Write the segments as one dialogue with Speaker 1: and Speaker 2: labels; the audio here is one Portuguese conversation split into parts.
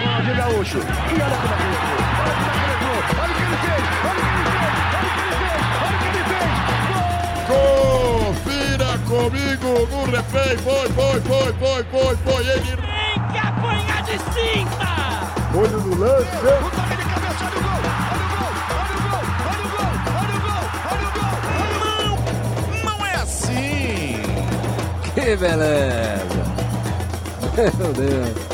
Speaker 1: Gaúcho. E olha como ele entrou. Olha como ele entrou. Olha o que ele fez. Olha o que ele fez. Olha o que ele fez. Olha o que ele fez.
Speaker 2: Confira comigo no replay. Foi, foi, foi, foi, foi, foi. Ele
Speaker 3: Tem que apanhar de cinta!
Speaker 2: Olho no lance.
Speaker 1: O toque de cabeça. Olha o gol. Olha o gol. Olha o gol. Olha o gol. Olha o gol. Olha o gol. Olha o gol.
Speaker 4: Não é assim!
Speaker 5: Que beleza! Meu Deus!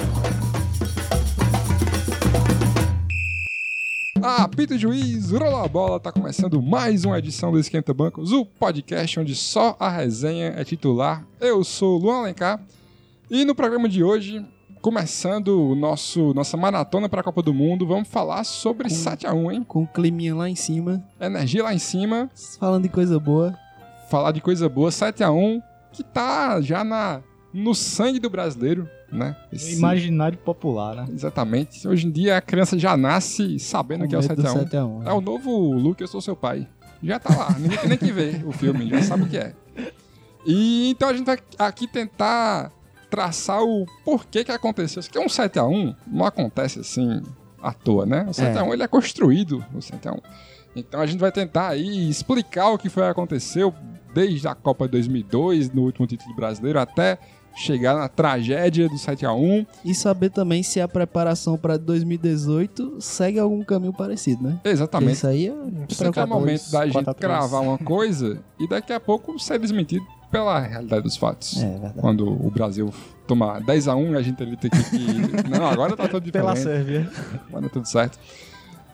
Speaker 6: Ah, apito juiz, rola a bola, tá começando mais uma edição do Esquenta Bancos, o podcast onde só a resenha é titular. Eu sou o Luan Alencar e no programa de hoje, começando o nosso nossa maratona para a Copa do Mundo, vamos falar
Speaker 7: Hum.
Speaker 6: sobre 7 a 1, hein?
Speaker 8: com o climinha lá em cima,
Speaker 6: Energia lá em cima,
Speaker 8: falando de coisa boa.
Speaker 6: falar de coisa boa, 7 a 1, que tá já na no sangue do brasileiro, né?
Speaker 7: É
Speaker 6: Esse-
Speaker 7: Imaginário popular, né?
Speaker 6: Exatamente. Hoje em dia a criança já nasce sabendo que é o 7 a 1.
Speaker 8: 7 a 1.
Speaker 6: É o novo Luke, eu sou seu pai. Já tá lá, ninguém tem nem que ver o filme, já sabe o que é. E então a gente vai aqui tentar traçar o porquê que aconteceu. Porque um 7x1 não acontece assim à toa, né? O 7x1 ele é construído, o 7x1. Então a gente vai tentar aí explicar o que foi que aconteceu desde a Copa de 2002, no último título brasileiro, até chegar na tragédia do 7x1.
Speaker 8: E saber também se a preparação pra 2018 segue algum caminho parecido, né? Porque
Speaker 6: Exatamente.
Speaker 8: Isso aí é
Speaker 6: Isso aqui é o momento da gente cravar uma coisa e daqui a pouco ser desmentido pela realidade dos fatos.
Speaker 8: É verdade.
Speaker 6: Quando o Brasil tomar 10x1 e a gente ali tem que. que- Não, agora tá tudo
Speaker 7: Pela
Speaker 6: diferente.
Speaker 7: Sérvia.
Speaker 6: Agora tá tudo certo.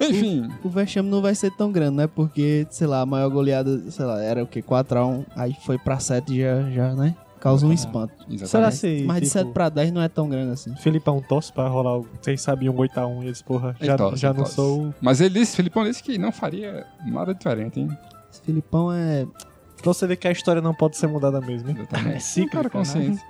Speaker 6: Enfim,
Speaker 8: O vexame não vai ser tão grande, né? Porque, sei lá, a maior goleada, sei lá, era o quê? 4x1, aí foi pra 7 já, já né? Causa
Speaker 6: Ah.
Speaker 8: um espanto.
Speaker 7: Será
Speaker 6: exatamente.
Speaker 7: se.
Speaker 8: Mas de
Speaker 7: tipo,
Speaker 8: 7 pra 10 não é tão grande assim.
Speaker 7: Filipão tosse pra rolar, o- vocês sabiam, um 8x1 e eles, porra, já,
Speaker 6: Então,
Speaker 7: já não
Speaker 6: então.
Speaker 7: sou o
Speaker 6: Mas ele disse, Filipão disse que não faria nada diferente, hein?
Speaker 8: Esse Filipão é.
Speaker 7: Pra você ver que a história não pode ser mudada mesmo, hein?
Speaker 6: Exatamente.
Speaker 7: É cíclica,
Speaker 6: Um cara consciente.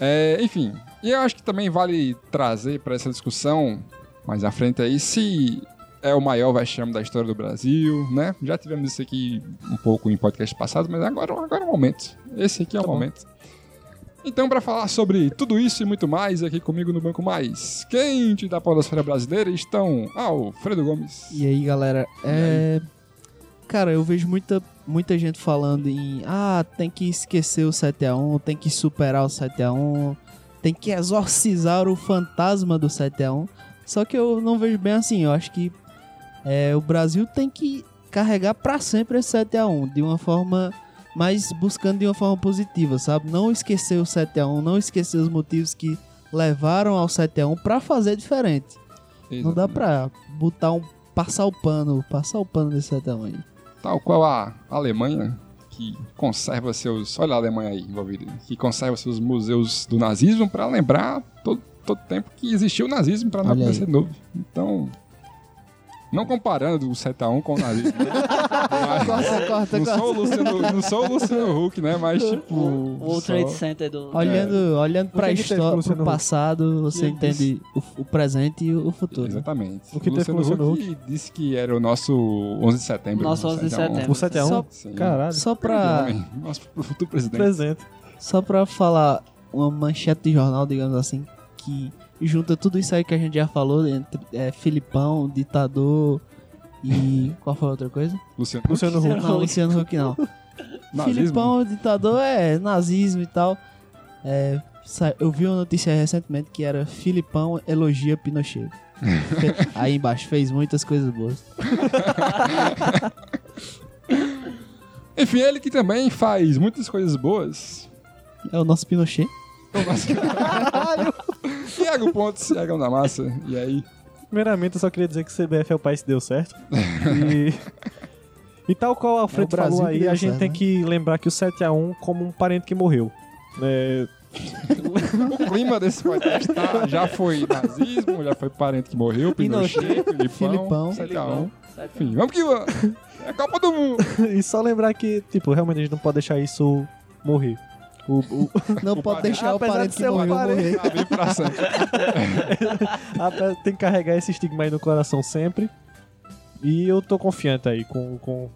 Speaker 6: É, enfim, e eu acho que também vale trazer para essa discussão mais à frente aí se é o maior vexame da história do Brasil, né? Já tivemos isso aqui um pouco em podcast passado, mas agora, agora é o momento. Esse aqui é o
Speaker 7: Tá bom.
Speaker 6: momento. Então, para falar sobre tudo isso e muito mais aqui comigo no Banco Mais Quente da Podosfera Brasileira estão Alfredo Gomes.
Speaker 8: E aí, galera, é. Cara, eu vejo muita, muita gente falando em. Ah, tem que esquecer o 7x1, tem que superar o 7x1, tem que exorcizar o fantasma do 7x1. Só que eu não vejo bem assim. Eu acho que é, o Brasil tem que carregar pra sempre esse 7x1, de uma forma. Mas buscando de uma forma positiva, sabe? Não esquecer o 7x1, não esquecer os motivos que levaram ao 7x1 pra fazer diferente. Não dá pra botar um. passar o pano, passar o pano desse tamanho.
Speaker 6: Tal qual a Alemanha, que conserva seus. Olha a Alemanha aí envolvida. Que conserva seus museus do nazismo pra lembrar todo, todo tempo que existiu o nazismo pra não
Speaker 8: Olha aí.
Speaker 6: acontecer de novo. Então. Não comparando o 7x1 com o nazismo. né? Mas-
Speaker 8: Corta, corta,
Speaker 6: não, sou um o
Speaker 8: corta.
Speaker 6: Luciano, não sou o Luciano Huck, né? Mas tipo.
Speaker 9: O World
Speaker 6: só-
Speaker 9: Trade Center do.
Speaker 8: Olhando, olhando pra
Speaker 7: que é que teve com o
Speaker 8: história,
Speaker 7: Luciano
Speaker 8: pro
Speaker 7: Huck?
Speaker 8: passado, você
Speaker 7: ele
Speaker 8: entende o, o presente e o futuro. né?
Speaker 6: Exatamente.
Speaker 7: O que teve com o
Speaker 6: Luciano
Speaker 7: Luciano
Speaker 6: Huck disse que era o nosso 11 de setembro. um.
Speaker 9: Nosso 11 de setembro.
Speaker 7: O 7x1?
Speaker 8: Só-
Speaker 6: Sim.
Speaker 7: Caralho.
Speaker 8: Só pra,
Speaker 6: Homem, Nosso futuro presidente.
Speaker 7: Presente.
Speaker 8: só pra falar uma manchete de jornal, digamos assim, que junta tudo isso aí que a gente já falou, entre é, Filipão, ditador e. qual foi a outra coisa?
Speaker 6: Luciano Huck.
Speaker 7: Luciano Huck.
Speaker 8: Não, Luciano Huck não.
Speaker 6: Nazismo.
Speaker 8: Filipão, ditador, é nazismo e tal. É, sa- eu vi uma notícia recentemente que era Filipão elogia Pinochet. Fe- Aí embaixo fez muitas coisas boas.
Speaker 6: Enfim, ele que também faz muitas coisas boas.
Speaker 8: É o nosso Pinochet.
Speaker 6: Eu gosto. Iago Pontes, Iagão da Massa. E aí?
Speaker 7: Primeiramente, eu só queria dizer que o CBF é o país que deu certo. E, e tal qual o Alfredo
Speaker 8: É Brasil
Speaker 7: falou
Speaker 8: que
Speaker 7: aí,
Speaker 8: deu
Speaker 7: a gente
Speaker 8: certo,
Speaker 7: tem
Speaker 8: né?
Speaker 7: que lembrar que o 7x1 como um parente que morreu. É,
Speaker 6: O clima desse podcast tá, já foi nazismo, já foi parente que morreu, Pinochet, Filipão,
Speaker 8: Filipão.
Speaker 6: sei lá, um.
Speaker 9: Certo?
Speaker 6: Enfim, vamos que vamos. É a Copa do Mundo.
Speaker 7: e só lembrar que, tipo, realmente a gente não pode deixar isso morrer. O- o-
Speaker 8: Não pode
Speaker 6: parente.
Speaker 8: deixar o
Speaker 7: Apesar
Speaker 8: parente
Speaker 7: de
Speaker 8: que
Speaker 7: ser um
Speaker 8: morreu
Speaker 7: parente.
Speaker 8: morrer.
Speaker 6: Tá bem pra sempre.
Speaker 7: a- tem que carregar esse estigma aí no coração sempre. E eu tô confiante aí com, com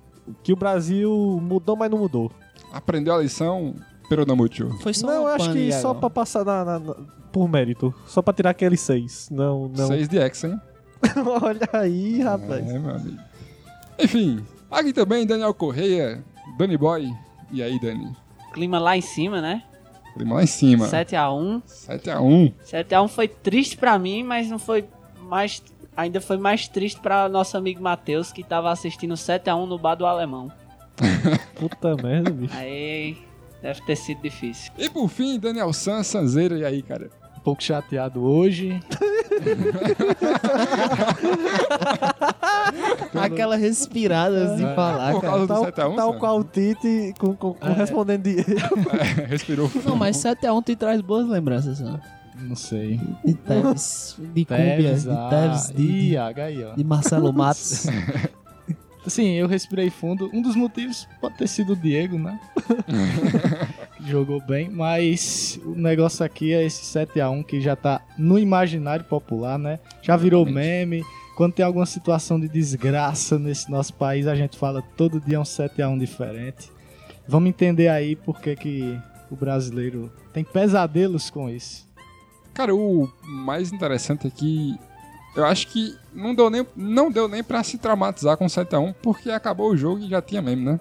Speaker 7: que o Brasil mudou, mas não mudou.
Speaker 6: Aprendeu a lição, Peronamucho.
Speaker 8: Foi só
Speaker 7: Não,
Speaker 8: uma
Speaker 7: acho que
Speaker 8: pane
Speaker 7: só
Speaker 8: agora.
Speaker 7: pra passar na, na- na- por mérito. Só pra tirar aqueles seis. Não, não.
Speaker 6: 6 de X, hein?
Speaker 7: Olha aí, rapaz.
Speaker 6: É, meu amigo. Enfim, aqui também Daniel Correia, Dani Boy. E aí, Dani?
Speaker 3: Clima lá em cima, né?
Speaker 6: Primo lá em cima.
Speaker 3: 7x1.
Speaker 6: 7x1.
Speaker 3: 7x1 foi triste pra mim, mas não foi mais. Ainda foi mais triste pra nosso amigo Matheus, que tava assistindo 7x1 no bar do alemão.
Speaker 7: Puta merda, bicho.
Speaker 3: Aí deve ter sido difícil.
Speaker 6: E por fim, Daniel San, Sanzeira. E aí, cara?
Speaker 9: Um pouco chateado hoje.
Speaker 8: Aquela respirada
Speaker 7: É.
Speaker 8: de falar,
Speaker 6: por
Speaker 8: Ah, cara.
Speaker 6: causa
Speaker 7: Tal,
Speaker 6: do 7x1?
Speaker 7: tal
Speaker 6: Sam?
Speaker 7: qual o Tite com, com- com respondendo de
Speaker 6: É, respirou fundo.
Speaker 8: Não, mas 7x1 te traz boas lembranças, né?
Speaker 9: Não sei.
Speaker 8: De Tevez, de Cúbia,
Speaker 9: Teves,
Speaker 8: de
Speaker 9: ah,
Speaker 8: Tevez, de,
Speaker 9: Ih,
Speaker 8: de,
Speaker 9: H aí, ó.
Speaker 8: de Marcelo Matos.
Speaker 9: Sim, eu respirei fundo. Um dos motivos pode ter sido o Diego, né? Jogou bem, mas o negócio aqui é esse 7x1 que já tá no imaginário popular, né? Já virou meme. Quando tem alguma situação de desgraça nesse nosso país, a gente fala todo dia é um 7x1 diferente. Vamos entender aí por que, que o brasileiro tem pesadelos com isso.
Speaker 6: Cara, o mais interessante é que eu acho que não deu nem, não deu nem pra se traumatizar com 7x1, porque acabou o jogo e já tinha meme, né?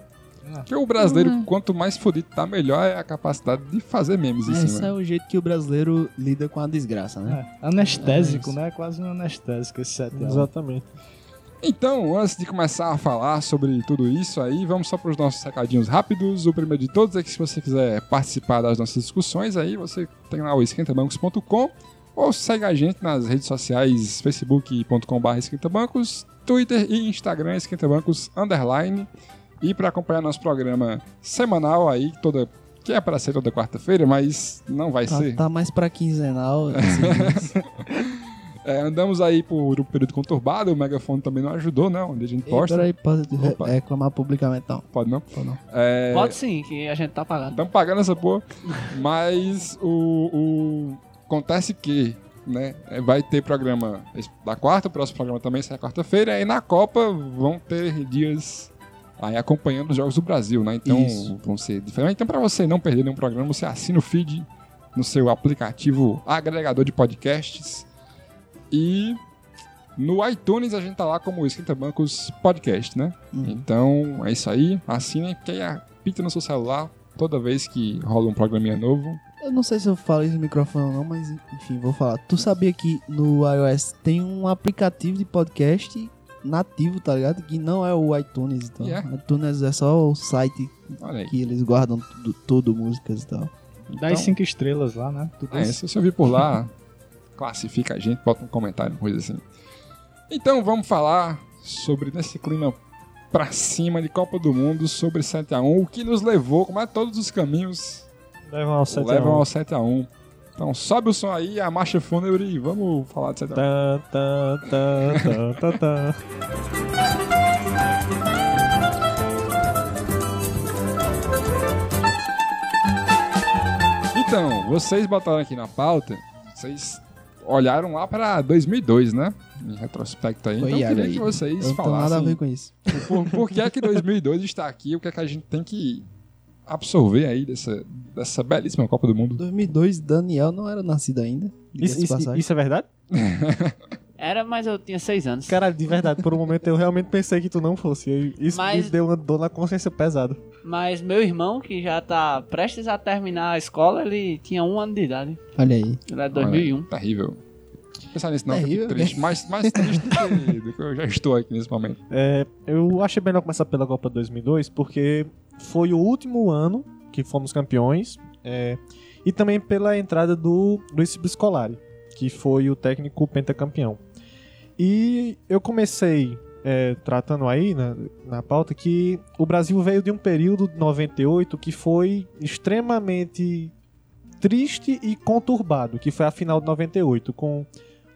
Speaker 6: Porque o brasileiro, quanto mais fodido tá, melhor é a capacidade de fazer memes em
Speaker 8: Esse
Speaker 6: cima.
Speaker 8: é o jeito que o brasileiro lida com a desgraça, né?
Speaker 9: É, anestésico, né? Quase um anestésico esse 7x1.
Speaker 7: Exatamente.
Speaker 6: Então, antes de começar a falar sobre tudo isso aí, vamos só para os nossos recadinhos rápidos. O primeiro de todos é que se você quiser participar das nossas discussões, aí você tem lá o esquentabancos.com ou segue a gente nas redes sociais facebook.com.br esquentabancos, Twitter e Instagram esquentabancos underline. E para acompanhar nosso programa semanal aí, toda que é para ser toda quarta-feira, mas não vai ser.
Speaker 8: Tá, tá mais pra quinzenal. assim,
Speaker 6: É, andamos aí por um período conturbado, o megafone também não ajudou, né? Onde a gente
Speaker 8: Ei,
Speaker 6: posta.
Speaker 8: Peraí, pode de-
Speaker 6: Opa.
Speaker 8: re- reclamar publicamente, não.
Speaker 6: Pode não?
Speaker 8: Pode não.
Speaker 6: É,
Speaker 3: Pode sim, que a gente tá pagando.
Speaker 6: Estamos pagando essa porra. Mas o, o- Acontece que, né? é, Vai ter programa esse- da quarta, o próximo programa também será quarta-feira. E na Copa vão ter dias aí acompanhando os Jogos do Brasil, né? Então
Speaker 8: Isso.
Speaker 6: vão ser diferentes. Então, para você não perder nenhum programa, você assina o feed no seu aplicativo agregador de podcasts. E no iTunes a gente tá lá como Esquenta Bancos Podcast, né? Então é isso aí. Assinem, porque aí apita no seu celular toda vez que rola um programinha novo.
Speaker 8: Eu não sei se eu falo isso no microfone ou não, mas enfim, vou falar. Tu sabia que no iOS tem um aplicativo de podcast nativo, tá ligado? Que não é o iTunes, então.
Speaker 6: Yeah.
Speaker 8: iTunes é só o site
Speaker 6: Olha aí.
Speaker 8: que eles guardam tudo, tudo músicas e tal.
Speaker 6: Então,
Speaker 9: Dá as 5 estrelas lá, né? Tudo
Speaker 6: É, se você ouvir por lá, classifica a gente, bota um comentário, coisa assim. Então vamos falar sobre nesse clima pra cima de Copa do Mundo, sobre 7x1, o que nos levou, como é todos os caminhos
Speaker 7: Levam ao 7
Speaker 6: levam ao 7x1. Então sobe o som aí, a marcha fúnebre e vamos falar de 7x1.
Speaker 7: Tá, tá, tá, tá, tá, tá.
Speaker 6: Então, vocês botaram aqui na pauta, vocês olharam lá pra 2002, né? Em retrospecto aí. Então,
Speaker 8: Oi,
Speaker 6: eu queria
Speaker 8: aí.
Speaker 6: que vocês
Speaker 8: Não tem nada a
Speaker 6: falassem
Speaker 8: ver com isso.
Speaker 6: por, por que é que 2002 está aqui, o que é que a gente tem que absorver aí dessa, dessa belíssima Copa do Mundo.
Speaker 8: 2002, Daniel não era nascido ainda.
Speaker 7: Isso,
Speaker 8: diga-se
Speaker 7: isso-
Speaker 8: passagem.
Speaker 7: isso é verdade?
Speaker 3: Era, mas eu tinha 6 anos.
Speaker 7: Caralho, de verdade, por um momento eu realmente pensei que tu não fosse. Eu- Isso
Speaker 3: Mas-
Speaker 7: me deu uma dor na consciência pesada.
Speaker 3: Mas meu irmão, que já tá prestes a terminar a escola, ele tinha um ano de idade.
Speaker 8: Olha aí.
Speaker 3: Ele é
Speaker 6: Olha,
Speaker 3: 2001.
Speaker 6: terrível. Pensar nisso não, eu fico
Speaker 8: Terrível, né?
Speaker 6: triste. Mais, mais triste do que, do que eu já estou aqui nesse momento.
Speaker 7: É, eu achei melhor começar pela Copa 2002 porque foi o último ano que fomos campeões é, e também pela entrada do Luiz Biscolari, que foi o técnico pentacampeão. E eu comecei é, tratando aí na, na pauta que o Brasil veio de um período de 98 que foi extremamente triste e conturbado, que foi a final de 98, com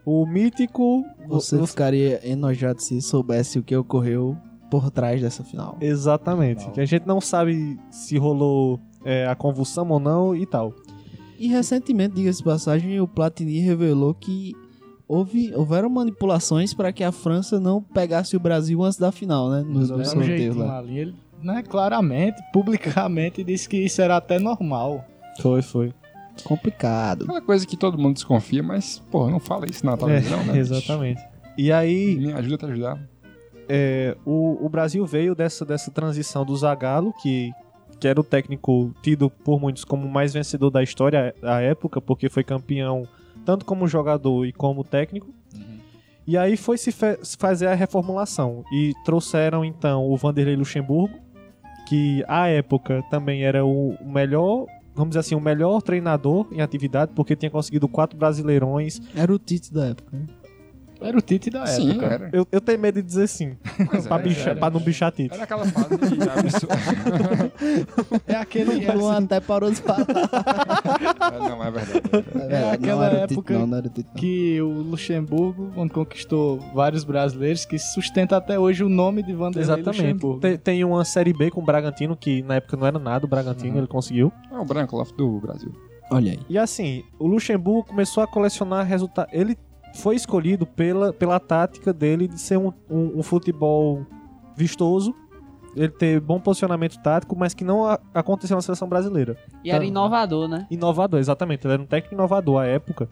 Speaker 7: o mítico...
Speaker 8: Você ficaria enojado se soubesse o que ocorreu por trás dessa final.
Speaker 7: Exatamente. Que a gente não sabe se rolou é, a convulsão ou não e tal.
Speaker 8: E recentemente, diga-se de passagem, o Platini revelou que houve, houveram manipulações para que a França não pegasse o Brasil antes da final, né? Nos
Speaker 9: Dá um
Speaker 8: sorteios
Speaker 9: jeitinho
Speaker 8: lá.
Speaker 9: ali. Ele, né, claramente, publicamente, disse que isso era até normal.
Speaker 7: Foi, foi.
Speaker 8: Complicado.
Speaker 6: Aquela coisa que todo mundo desconfia, mas, porra, não fala isso na televisão, né? bicho?
Speaker 7: É, exatamente. E aí,
Speaker 6: Me ajuda a te ajudar.
Speaker 7: é, o, o Brasil veio dessa, dessa transição do Zagallo, que, que era o técnico tido por muitos como o mais vencedor da história à época, porque foi campeão tanto como jogador e como técnico. E aí foi se fe- se fazer a reformulação. E trouxeram então o Vanderlei Luxemburgo, que à época também era o o melhor, vamos dizer assim, o melhor treinador em atividade, porque tinha conseguido quatro brasileirões.
Speaker 8: Era o Tite da época. né?
Speaker 9: Era o Tite da época.
Speaker 6: Sim, era.
Speaker 7: Eu, eu tenho medo de dizer sim,
Speaker 6: Mas
Speaker 7: É. pra,
Speaker 6: era,
Speaker 7: bichar-
Speaker 6: era.
Speaker 7: pra não bichar título.
Speaker 6: Era aquela fase absurda.
Speaker 9: É aquele.
Speaker 8: O Luan até parou de falar.
Speaker 6: Não, é verdade.
Speaker 8: É,
Speaker 9: aquela
Speaker 8: não era O
Speaker 9: época
Speaker 8: Tite, não, não era o Tite. não.
Speaker 9: que o Luxemburgo, onde conquistou vários brasileiros, que sustenta até hoje o nome de Vanderlei
Speaker 7: Exatamente.
Speaker 9: Luxemburgo.
Speaker 7: Tem, tem uma série B com o Bragantino, que na época não era nada, o Bragantino ele conseguiu.
Speaker 6: É o branco lá do Brasil.
Speaker 8: Olha aí.
Speaker 7: E assim, o Luxemburgo começou a colecionar resultados. Ele foi escolhido pela, pela tática dele de ser um, um- um futebol vistoso, ele ter bom posicionamento tático, mas que não a- aconteceu na seleção brasileira.
Speaker 3: E era
Speaker 7: Tá.
Speaker 3: inovador, né?
Speaker 7: Inovador, exatamente. Ele era um técnico inovador à época.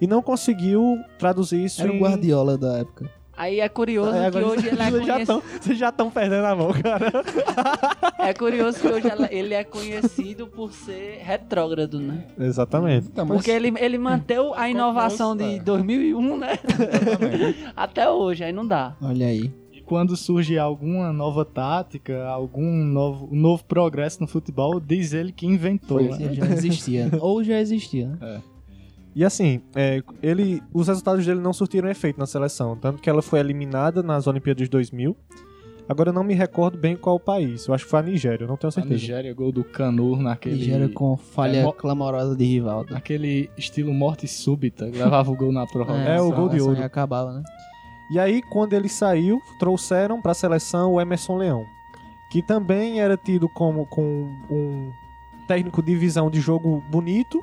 Speaker 7: E não conseguiu traduzir isso
Speaker 8: Era o
Speaker 7: em...
Speaker 8: Guardiola da época.
Speaker 3: Aí é curioso
Speaker 7: É,
Speaker 3: que
Speaker 7: agora
Speaker 3: hoje ele é
Speaker 7: vocês, já
Speaker 3: conhecido.
Speaker 7: tão, vocês já estão perdendo a mão, cara.
Speaker 3: É curioso que hoje ela- ele é conhecido por ser retrógrado, né?
Speaker 7: Exatamente.
Speaker 6: Então, mas-
Speaker 3: Porque ele, ele manteu a inovação de
Speaker 6: Composta.
Speaker 3: 2001, né?
Speaker 6: Exatamente.
Speaker 3: Até hoje, aí não dá.
Speaker 8: Olha aí.
Speaker 9: E quando surge alguma nova tática, algum novo, um novo progresso no futebol, diz ele que inventou. né?
Speaker 8: Ele já existia. Ou já existia, né?
Speaker 7: E assim, é, ele, os resultados dele não surtiram efeito na seleção, tanto que ela foi eliminada nas Olimpíadas de 2000. Agora eu não me recordo bem qual país, eu acho que foi a Nigéria, eu não tenho
Speaker 9: A
Speaker 7: certeza.
Speaker 9: Nigéria, gol do Canu naquele.
Speaker 8: Nigéria com falha
Speaker 9: é mo-
Speaker 8: clamorosa de Rivaldo.
Speaker 9: Naquele estilo morte súbita, que levava o gol na prorrogação.
Speaker 7: É, o gol de
Speaker 8: essa
Speaker 7: ouro.
Speaker 8: aí acabava, né?
Speaker 7: E aí, quando ele saiu, trouxeram para a seleção o Emerson Leão, que também era tido como com um técnico de visão de jogo bonito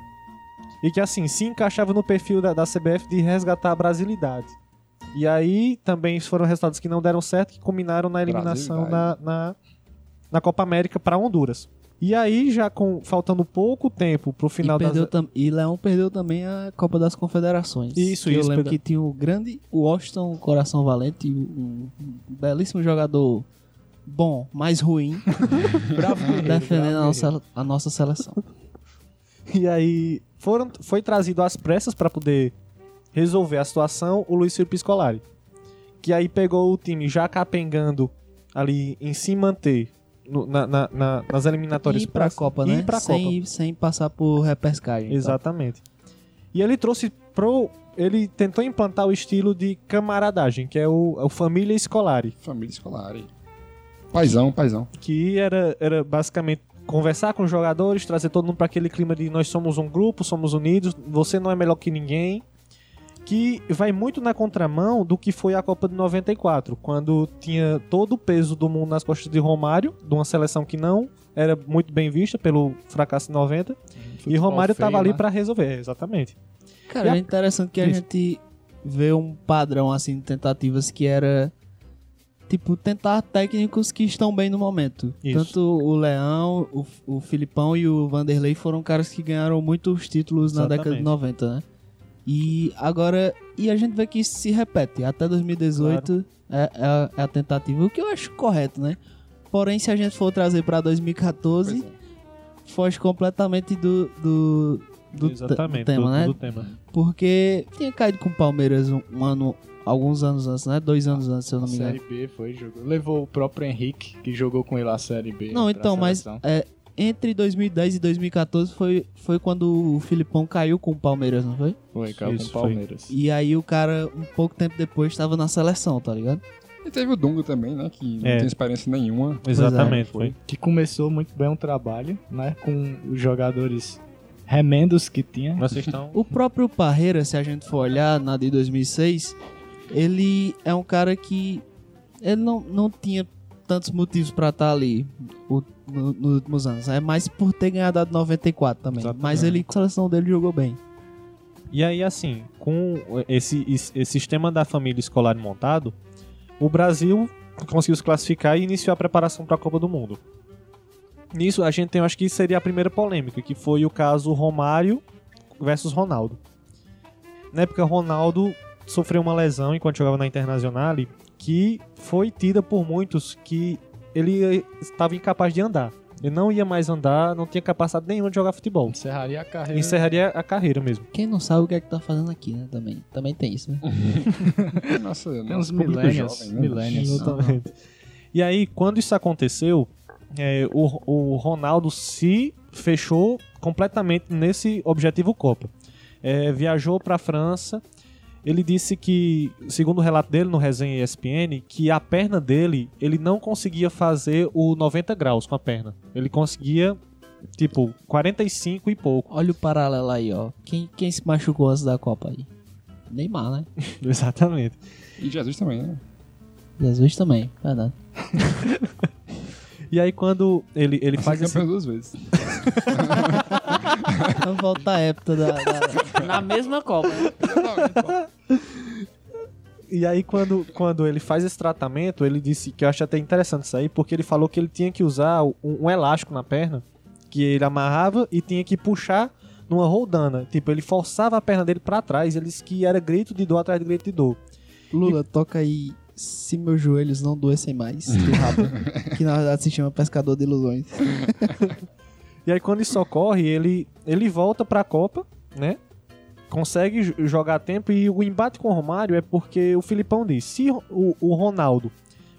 Speaker 7: e que assim se encaixava no perfil da, da CBF de resgatar a brasilidade. E aí também foram resultados que não deram certo, que culminaram na eliminação na,
Speaker 6: Brasilidade.
Speaker 7: na, na Copa América para Honduras. E aí, já com faltando pouco tempo pro final
Speaker 8: e,
Speaker 7: das,
Speaker 8: perdeu tam- e Leão perdeu também a Copa das Confederações.
Speaker 7: Isso,
Speaker 8: Que Eu
Speaker 7: isso,
Speaker 8: lembro
Speaker 7: perdão.
Speaker 8: que tinha o grande Washington Coração Valente, um belíssimo jogador bom, mas ruim, né,
Speaker 9: Bravo guerreiro,
Speaker 8: defendendo a
Speaker 9: bravo guerreiro.
Speaker 8: nossa, a nossa seleção.
Speaker 7: E aí foram, foi trazido às pressas para poder resolver a situação o Luiz Felipe Scolari. Que aí pegou o time já capengando ali em se manter no- na- na- na- nas eliminatórias.
Speaker 8: E pra Copa, né?
Speaker 7: E pra
Speaker 8: sem, sem passar por repescagem. então.
Speaker 7: Exatamente. E ele trouxe pro... Ele tentou implantar o estilo de camaradagem, que é o, é o família Scolari.
Speaker 6: Família escolar aí. Paizão, paizão.
Speaker 7: que era, era basicamente conversar com os jogadores, trazer todo mundo para aquele clima de nós somos um grupo, somos unidos, você não é melhor que ninguém, que vai muito na contramão do que foi a Copa de 94, quando tinha todo o peso do mundo nas costas de Romário, de uma seleção que não era muito bem vista pelo fracasso de 90, e
Speaker 9: Futebol
Speaker 7: Romário
Speaker 9: feio,
Speaker 7: tava ali
Speaker 9: né?
Speaker 7: para resolver, exatamente.
Speaker 8: Cara, é interessante que a
Speaker 7: Isso.
Speaker 8: gente vê um padrão assim de tentativas que era tipo tentar técnicos que estão bem no momento.
Speaker 7: Isso.
Speaker 8: Tanto o Leão, o, o Filipão e o Vanderlei foram caras que ganharam muitos títulos na década de
Speaker 7: Exatamente.
Speaker 8: 90, né? E agora e a gente vê que isso se repete até 2018 é, é a- é a tentativa, o que eu acho correto, né? Porém, se a gente for trazer pra 2014,
Speaker 7: é.
Speaker 8: foge completamente do, do, do, te- do tema,
Speaker 7: do-
Speaker 8: né?
Speaker 7: do tema.
Speaker 8: Porque tinha caído com o Palmeiras um, um ano, alguns anos antes, né? Dois anos antes, se eu não me engano.
Speaker 9: Série B foi, jogou. Levou o próprio Henrique, que jogou com ele a Série B.
Speaker 8: Não,
Speaker 9: pra
Speaker 8: então, mas
Speaker 9: seleção.
Speaker 8: é, entre 2010 e 2014 foi, foi quando o Filipão caiu com o Palmeiras, não foi?
Speaker 9: Foi, caiu
Speaker 7: Isso,
Speaker 9: com o
Speaker 7: foi.
Speaker 9: Palmeiras.
Speaker 8: E aí o cara, um pouco tempo depois, estava na seleção, tá ligado?
Speaker 6: E teve o Dunga também, né? Que não
Speaker 7: É.
Speaker 6: tem experiência nenhuma.
Speaker 8: é.
Speaker 7: Exatamente,
Speaker 6: foi.
Speaker 7: foi.
Speaker 9: Que começou muito bem o trabalho, né? Com os jogadores remendos que tinha.
Speaker 7: Vocês estão...
Speaker 8: O próprio Parreira, se a gente for olhar na de 2006, ele é um cara que ele não, não tinha tantos motivos pra estar ali o- no- nos últimos anos. É mais por ter ganhado a de 94 também.
Speaker 7: Exatamente.
Speaker 8: Mas ele, com a seleção dele, jogou bem.
Speaker 7: E aí, assim, com esse, esse esse sistema da família escolar montado, o Brasil conseguiu se classificar e iniciou a preparação para a Copa do Mundo. Nisso, a gente tem, eu acho que seria a primeira polêmica, que foi o caso Romário versus Ronaldo. Na época, Ronaldo sofreu uma lesão enquanto jogava na Internacional que foi tida por muitos que ele estava incapaz de andar. Ele não ia mais andar, não tinha capacidade nenhuma de jogar futebol.
Speaker 9: Encerraria a carreira.
Speaker 7: Encerraria a carreira mesmo.
Speaker 8: Quem não sabe o que é que tá fazendo aqui, né? Também, também tem isso, né?
Speaker 6: Nossa,
Speaker 9: Tem
Speaker 6: nosso
Speaker 9: uns
Speaker 6: público
Speaker 9: millennials.
Speaker 6: jovem, né?
Speaker 9: millennials.
Speaker 7: Exatamente. E aí, quando isso aconteceu, é, o, o Ronaldo se fechou completamente nesse objetivo Copa. É, viajou para a França. Ele disse que, segundo o relato dele no resenha ESPN, que a perna dele, ele não conseguia fazer o 90 graus com a perna. Ele conseguia, tipo, 45 e pouco.
Speaker 8: Olha o paralelo aí, ó. Quem, quem se machucou antes da Copa aí? Neymar, né?
Speaker 7: Exatamente.
Speaker 6: E Jesus também, né?
Speaker 8: Jesus também, verdade.
Speaker 7: E aí, quando ele, ele
Speaker 6: Ele
Speaker 7: faz esse...
Speaker 6: campeão duas vezes.
Speaker 8: Vamos voltar à Então época da... da-
Speaker 3: Na mesma Copa.
Speaker 7: E aí, quando, quando ele faz esse tratamento, ele disse que eu acho até interessante isso aí, porque ele falou que ele tinha que usar um, um elástico na perna, que ele amarrava e tinha que puxar numa roldana. Tipo, ele forçava a perna dele pra trás, ele disse que era grito de dor atrás de grito de dor.
Speaker 8: Lula, toca aí... Se meus joelhos não doessem mais, do rabo, que na verdade se chama Pescador de Ilusões.
Speaker 7: E aí, quando isso ocorre, ele, ele volta pra Copa, né? Consegue jo- jogar a tempo e o embate com o Romário é porque o Filipão diz: se o, o Ronaldo,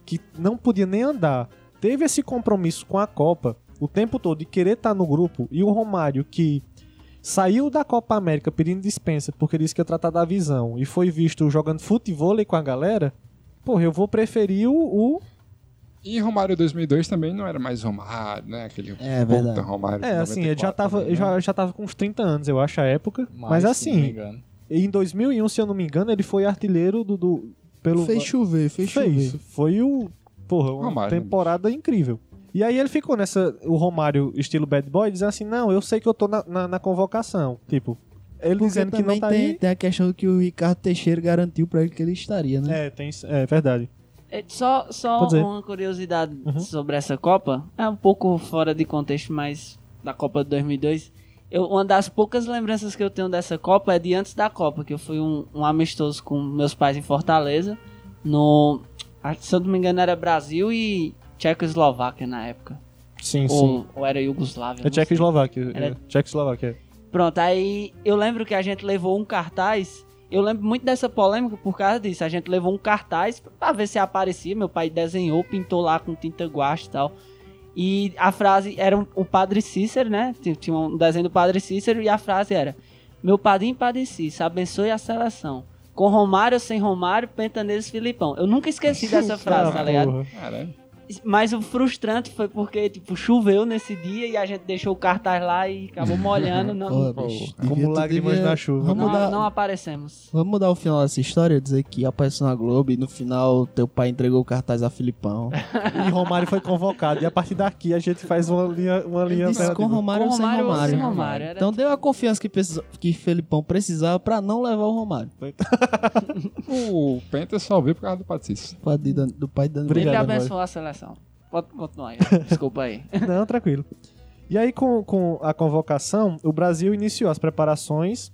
Speaker 7: que não podia nem andar, teve esse compromisso com a Copa o tempo todo de querer estar no grupo, e o Romário, que saiu da Copa América pedindo dispensa porque disse que ia tratar da visão e foi visto jogando futebol com a galera, porra, eu vou preferir o- o
Speaker 6: E Romário 2002 também não era mais Romário, né? Aquele
Speaker 8: É
Speaker 6: puta
Speaker 8: verdade.
Speaker 6: Romário.
Speaker 7: É, assim, ele já
Speaker 6: 94
Speaker 7: tava,
Speaker 6: também, né?
Speaker 7: já, já tava com uns 30 anos, eu acho, a época.
Speaker 9: Mais,
Speaker 7: Mas
Speaker 9: se não me
Speaker 7: assim,
Speaker 9: engano.
Speaker 7: em 2001, se eu não me engano, ele foi artilheiro do... do- pelo,
Speaker 8: Fez chover, fez chover.
Speaker 7: Fez. Foi o... Porra, uma
Speaker 6: Romário, né,
Speaker 7: temporada incrível. E aí ele ficou nessa... O Romário, estilo bad boy, dizendo assim, não, eu sei que eu tô na, na- na convocação. Tipo, ele
Speaker 8: Porque
Speaker 7: dizendo que
Speaker 8: também
Speaker 7: não tá
Speaker 8: tem,
Speaker 7: aí...
Speaker 8: tem a questão que o Ricardo Teixeira garantiu pra ele que ele estaria, né?
Speaker 7: É, tem, isso- é verdade.
Speaker 3: É, Só, só
Speaker 7: Pode dizer.
Speaker 3: uma curiosidade
Speaker 7: Uhum.
Speaker 3: sobre essa Copa. É um pouco fora de contexto, mas da Copa de 2002. Eu, uma das poucas lembranças que eu tenho dessa Copa é de antes da Copa, que eu fui um, um amistoso com meus pais em Fortaleza. No, ah, se eu não me engano, era Brasil e Tchecoslováquia na época.
Speaker 7: Sim, sim.
Speaker 3: Ou, ou era Iugoslávia.
Speaker 7: É
Speaker 3: não sei.
Speaker 7: Tchecoslováquia.
Speaker 3: Era-
Speaker 7: É Tchecoslováquia.
Speaker 3: Pronto, aí eu lembro que a gente levou um cartaz. Eu lembro muito dessa polêmica por causa disso. A gente levou um cartaz pra ver se aparecia. Meu pai desenhou, pintou lá com tinta guache e tal. E a frase era um- o Padre Cícero, né? Tinha- Tinha um desenho do Padre Cícero e a frase era: Meu padrinho Padre Cícero, abençoe a seleção. Com Romário, sem Romário, Pentaneiros, Filipão. Eu nunca esqueci dessa frase, tá ligado?
Speaker 7: Ah, Porra.
Speaker 6: Caralho.
Speaker 3: Mas o frustrante foi porque, tipo, choveu nesse dia e a gente deixou o cartaz lá e acabou molhando. Não,
Speaker 8: Pô, bicho,
Speaker 7: Como
Speaker 8: devia-
Speaker 7: lágrimas
Speaker 8: devia-
Speaker 7: na chuva.
Speaker 8: Vamos
Speaker 3: não,
Speaker 8: mudar,
Speaker 3: não aparecemos.
Speaker 8: vamos mudar o final dessa história, dizer que apareceu na Globo e no final teu pai entregou o cartaz a Filipão.
Speaker 7: E Romário foi convocado. E a partir daqui a gente faz uma linha... Uma
Speaker 8: Ele
Speaker 7: linha
Speaker 8: disse com Romário ou sem
Speaker 3: Romário ou
Speaker 8: Romário.
Speaker 3: sem Romário, era-
Speaker 8: Então deu a confiança que, precisou, que Felipão precisava pra não levar o Romário.
Speaker 6: O Penta só veio por causa do Patrício.
Speaker 8: Do pai de Dan- do pai de Danilo.
Speaker 7: Obrigado,
Speaker 3: Ele
Speaker 7: Eduardo.
Speaker 3: abençoou a seleção. Pode continuar aí. Desculpa aí.
Speaker 7: Não, tranquilo. E aí, com, com a convocação, o Brasil iniciou as preparações.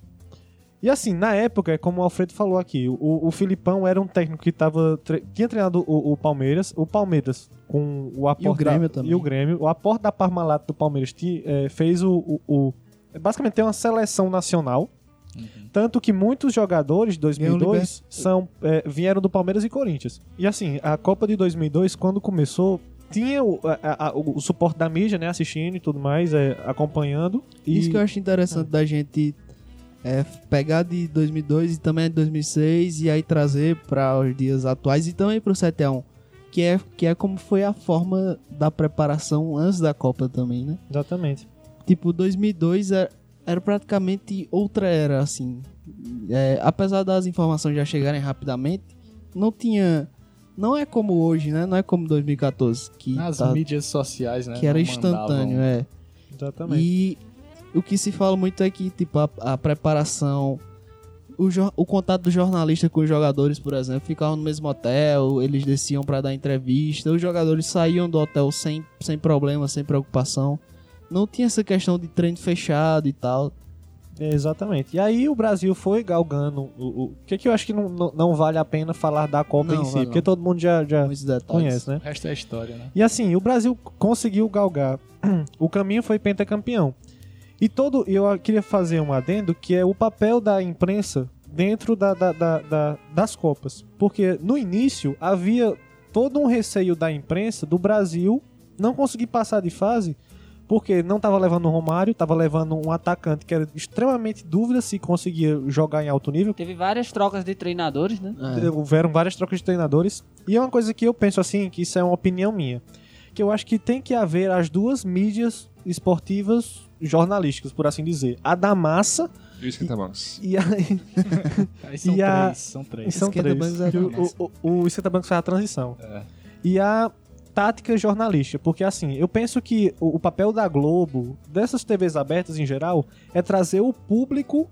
Speaker 7: E assim, na época, como o Alfredo falou aqui, o, o Filipão era um técnico que tava, tre- tinha treinado o, o Palmeiras. O Palmeiras, com o aporte.
Speaker 8: E o Grêmio
Speaker 7: da,
Speaker 8: também.
Speaker 7: E o Grêmio. O aporte da Parmalat do Palmeiras ti- eh, fez o, o- o- Basicamente, tem uma seleção nacional. Tanto que muitos jogadores de
Speaker 8: Ganhou
Speaker 7: 2002 são, eh, vieram do Palmeiras e Corinthians. E assim, a Copa de 2002, quando começou, tinha o, a- a- o suporte da mídia, né? Assistindo e tudo mais, é, acompanhando. E
Speaker 8: Isso que eu acho interessante da gente é, pegar de 2002 e também de 2006 e aí trazer para os dias atuais e também para o 7 a 1 que é, que é como foi a forma da preparação antes da Copa também, né?
Speaker 7: Exatamente.
Speaker 8: Tipo, 2002 era, era praticamente outra era, assim. É, apesar das informações já chegarem rapidamente, não tinha... Não é como hoje, né? Não é como 2014, que,
Speaker 9: Nas
Speaker 8: tá-
Speaker 9: mídias sociais, né?
Speaker 8: que era
Speaker 9: não
Speaker 8: instantâneo,
Speaker 9: mandavam-
Speaker 8: é.
Speaker 7: Exatamente.
Speaker 8: E o que se fala muito é que, tipo, a, a preparação o, jor- o contato do jornalista com os jogadores, por exemplo, ficavam no mesmo hotel, eles desciam pra dar entrevista, os jogadores saíam do hotel sem, sem problema, sem preocupação. Não tinha essa questão de treino fechado e tal.
Speaker 7: É, exatamente. E aí o Brasil foi galgando. O, o que, que eu acho que não, não, não vale a pena falar da Copa
Speaker 8: Não,
Speaker 7: em si?
Speaker 8: vai não.
Speaker 7: Porque todo mundo já, já
Speaker 8: Muitos detalhes.
Speaker 7: conhece, né?
Speaker 9: O resto é história, né?
Speaker 7: E assim, o Brasil conseguiu galgar. O caminho foi pentacampeão. E todo. Eu queria fazer um adendo que é o papel da imprensa dentro da, da- da- da- das Copas. Porque no início havia todo um receio da imprensa do Brasil não conseguir passar de fase. Porque não estava levando o Romário, estava levando um atacante que era extremamente dúvida se conseguia jogar em alto nível.
Speaker 3: Teve várias trocas de treinadores, né?
Speaker 8: É.
Speaker 7: Houveram várias trocas de treinadores. E é uma coisa que eu penso assim, que isso é uma opinião minha. Que eu acho que tem que haver as duas mídias esportivas jornalísticas, por assim dizer. A da massa
Speaker 6: E o Esquenta Bancos.
Speaker 7: e a...
Speaker 9: Aí são
Speaker 7: E a-
Speaker 9: três, são três.
Speaker 7: São
Speaker 8: Esquenta
Speaker 7: três.
Speaker 8: Bancos é a
Speaker 7: Que o,
Speaker 8: da massa.
Speaker 7: o, o, o Esquenta Bancos faz a transição.
Speaker 9: É.
Speaker 7: E a tática jornalística. Porque assim, eu penso que o, o papel da Globo, dessas TVs abertas em geral, é trazer o público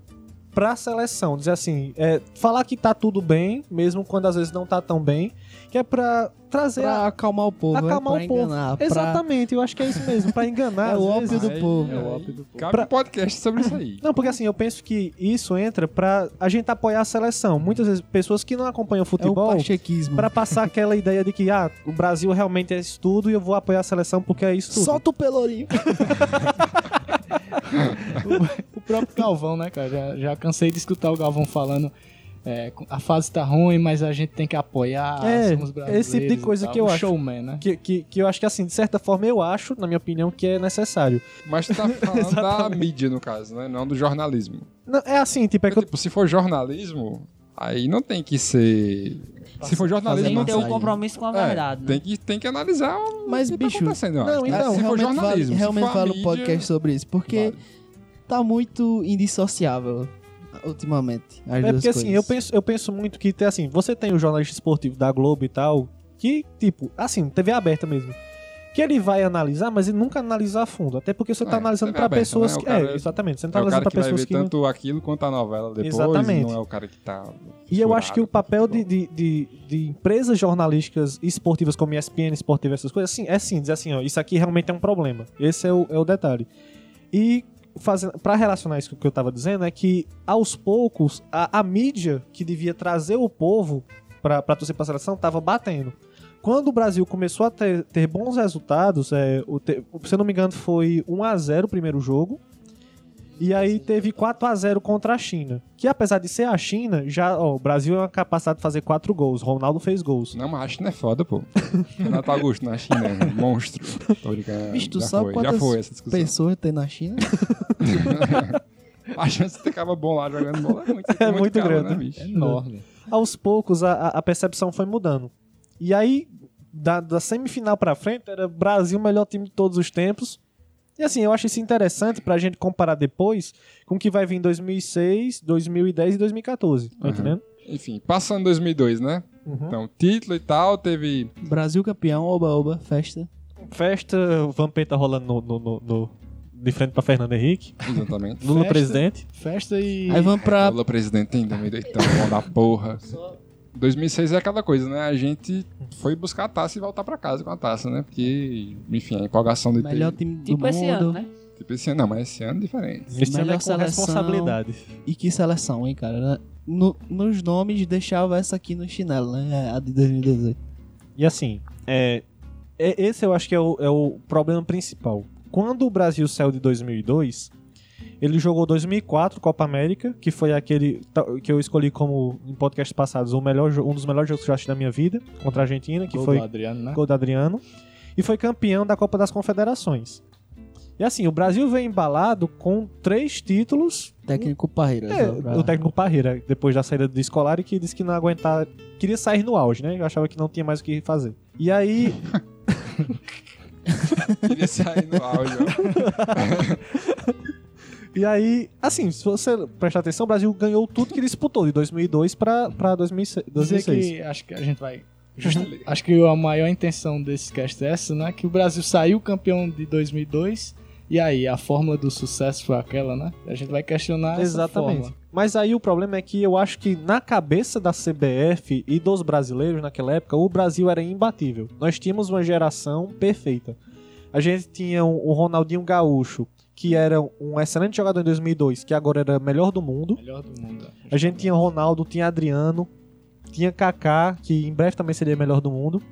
Speaker 7: pra seleção. Dizer assim, é, falar que tá tudo bem, mesmo quando às vezes não tá tão bem, que é pra trazer a
Speaker 8: Pra acalmar o povo,
Speaker 7: acalmar
Speaker 8: é, pra
Speaker 7: o povo.
Speaker 8: enganar. pra-
Speaker 7: Exatamente, eu acho que é isso mesmo, pra enganar.
Speaker 8: É
Speaker 7: às
Speaker 8: o ópio
Speaker 7: vezes.
Speaker 8: do povo.
Speaker 6: É o
Speaker 8: ópio do
Speaker 6: Cabe
Speaker 7: Pra-
Speaker 6: um podcast sobre isso aí.
Speaker 7: Não, porque assim, eu penso que isso entra pra a gente apoiar a seleção. Muitas vezes, pessoas que não acompanham
Speaker 8: É o
Speaker 7: futebol,
Speaker 8: pachequismo.
Speaker 7: pra passar aquela ideia de que, ah, o Brasil realmente é isso tudo e eu vou apoiar a seleção porque é isso tudo.
Speaker 8: Solta o pelourinho.
Speaker 9: O próprio Galvão, né, cara? Já, já cansei de escutar o Galvão falando. é, a fase tá ruim, mas a gente tem que apoiar.
Speaker 7: É,
Speaker 9: somos brasileiros
Speaker 7: esse tipo de
Speaker 9: e
Speaker 7: coisa
Speaker 9: tal.
Speaker 7: que eu
Speaker 9: Um
Speaker 7: acho.
Speaker 9: Showman, né?
Speaker 7: Que, que, que eu acho que assim, de certa forma, eu acho, na minha opinião, que é necessário.
Speaker 6: Mas tu tá falando da mídia, no caso, né? Não do jornalismo.
Speaker 7: Não, é assim, tipo, é que eu-
Speaker 6: Tipo, se for jornalismo, aí não tem que ser. Se for jornalismo,
Speaker 3: Tem
Speaker 6: não
Speaker 3: que ter um
Speaker 8: massagem.
Speaker 3: compromisso com a
Speaker 6: É,
Speaker 3: verdade, né?
Speaker 6: tem, que, tem que analisar o
Speaker 8: Mas,
Speaker 6: que
Speaker 8: bicho,
Speaker 6: tá acontecendo. eu acho,
Speaker 7: não,
Speaker 6: né?
Speaker 7: então,
Speaker 6: se for
Speaker 8: realmente vale,
Speaker 6: jornalismo,
Speaker 8: realmente
Speaker 6: se for a
Speaker 8: vale um
Speaker 6: mídia, é
Speaker 8: podcast sobre isso, porque
Speaker 6: vale.
Speaker 8: tá muito indissociável ultimamente. As
Speaker 7: É
Speaker 8: duas
Speaker 7: porque assim,
Speaker 8: coisas.
Speaker 7: eu penso, eu penso muito que tem assim, você tem o jornalista esportivo da Globo e tal, que, tipo, assim, TV aberta mesmo. Que ele vai analisar, mas ele nunca analisa a fundo. Até porque você
Speaker 6: É,
Speaker 7: tá analisando
Speaker 6: TV
Speaker 7: pra
Speaker 6: aberta,
Speaker 7: pessoas
Speaker 6: né? O
Speaker 7: que.
Speaker 6: cara-
Speaker 7: É, exatamente. Você não tá
Speaker 6: É o cara
Speaker 7: analisando pra
Speaker 6: que vai
Speaker 7: pessoas
Speaker 6: ver
Speaker 7: que. não-
Speaker 6: tanto aquilo quanto a novela depois,
Speaker 7: Exatamente.
Speaker 6: não é o cara que tá.
Speaker 7: E eu acho que o
Speaker 6: furado,
Speaker 7: papel
Speaker 6: tá
Speaker 7: de, de, de, de empresas jornalísticas esportivas como ESPN, Esportiva, essas coisas, assim, é sim, dizer assim, ó, isso aqui realmente é um problema. Esse é o, é o detalhe. E fazendo, pra relacionar isso com o que eu tava dizendo, é que aos poucos a, a mídia que devia trazer o povo pra, pra torcer pra seleção tava batendo. Quando o Brasil começou a ter, ter bons resultados, é, o te- se eu não me engano foi 1x0 o primeiro jogo, e aí teve 4 a 0 contra a China. Que apesar de ser a China, já, ó, o Brasil é uma capacidade de fazer 4 gols. Ronaldo fez gols.
Speaker 6: Não, mas a China é foda, pô. Renato Augusto na China, é um monstro. Tô brincando.
Speaker 8: Bicho, tu
Speaker 6: já
Speaker 8: sabe
Speaker 6: foi,
Speaker 8: quantas
Speaker 6: já foi essa discussão.
Speaker 8: Pessoas tem na China.
Speaker 6: A chance de ter caba bom lá jogando bola é muito,
Speaker 7: É
Speaker 6: muito
Speaker 7: muito
Speaker 6: caba,
Speaker 7: grande.
Speaker 6: né, bicho?
Speaker 9: Enorme.
Speaker 7: Aos poucos a, a- a percepção foi mudando. E aí, da, da semifinal pra frente, era Brasil o melhor time de todos os tempos. E assim, eu acho isso interessante pra gente comparar depois com o que vai vir em 2006, 2010 e 2014. Tá
Speaker 6: Uhum.
Speaker 7: entendendo?
Speaker 6: Enfim, passando 2002, né?
Speaker 7: Uhum.
Speaker 6: Então, título e tal, teve
Speaker 8: Brasil campeão, oba-oba, festa.
Speaker 7: Então, Festa, Vampeta tá rolando no, no, no- no- de frente pra Fernando Henrique.
Speaker 6: Exatamente.
Speaker 7: Lula
Speaker 9: Festa.
Speaker 7: presidente.
Speaker 9: Festa e.
Speaker 8: Aí vamos pra.
Speaker 6: Lula presidente ainda, meio doidão, tá bom da porra. 2006 é aquela coisa, né? A gente foi buscar a taça e voltar pra casa com a taça, né? Porque, enfim, a empolgação de
Speaker 8: Melhor
Speaker 6: ter...
Speaker 8: time do
Speaker 3: Tipo
Speaker 8: mundo.
Speaker 3: esse ano, né?
Speaker 6: Tipo esse ano, não, mas esse ano é diferente.
Speaker 7: Esse ano é
Speaker 8: Melhor
Speaker 7: com
Speaker 8: seleção.
Speaker 7: responsabilidade.
Speaker 8: E que seleção, hein, cara? No- nos nomes deixava essa aqui no chinelo, né? A de 2018.
Speaker 7: E assim, é, é- esse eu acho que é o, é o problema principal. Quando o Brasil saiu de 2002, ele jogou 2004 Copa América, que foi aquele ta- que eu escolhi como, em podcasts passados, o melhor, jo- um dos melhores jogos que eu assisti da minha vida, contra a Argentina, que
Speaker 9: Gol
Speaker 7: foi
Speaker 9: do Adriano, né?
Speaker 7: gol do Adriano, e foi campeão da Copa das Confederações. E assim, o Brasil veio embalado com três títulos
Speaker 8: Técnico Parreira.
Speaker 7: é,
Speaker 8: só pra-
Speaker 7: o técnico Parreira, depois da saída do Escolari, que disse que não aguentava. Queria sair no auge, né? Eu achava que não tinha mais o que fazer. E aí,
Speaker 6: Queria sair no auge, ó.
Speaker 7: e aí, assim, se você prestar atenção, o Brasil ganhou tudo que disputou de 2002 pra, pra 2006.
Speaker 9: Dizer que acho que a gente vai. Acho que a maior intenção desse cast é essa, né? Que o Brasil saiu campeão de 2002. E aí, a fórmula do sucesso foi aquela, né? A gente vai questionar essa
Speaker 7: Exatamente.
Speaker 9: fórmula.
Speaker 7: Mas aí o problema é que eu acho que na cabeça da CBF e dos brasileiros naquela época, o Brasil era imbatível. Nós tínhamos uma geração perfeita. A gente tinha um- o Ronaldinho Gaúcho, que era um excelente jogador em 2002, que agora era melhor do mundo.
Speaker 9: Melhor do mundo.
Speaker 7: A gente tinha Ronaldo, tinha Adriano, tinha Kaká, que em breve também seria melhor do mundo.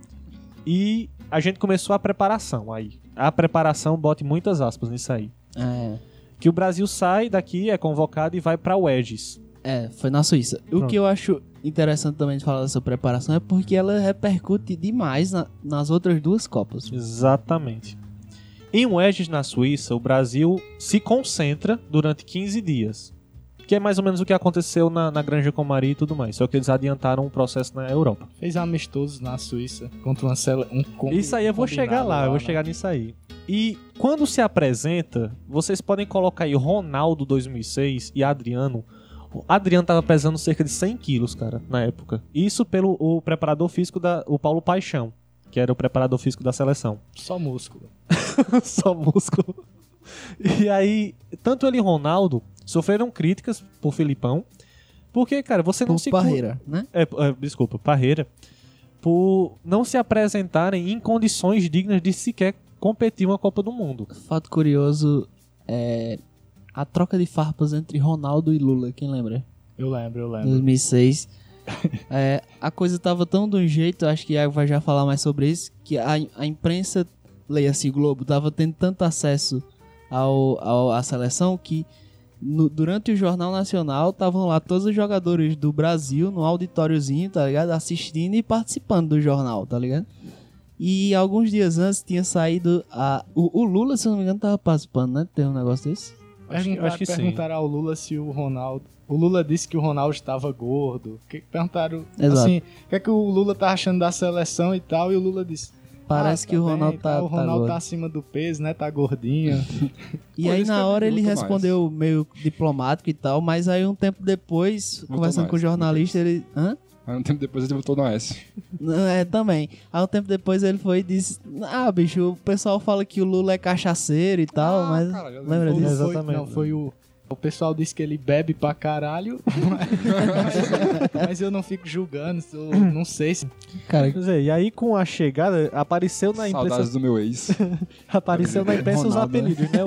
Speaker 7: E a gente começou a preparação aí. A preparação, bote muitas aspas nisso aí.
Speaker 8: É,
Speaker 7: Que o Brasil sai daqui, é convocado e vai pra Wedges.
Speaker 8: é, foi na Suíça. O
Speaker 7: Pronto.
Speaker 8: que eu acho interessante também de falar dessa preparação é porque ela repercute demais na- nas outras duas Copas.
Speaker 7: Exatamente. Em Wedges, na Suíça, o Brasil se concentra durante 15 dias. Que é mais ou menos o que aconteceu na, na Granja Comari e tudo mais. Só que eles adiantaram o processo na Europa.
Speaker 9: Fez amistosos na Suíça contra uma cela. Um com-
Speaker 7: Isso aí eu vou
Speaker 9: combinado
Speaker 7: chegar lá, eu vou
Speaker 9: né?
Speaker 7: chegar nisso aí. E quando se apresenta, vocês podem colocar aí Ronaldo 2006 e Adriano. O Adriano tava pesando cerca de 100 quilos, cara, na época. Isso pelo o preparador físico, da, o Paulo Paixão, que era o preparador físico da seleção.
Speaker 9: Só músculo.
Speaker 7: só músculo. E aí, tanto ele e Ronaldo sofreram críticas por Filipão, porque, cara, você não
Speaker 8: Por
Speaker 7: se cu-
Speaker 8: barreira, né?
Speaker 7: É, é, desculpa, Parreira, por não se apresentarem em condições dignas de sequer competir uma Copa do Mundo.
Speaker 8: Fato curioso é a troca de farpas entre Ronaldo e Lula, quem lembra?
Speaker 9: Eu lembro, eu lembro.
Speaker 8: Hum. 2006. É, a coisa tava tão de um jeito, acho que Iago vai já falar mais sobre isso, que a, a imprensa, leia-se Globo, tava tendo tanto acesso ao, ao- à seleção que no- durante o Jornal Nacional estavam lá todos os jogadores do Brasil no auditóriozinho, tá ligado? Assistindo e participando do jornal, tá ligado? E alguns dias antes tinha saído a. O, o Lula, se eu não me engano, tava participando, né? Tem um negócio desse?
Speaker 9: Ah,
Speaker 7: Acho que-
Speaker 9: Perguntaram-
Speaker 7: acho que sim.
Speaker 9: Perguntaram ao Lula se o Ronaldo. O Lula disse que o Ronaldo estava gordo. Que- perguntaram
Speaker 8: Exato.
Speaker 9: assim: o que é que o Lula tá achando da seleção e tal? E o Lula disse:
Speaker 8: Parece
Speaker 9: "Ah,
Speaker 8: que o
Speaker 9: tá bem,
Speaker 8: Ronaldo tá. tá
Speaker 9: O Ronaldo
Speaker 8: gordo."
Speaker 9: tá acima do peso, né? Tá gordinho.
Speaker 8: E
Speaker 6: Por
Speaker 8: aí
Speaker 6: isso que
Speaker 8: na
Speaker 6: eu
Speaker 8: hora ele
Speaker 6: luto
Speaker 8: respondeu meio diplomático e tal, mas aí um tempo depois, conversando com o
Speaker 6: mais,
Speaker 8: jornalista, ele. Hã?
Speaker 6: Aí um tempo depois ele botou no S.
Speaker 8: Não, é, também. Aí um tempo depois ele foi e disse: Ah, bicho, o pessoal fala que o Lula é cachaceiro e tal,
Speaker 6: Ah,
Speaker 8: mas.
Speaker 6: cara, já
Speaker 8: lembra
Speaker 9: Ou
Speaker 8: disso?
Speaker 9: não foi,
Speaker 7: Exatamente.
Speaker 9: não, foi o. O pessoal disse que ele bebe pra caralho, mas, mas eu não fico julgando, eu não sei se
Speaker 7: Quer dizer, e aí com a chegada, apareceu na imprensa,
Speaker 6: Saudades do meu ex.
Speaker 7: apareceu na imprensa os
Speaker 8: Ronaldo, né?
Speaker 7: apelidos, né?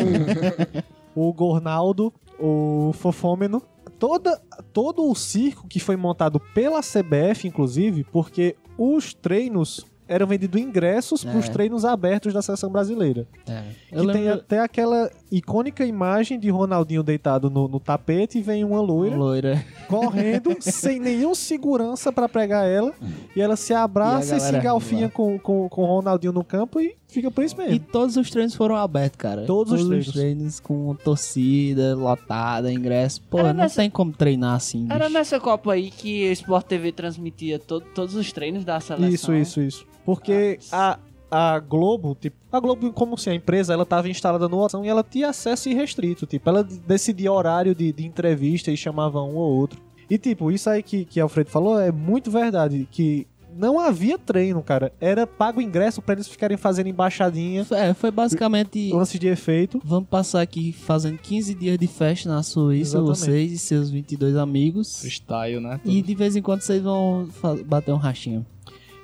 Speaker 7: O, o Gornaldo, o Fofômeno. Toda, todo o circo que foi montado pela CBF, inclusive, porque os treinos eram vendidos ingressos para os
Speaker 8: É.
Speaker 7: treinos abertos da seleção brasileira.
Speaker 8: É.
Speaker 7: Que
Speaker 8: Eu
Speaker 7: tem
Speaker 8: lembro.
Speaker 7: até aquela icônica imagem de Ronaldinho deitado no, no tapete e vem uma loira
Speaker 8: Loira.
Speaker 7: correndo sem nenhum segurança pra pegar ela. E ela se abraça
Speaker 8: E a galera
Speaker 7: e, se
Speaker 8: rindo
Speaker 7: engalfinha
Speaker 8: lá.
Speaker 7: com, com, com o Ronaldinho no campo e fica por isso
Speaker 8: E
Speaker 7: mesmo.
Speaker 8: todos os treinos foram abertos, cara.
Speaker 7: É. Todos os
Speaker 8: treinos com torcida, lotada, ingresso. Pô,
Speaker 3: Era
Speaker 8: não
Speaker 3: nessa-
Speaker 8: tem como treinar assim.
Speaker 3: Era
Speaker 8: bicho.
Speaker 3: nessa Copa aí que o Sport TV transmitia to- todos os treinos da seleção.
Speaker 7: Isso, isso, isso. Porque a, a Globo, tipo, a Globo, como se a empresa, ela tava instalada no Otão e ela tinha acesso irrestrito. Tipo, ela decidia horário de, de entrevista e chamava um ou outro. E, tipo, isso aí que, que Alfredo falou é muito verdade. Que não havia treino, cara. Era pago ingresso pra eles ficarem fazendo embaixadinha,
Speaker 8: É, foi basicamente.
Speaker 7: lances de efeito.
Speaker 8: Vamos passar aqui fazendo 15 dias de festa na Suíça,
Speaker 7: Exatamente.
Speaker 8: vocês e seus 22 amigos.
Speaker 9: freestyle, né?
Speaker 8: E de vez em quando vocês vão fa- bater um rachinho.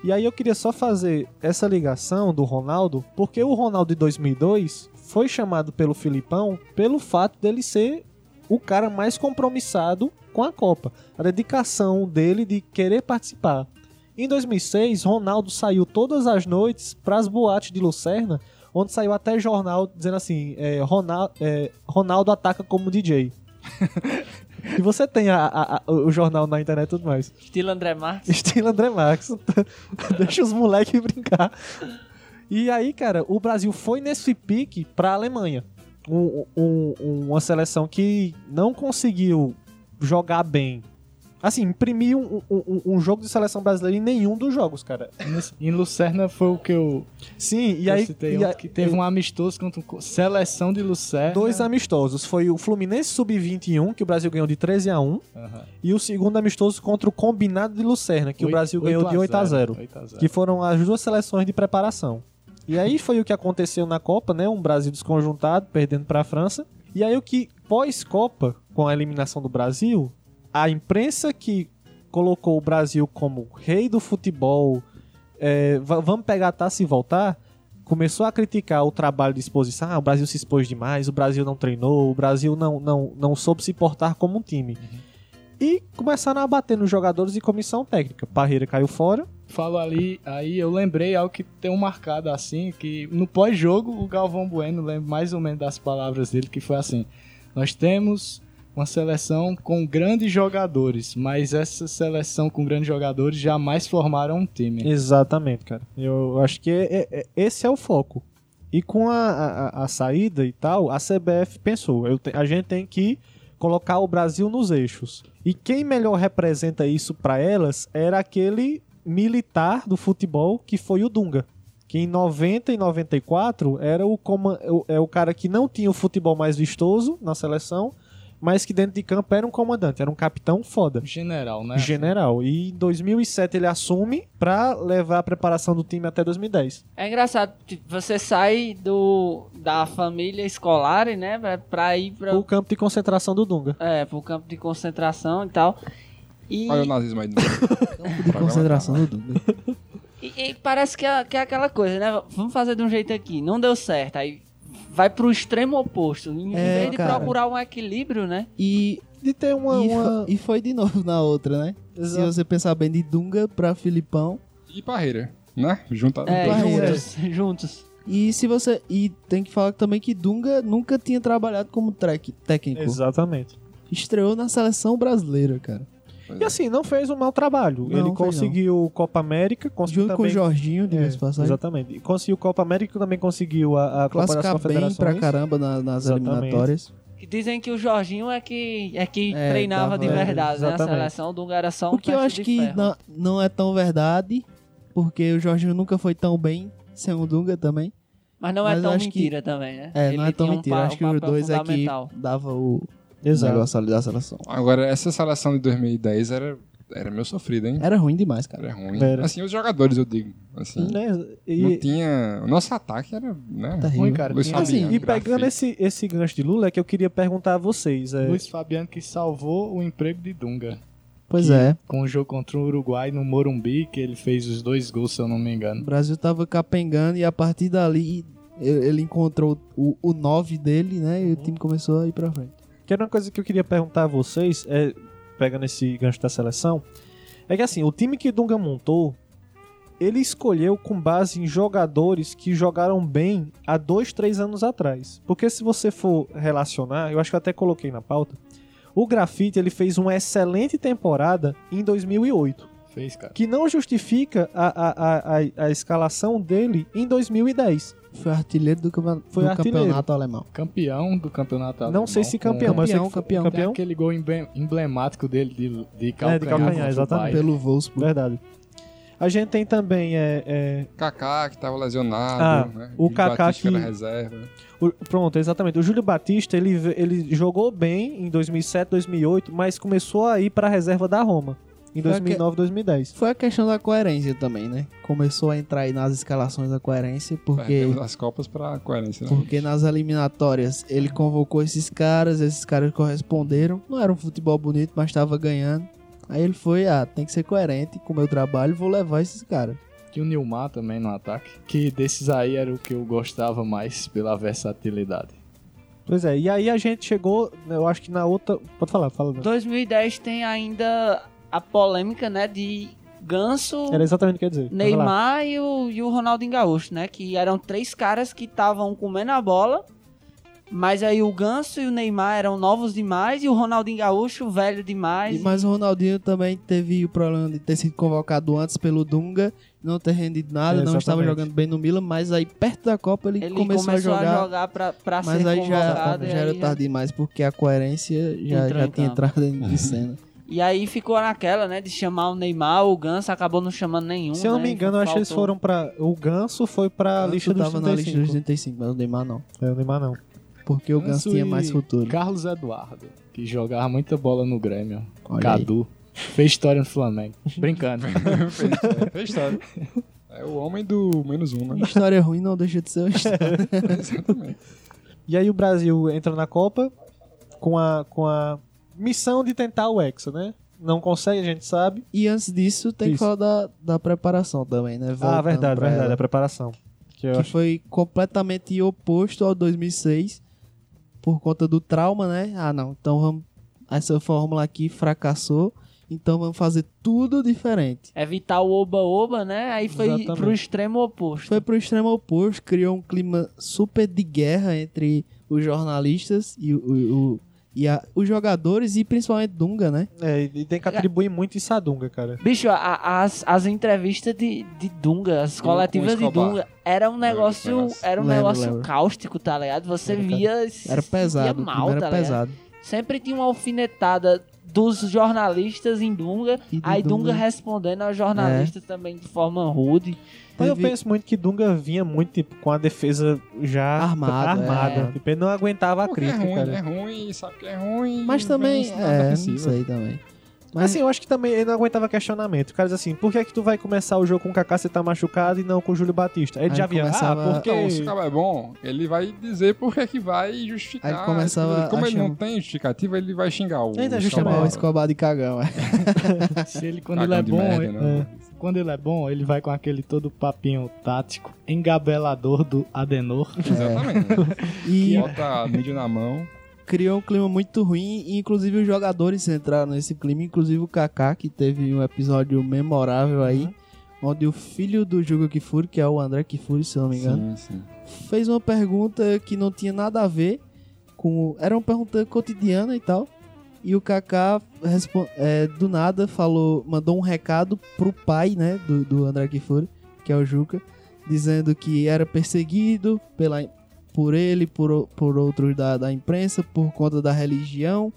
Speaker 7: E aí eu queria só fazer essa ligação do Ronaldo, porque o Ronaldo de 2002 foi chamado pelo Filipão pelo fato dele ser o cara mais compromissado com a Copa, a dedicação dele de querer participar. Em 2006, Ronaldo saiu todas as noites para as boates de Lucerna, onde saiu até jornal dizendo assim: é, Ronaldo, é, Ronaldo ataca como DJ. e você tem a- a- a- o jornal na internet e tudo mais.
Speaker 3: Estilo André Marques.
Speaker 7: Estilo André Max. Deixa os moleques brincar. E aí, cara, o Brasil foi nesse pique pra Alemanha. Um- um- uma seleção que não conseguiu jogar bem. Assim, imprimir um, um- um- um jogo de seleção brasileira em nenhum dos jogos, cara.
Speaker 9: Em Lucerna foi o que eu
Speaker 7: Sim, e
Speaker 9: Eu
Speaker 7: aí,
Speaker 9: citei
Speaker 7: e
Speaker 9: ontem
Speaker 7: aí-
Speaker 9: que teve um amistoso contra o Co- Seleção de Lucerna.
Speaker 7: dois amistosos. Foi o Fluminense Sub-21, que o Brasil ganhou de 13 a 1
Speaker 9: Aham.
Speaker 7: e o segundo amistoso contra o Combinado de Lucerna, que o
Speaker 9: Oito-
Speaker 7: Brasil ganhou de 8 a 0
Speaker 9: 8 a 0.
Speaker 7: que foram as duas seleções de preparação. E aí foi o que aconteceu na Copa, né? Um Brasil desconjuntado, perdendo para a França. E aí o que pós-Copa, com a eliminação do Brasil, a imprensa que colocou o Brasil como rei do futebol, é, va- vamos pegar a taça e voltar, começou a criticar o trabalho de exposição. Ah, o Brasil se expôs demais, o Brasil não treinou, o Brasil não, não, não soube se portar como um time. E começaram a bater nos jogadores e comissão técnica. Parreira caiu fora.
Speaker 9: Falo ali, aí eu lembrei algo que tem um marcado assim, que no pós-jogo o Galvão Bueno lembra mais ou menos das palavras dele, que foi assim: Nós temos uma seleção com grandes jogadores, mas essa seleção com grandes jogadores jamais formaram um time.
Speaker 7: Exatamente, cara. Eu acho que é- é- é- esse é o foco. E com a, a- a saída e tal, a CBF pensou: eu te- a gente tem que colocar o Brasil nos eixos. E quem melhor representa isso pra elas era aquele militar do futebol que foi o Dunga. Que em 90 e 94 era o, coman- o- é o cara que não tinha o futebol mais vistoso na seleção, mas que dentro de campo era um comandante, era um capitão foda.
Speaker 9: General, né?
Speaker 7: General. E em 2007 ele assume pra levar a preparação do time até 2010.
Speaker 3: É engraçado, tipo, você sai do, da família escolar, né? Pra, pra ir pra,
Speaker 7: O campo de concentração do Dunga.
Speaker 3: é, pro campo de concentração e tal. E,
Speaker 6: Olha o nazismo aí. de novo.
Speaker 8: De concentração do Dunga.
Speaker 3: e- e parece que é, que é aquela coisa, né? Vamos fazer de um jeito aqui. Não deu certo. Aí vai pro extremo oposto. Em
Speaker 8: É,
Speaker 3: vez de
Speaker 8: cara.
Speaker 3: procurar um equilíbrio, né?
Speaker 8: E,
Speaker 7: De ter uma.
Speaker 8: e,
Speaker 7: uma...
Speaker 8: fo- e foi de novo na outra, né? Se
Speaker 7: Exato.
Speaker 8: você pensar bem de Dunga pra Filipão.
Speaker 6: E Parreira, né? Junta.
Speaker 3: É,
Speaker 8: Vai,
Speaker 3: juntos,
Speaker 8: né?
Speaker 3: juntos.
Speaker 8: E se você. E tem que falar também que Dunga nunca tinha trabalhado como trec- técnico.
Speaker 7: Exatamente.
Speaker 8: Estreou na seleção brasileira, cara.
Speaker 7: E assim, não fez um mau
Speaker 8: Não,
Speaker 7: trabalho. ele
Speaker 8: fez não.
Speaker 7: conseguiu Copa América, conseguiu
Speaker 8: Junto com o
Speaker 7: também...
Speaker 8: Jorginho, de vez
Speaker 7: É,
Speaker 8: em passagem.
Speaker 7: Exatamente. E conseguiu Copa América e também conseguiu a, a Copa das
Speaker 8: Classificar bem
Speaker 7: Confederações.
Speaker 8: pra caramba na- nas
Speaker 7: Exatamente.
Speaker 8: eliminatórias.
Speaker 3: Que dizem que o Jorginho é que, é que
Speaker 8: É,
Speaker 3: treinava
Speaker 8: tava-
Speaker 3: de verdade, né? A
Speaker 7: exatamente.
Speaker 3: seleção do Dunga era só um
Speaker 8: O que eu
Speaker 3: teste
Speaker 8: acho
Speaker 3: de
Speaker 8: que
Speaker 3: ferro.
Speaker 8: não, não é tão verdade, porque o Jorginho nunca foi tão bem sem o Dunga também.
Speaker 3: Mas não é
Speaker 8: Mas eu
Speaker 3: tão
Speaker 8: acho que-
Speaker 3: mentira também, né?
Speaker 8: É,
Speaker 3: Ele
Speaker 8: não é
Speaker 3: tinha
Speaker 8: tão
Speaker 3: um
Speaker 8: mentira.
Speaker 3: pa-
Speaker 8: acho
Speaker 3: um
Speaker 8: que os
Speaker 3: papel
Speaker 8: dois é que
Speaker 3: fundamental.
Speaker 8: dava o
Speaker 7: Exato.
Speaker 8: negócio ali da seleção.
Speaker 6: Agora, essa seleção de 2010 era, era meio sofrida, hein?
Speaker 8: Era ruim demais, cara.
Speaker 6: Era ruim.
Speaker 7: Era.
Speaker 6: Assim, os jogadores, eu digo. Assim,
Speaker 7: Né?
Speaker 6: não
Speaker 7: E,
Speaker 6: tinha... O nosso ataque era, né?
Speaker 8: Terrível.
Speaker 9: Ruim, cara.
Speaker 6: Luiz
Speaker 9: Tinha-
Speaker 6: Fabiano.
Speaker 7: assim, e pegando
Speaker 6: grafite.
Speaker 7: esse, esse gancho de Lula, é que eu queria perguntar a vocês. É,
Speaker 9: Luiz Fabiano que salvou o emprego de Dunga.
Speaker 8: Pois
Speaker 9: que-
Speaker 8: é.
Speaker 9: Com o jogo contra o Uruguai no Morumbi, que ele fez os dois gols, se eu não me
Speaker 8: O
Speaker 9: engano.
Speaker 8: Brasil tava capengando e a partir dali ele ele encontrou o, o 9 dele, né?
Speaker 3: Uhum.
Speaker 8: E o time começou a ir pra frente.
Speaker 7: Que era uma coisa que eu queria perguntar a vocês, é, pegando esse gancho da seleção, é que assim, o time que Dunga montou, ele escolheu com base em jogadores que jogaram bem há dois, três anos atrás. Porque se você for relacionar, eu acho que eu até coloquei na pauta, o Grafite ele fez uma excelente temporada em 2008,
Speaker 9: Fez, cara.
Speaker 7: que não justifica a, a, a, a, a escalação dele em 2010.
Speaker 8: Foi artilheiro do, campe-
Speaker 7: Foi
Speaker 8: do
Speaker 7: artilheiro.
Speaker 8: campeonato alemão.
Speaker 9: Campeão do campeonato
Speaker 7: Não
Speaker 9: alemão,
Speaker 7: sei se
Speaker 9: com-
Speaker 7: campeão, mas eu sei que foi
Speaker 8: campeão,
Speaker 9: Tem aquele gol emblem- emblemático dele de, de calcanhar.
Speaker 7: calcanhar,
Speaker 9: contra o
Speaker 7: exatamente.
Speaker 9: Bayern.
Speaker 8: Pelo Wolfsburg.
Speaker 7: Verdade. A gente tem também é, é,
Speaker 6: Kaká, que tava lesionado,
Speaker 7: Ah,
Speaker 6: né?
Speaker 7: o
Speaker 6: Gil
Speaker 7: Kaká
Speaker 6: Batista,
Speaker 7: que-
Speaker 6: era reserva.
Speaker 7: O- pronto, exatamente. O Júlio Batista, ele, ve- ele jogou bem em 2007, 2008, mas começou a ir para a reserva da Roma em
Speaker 8: Foi
Speaker 7: 2009, 2010.
Speaker 8: Foi a questão da coerência também, né? Começou a entrar aí nas escalações da coerência, porque,
Speaker 6: Perdemos as Copas pra coerência, né?
Speaker 8: porque nas eliminatórias ele convocou esses caras, esses caras corresponderam. Não era um futebol bonito, mas tava ganhando. Aí ele foi, ah, tem que ser coerente com o meu trabalho, vou levar esses caras.
Speaker 9: E o Nilmar também no ataque. Que desses aí era o que eu gostava mais pela versatilidade.
Speaker 7: Pois é, e aí a gente chegou, eu acho que na outra. Pode falar, fala. Não.
Speaker 3: 2010 tem ainda a polêmica, né, de Ganso,
Speaker 7: Era exatamente o que eu ia dizer. Vai lá.
Speaker 3: Neymar e o, e o Ronaldinho Gaúcho, né, que eram três caras que estavam comendo a bola, mas aí o Ganso e o Neymar eram novos demais e o Ronaldinho Gaúcho velho demais.
Speaker 8: E mas o Ronaldinho também teve o problema de ter sido convocado antes pelo Dunga, não ter rendido nada,
Speaker 7: É,
Speaker 8: não estava
Speaker 7: exatamente.
Speaker 8: jogando bem no Milan, mas aí perto da Copa ele,
Speaker 3: Ele
Speaker 8: começou, a jogar.
Speaker 3: pra, pra
Speaker 8: mas
Speaker 3: ser
Speaker 8: aí já,
Speaker 3: convocado. e
Speaker 8: já era
Speaker 3: aí já-
Speaker 8: tarde demais, porque a coerência já,
Speaker 3: Entrou
Speaker 8: já
Speaker 3: em
Speaker 8: tinha
Speaker 3: campo.
Speaker 8: entrado dentro de cena.
Speaker 3: E aí ficou naquela, né, de chamar o Neymar, o Ganso acabou não chamando nenhum,
Speaker 7: Se eu não
Speaker 3: né,
Speaker 7: me engano, eu acho que eles
Speaker 3: faltou.
Speaker 7: foram pra. O Ganso foi pra
Speaker 8: Ganso
Speaker 7: lista dos
Speaker 8: tava na lista dos
Speaker 7: 35.
Speaker 8: 35, mas o Neymar não.
Speaker 7: É, o Neymar não.
Speaker 8: Porque o Ganso
Speaker 9: Ganso
Speaker 8: tinha
Speaker 9: e
Speaker 8: mais futuro.
Speaker 9: Carlos Eduardo, que jogava muita bola no Grêmio.
Speaker 8: Olha
Speaker 9: Cadu. Fez história no Flamengo. Brincando.
Speaker 6: É história. É o homem do menos um, né?
Speaker 8: aí. História ruim não deixa de ser uma história.
Speaker 6: Exatamente.
Speaker 7: E aí o Brasil entra na Copa com a. Com a missão de tentar o Hexa, né? Não consegue, a gente sabe.
Speaker 8: E antes disso, tem
Speaker 7: Isso.
Speaker 8: que falar da, da preparação também, né?
Speaker 7: ah,
Speaker 8: Voltando
Speaker 7: verdade,
Speaker 8: pra
Speaker 7: verdade,
Speaker 8: ela.
Speaker 7: a preparação. Que eu
Speaker 8: que
Speaker 7: acho...
Speaker 8: foi completamente oposto ao 2006 por conta do trauma, né? Ah, não, então vamos essa fórmula aqui fracassou, então vamos fazer tudo diferente.
Speaker 3: Evitar o oba-oba, né? Aí foi
Speaker 7: Exatamente.
Speaker 3: pro extremo oposto.
Speaker 8: Foi pro extremo oposto, criou um clima super de guerra entre os jornalistas e, o, o- o- e a- os jogadores e principalmente Dunga, né?
Speaker 7: É, e tem que atribuir muito em Sadunga, cara.
Speaker 3: Bicho, a- as, as entrevistas de, de Dunga, as
Speaker 6: Com- com
Speaker 3: coletivas de
Speaker 6: Escobar.
Speaker 3: Dunga, era um negócio,
Speaker 6: negócio.
Speaker 3: era um
Speaker 8: Lembro,
Speaker 3: negócio
Speaker 8: lembro.
Speaker 3: cáustico, tá ligado? Você
Speaker 8: Era, cara.
Speaker 3: via e se
Speaker 8: Era pesado,
Speaker 3: sentia
Speaker 8: o
Speaker 3: mal,
Speaker 8: clima era
Speaker 3: tá ligado?
Speaker 8: pesado.
Speaker 3: Sempre tinha uma alfinetada dos jornalistas em Dunga,
Speaker 8: E de
Speaker 3: aí Dunga,
Speaker 8: Dunga- É.
Speaker 3: respondendo aos jornalistas também de forma rude.
Speaker 7: Mas Então, eu
Speaker 8: Teve-
Speaker 7: penso muito que Dunga vinha muito tipo, com a defesa já
Speaker 8: Armado,
Speaker 7: armada.
Speaker 8: é.
Speaker 7: Tipo, ele não aguentava a
Speaker 6: Porque é
Speaker 7: crítica,
Speaker 6: ruim,
Speaker 7: cara.
Speaker 6: é ruim, sabe que é ruim.
Speaker 8: Mas também,
Speaker 6: isso não
Speaker 8: é, não
Speaker 6: ofensivo.
Speaker 8: sei também.
Speaker 7: Mas
Speaker 8: Mas-
Speaker 7: assim, eu acho que também ele não aguentava questionamento. O cara diz assim, por que é que tu vai começar o jogo com o Kaká se tá machucado e não com o Júlio Batista? Aí Ele
Speaker 8: Aí
Speaker 7: já
Speaker 8: ele
Speaker 7: via,
Speaker 8: começava-
Speaker 7: ah, porque...
Speaker 6: Então, se o cara é bom, ele vai dizer por que que vai e justificar.
Speaker 8: Aí ele começava
Speaker 6: Como ele- Como
Speaker 8: a
Speaker 6: ele não
Speaker 8: chamar-
Speaker 6: tem justificativa, ele vai xingar o.
Speaker 7: Eita,
Speaker 6: o
Speaker 7: justamente.
Speaker 8: Chamar
Speaker 6: Escobar.
Speaker 8: o Escobar de cagão, é.
Speaker 9: Se ele, quando ele
Speaker 6: Cagão
Speaker 9: é
Speaker 6: de
Speaker 9: bom,
Speaker 6: merda,
Speaker 9: ele-
Speaker 6: né?
Speaker 9: quando ele é bom, ele vai com aquele todo papinho tático, engabelador do Adenor.
Speaker 6: Exatamente.
Speaker 8: E
Speaker 6: Bota a mídia na mão.
Speaker 8: criou um clima muito ruim e inclusive os jogadores entraram nesse clima, inclusive o Kaká, que teve um episódio memorável aí, onde o filho do Jugo Kifuri, que é o André Kifuri, se eu não me engano,
Speaker 6: Sim, sim.
Speaker 8: fez uma pergunta que não tinha nada a ver com... Era uma pergunta cotidiana e tal, e o Kaká respon- é, do nada falou, mandou um recado pro pai, né, do, do André Kifuri, que é o Juca, dizendo que era perseguido pela, por ele, por, o- por outros da, da imprensa, por conta da religião,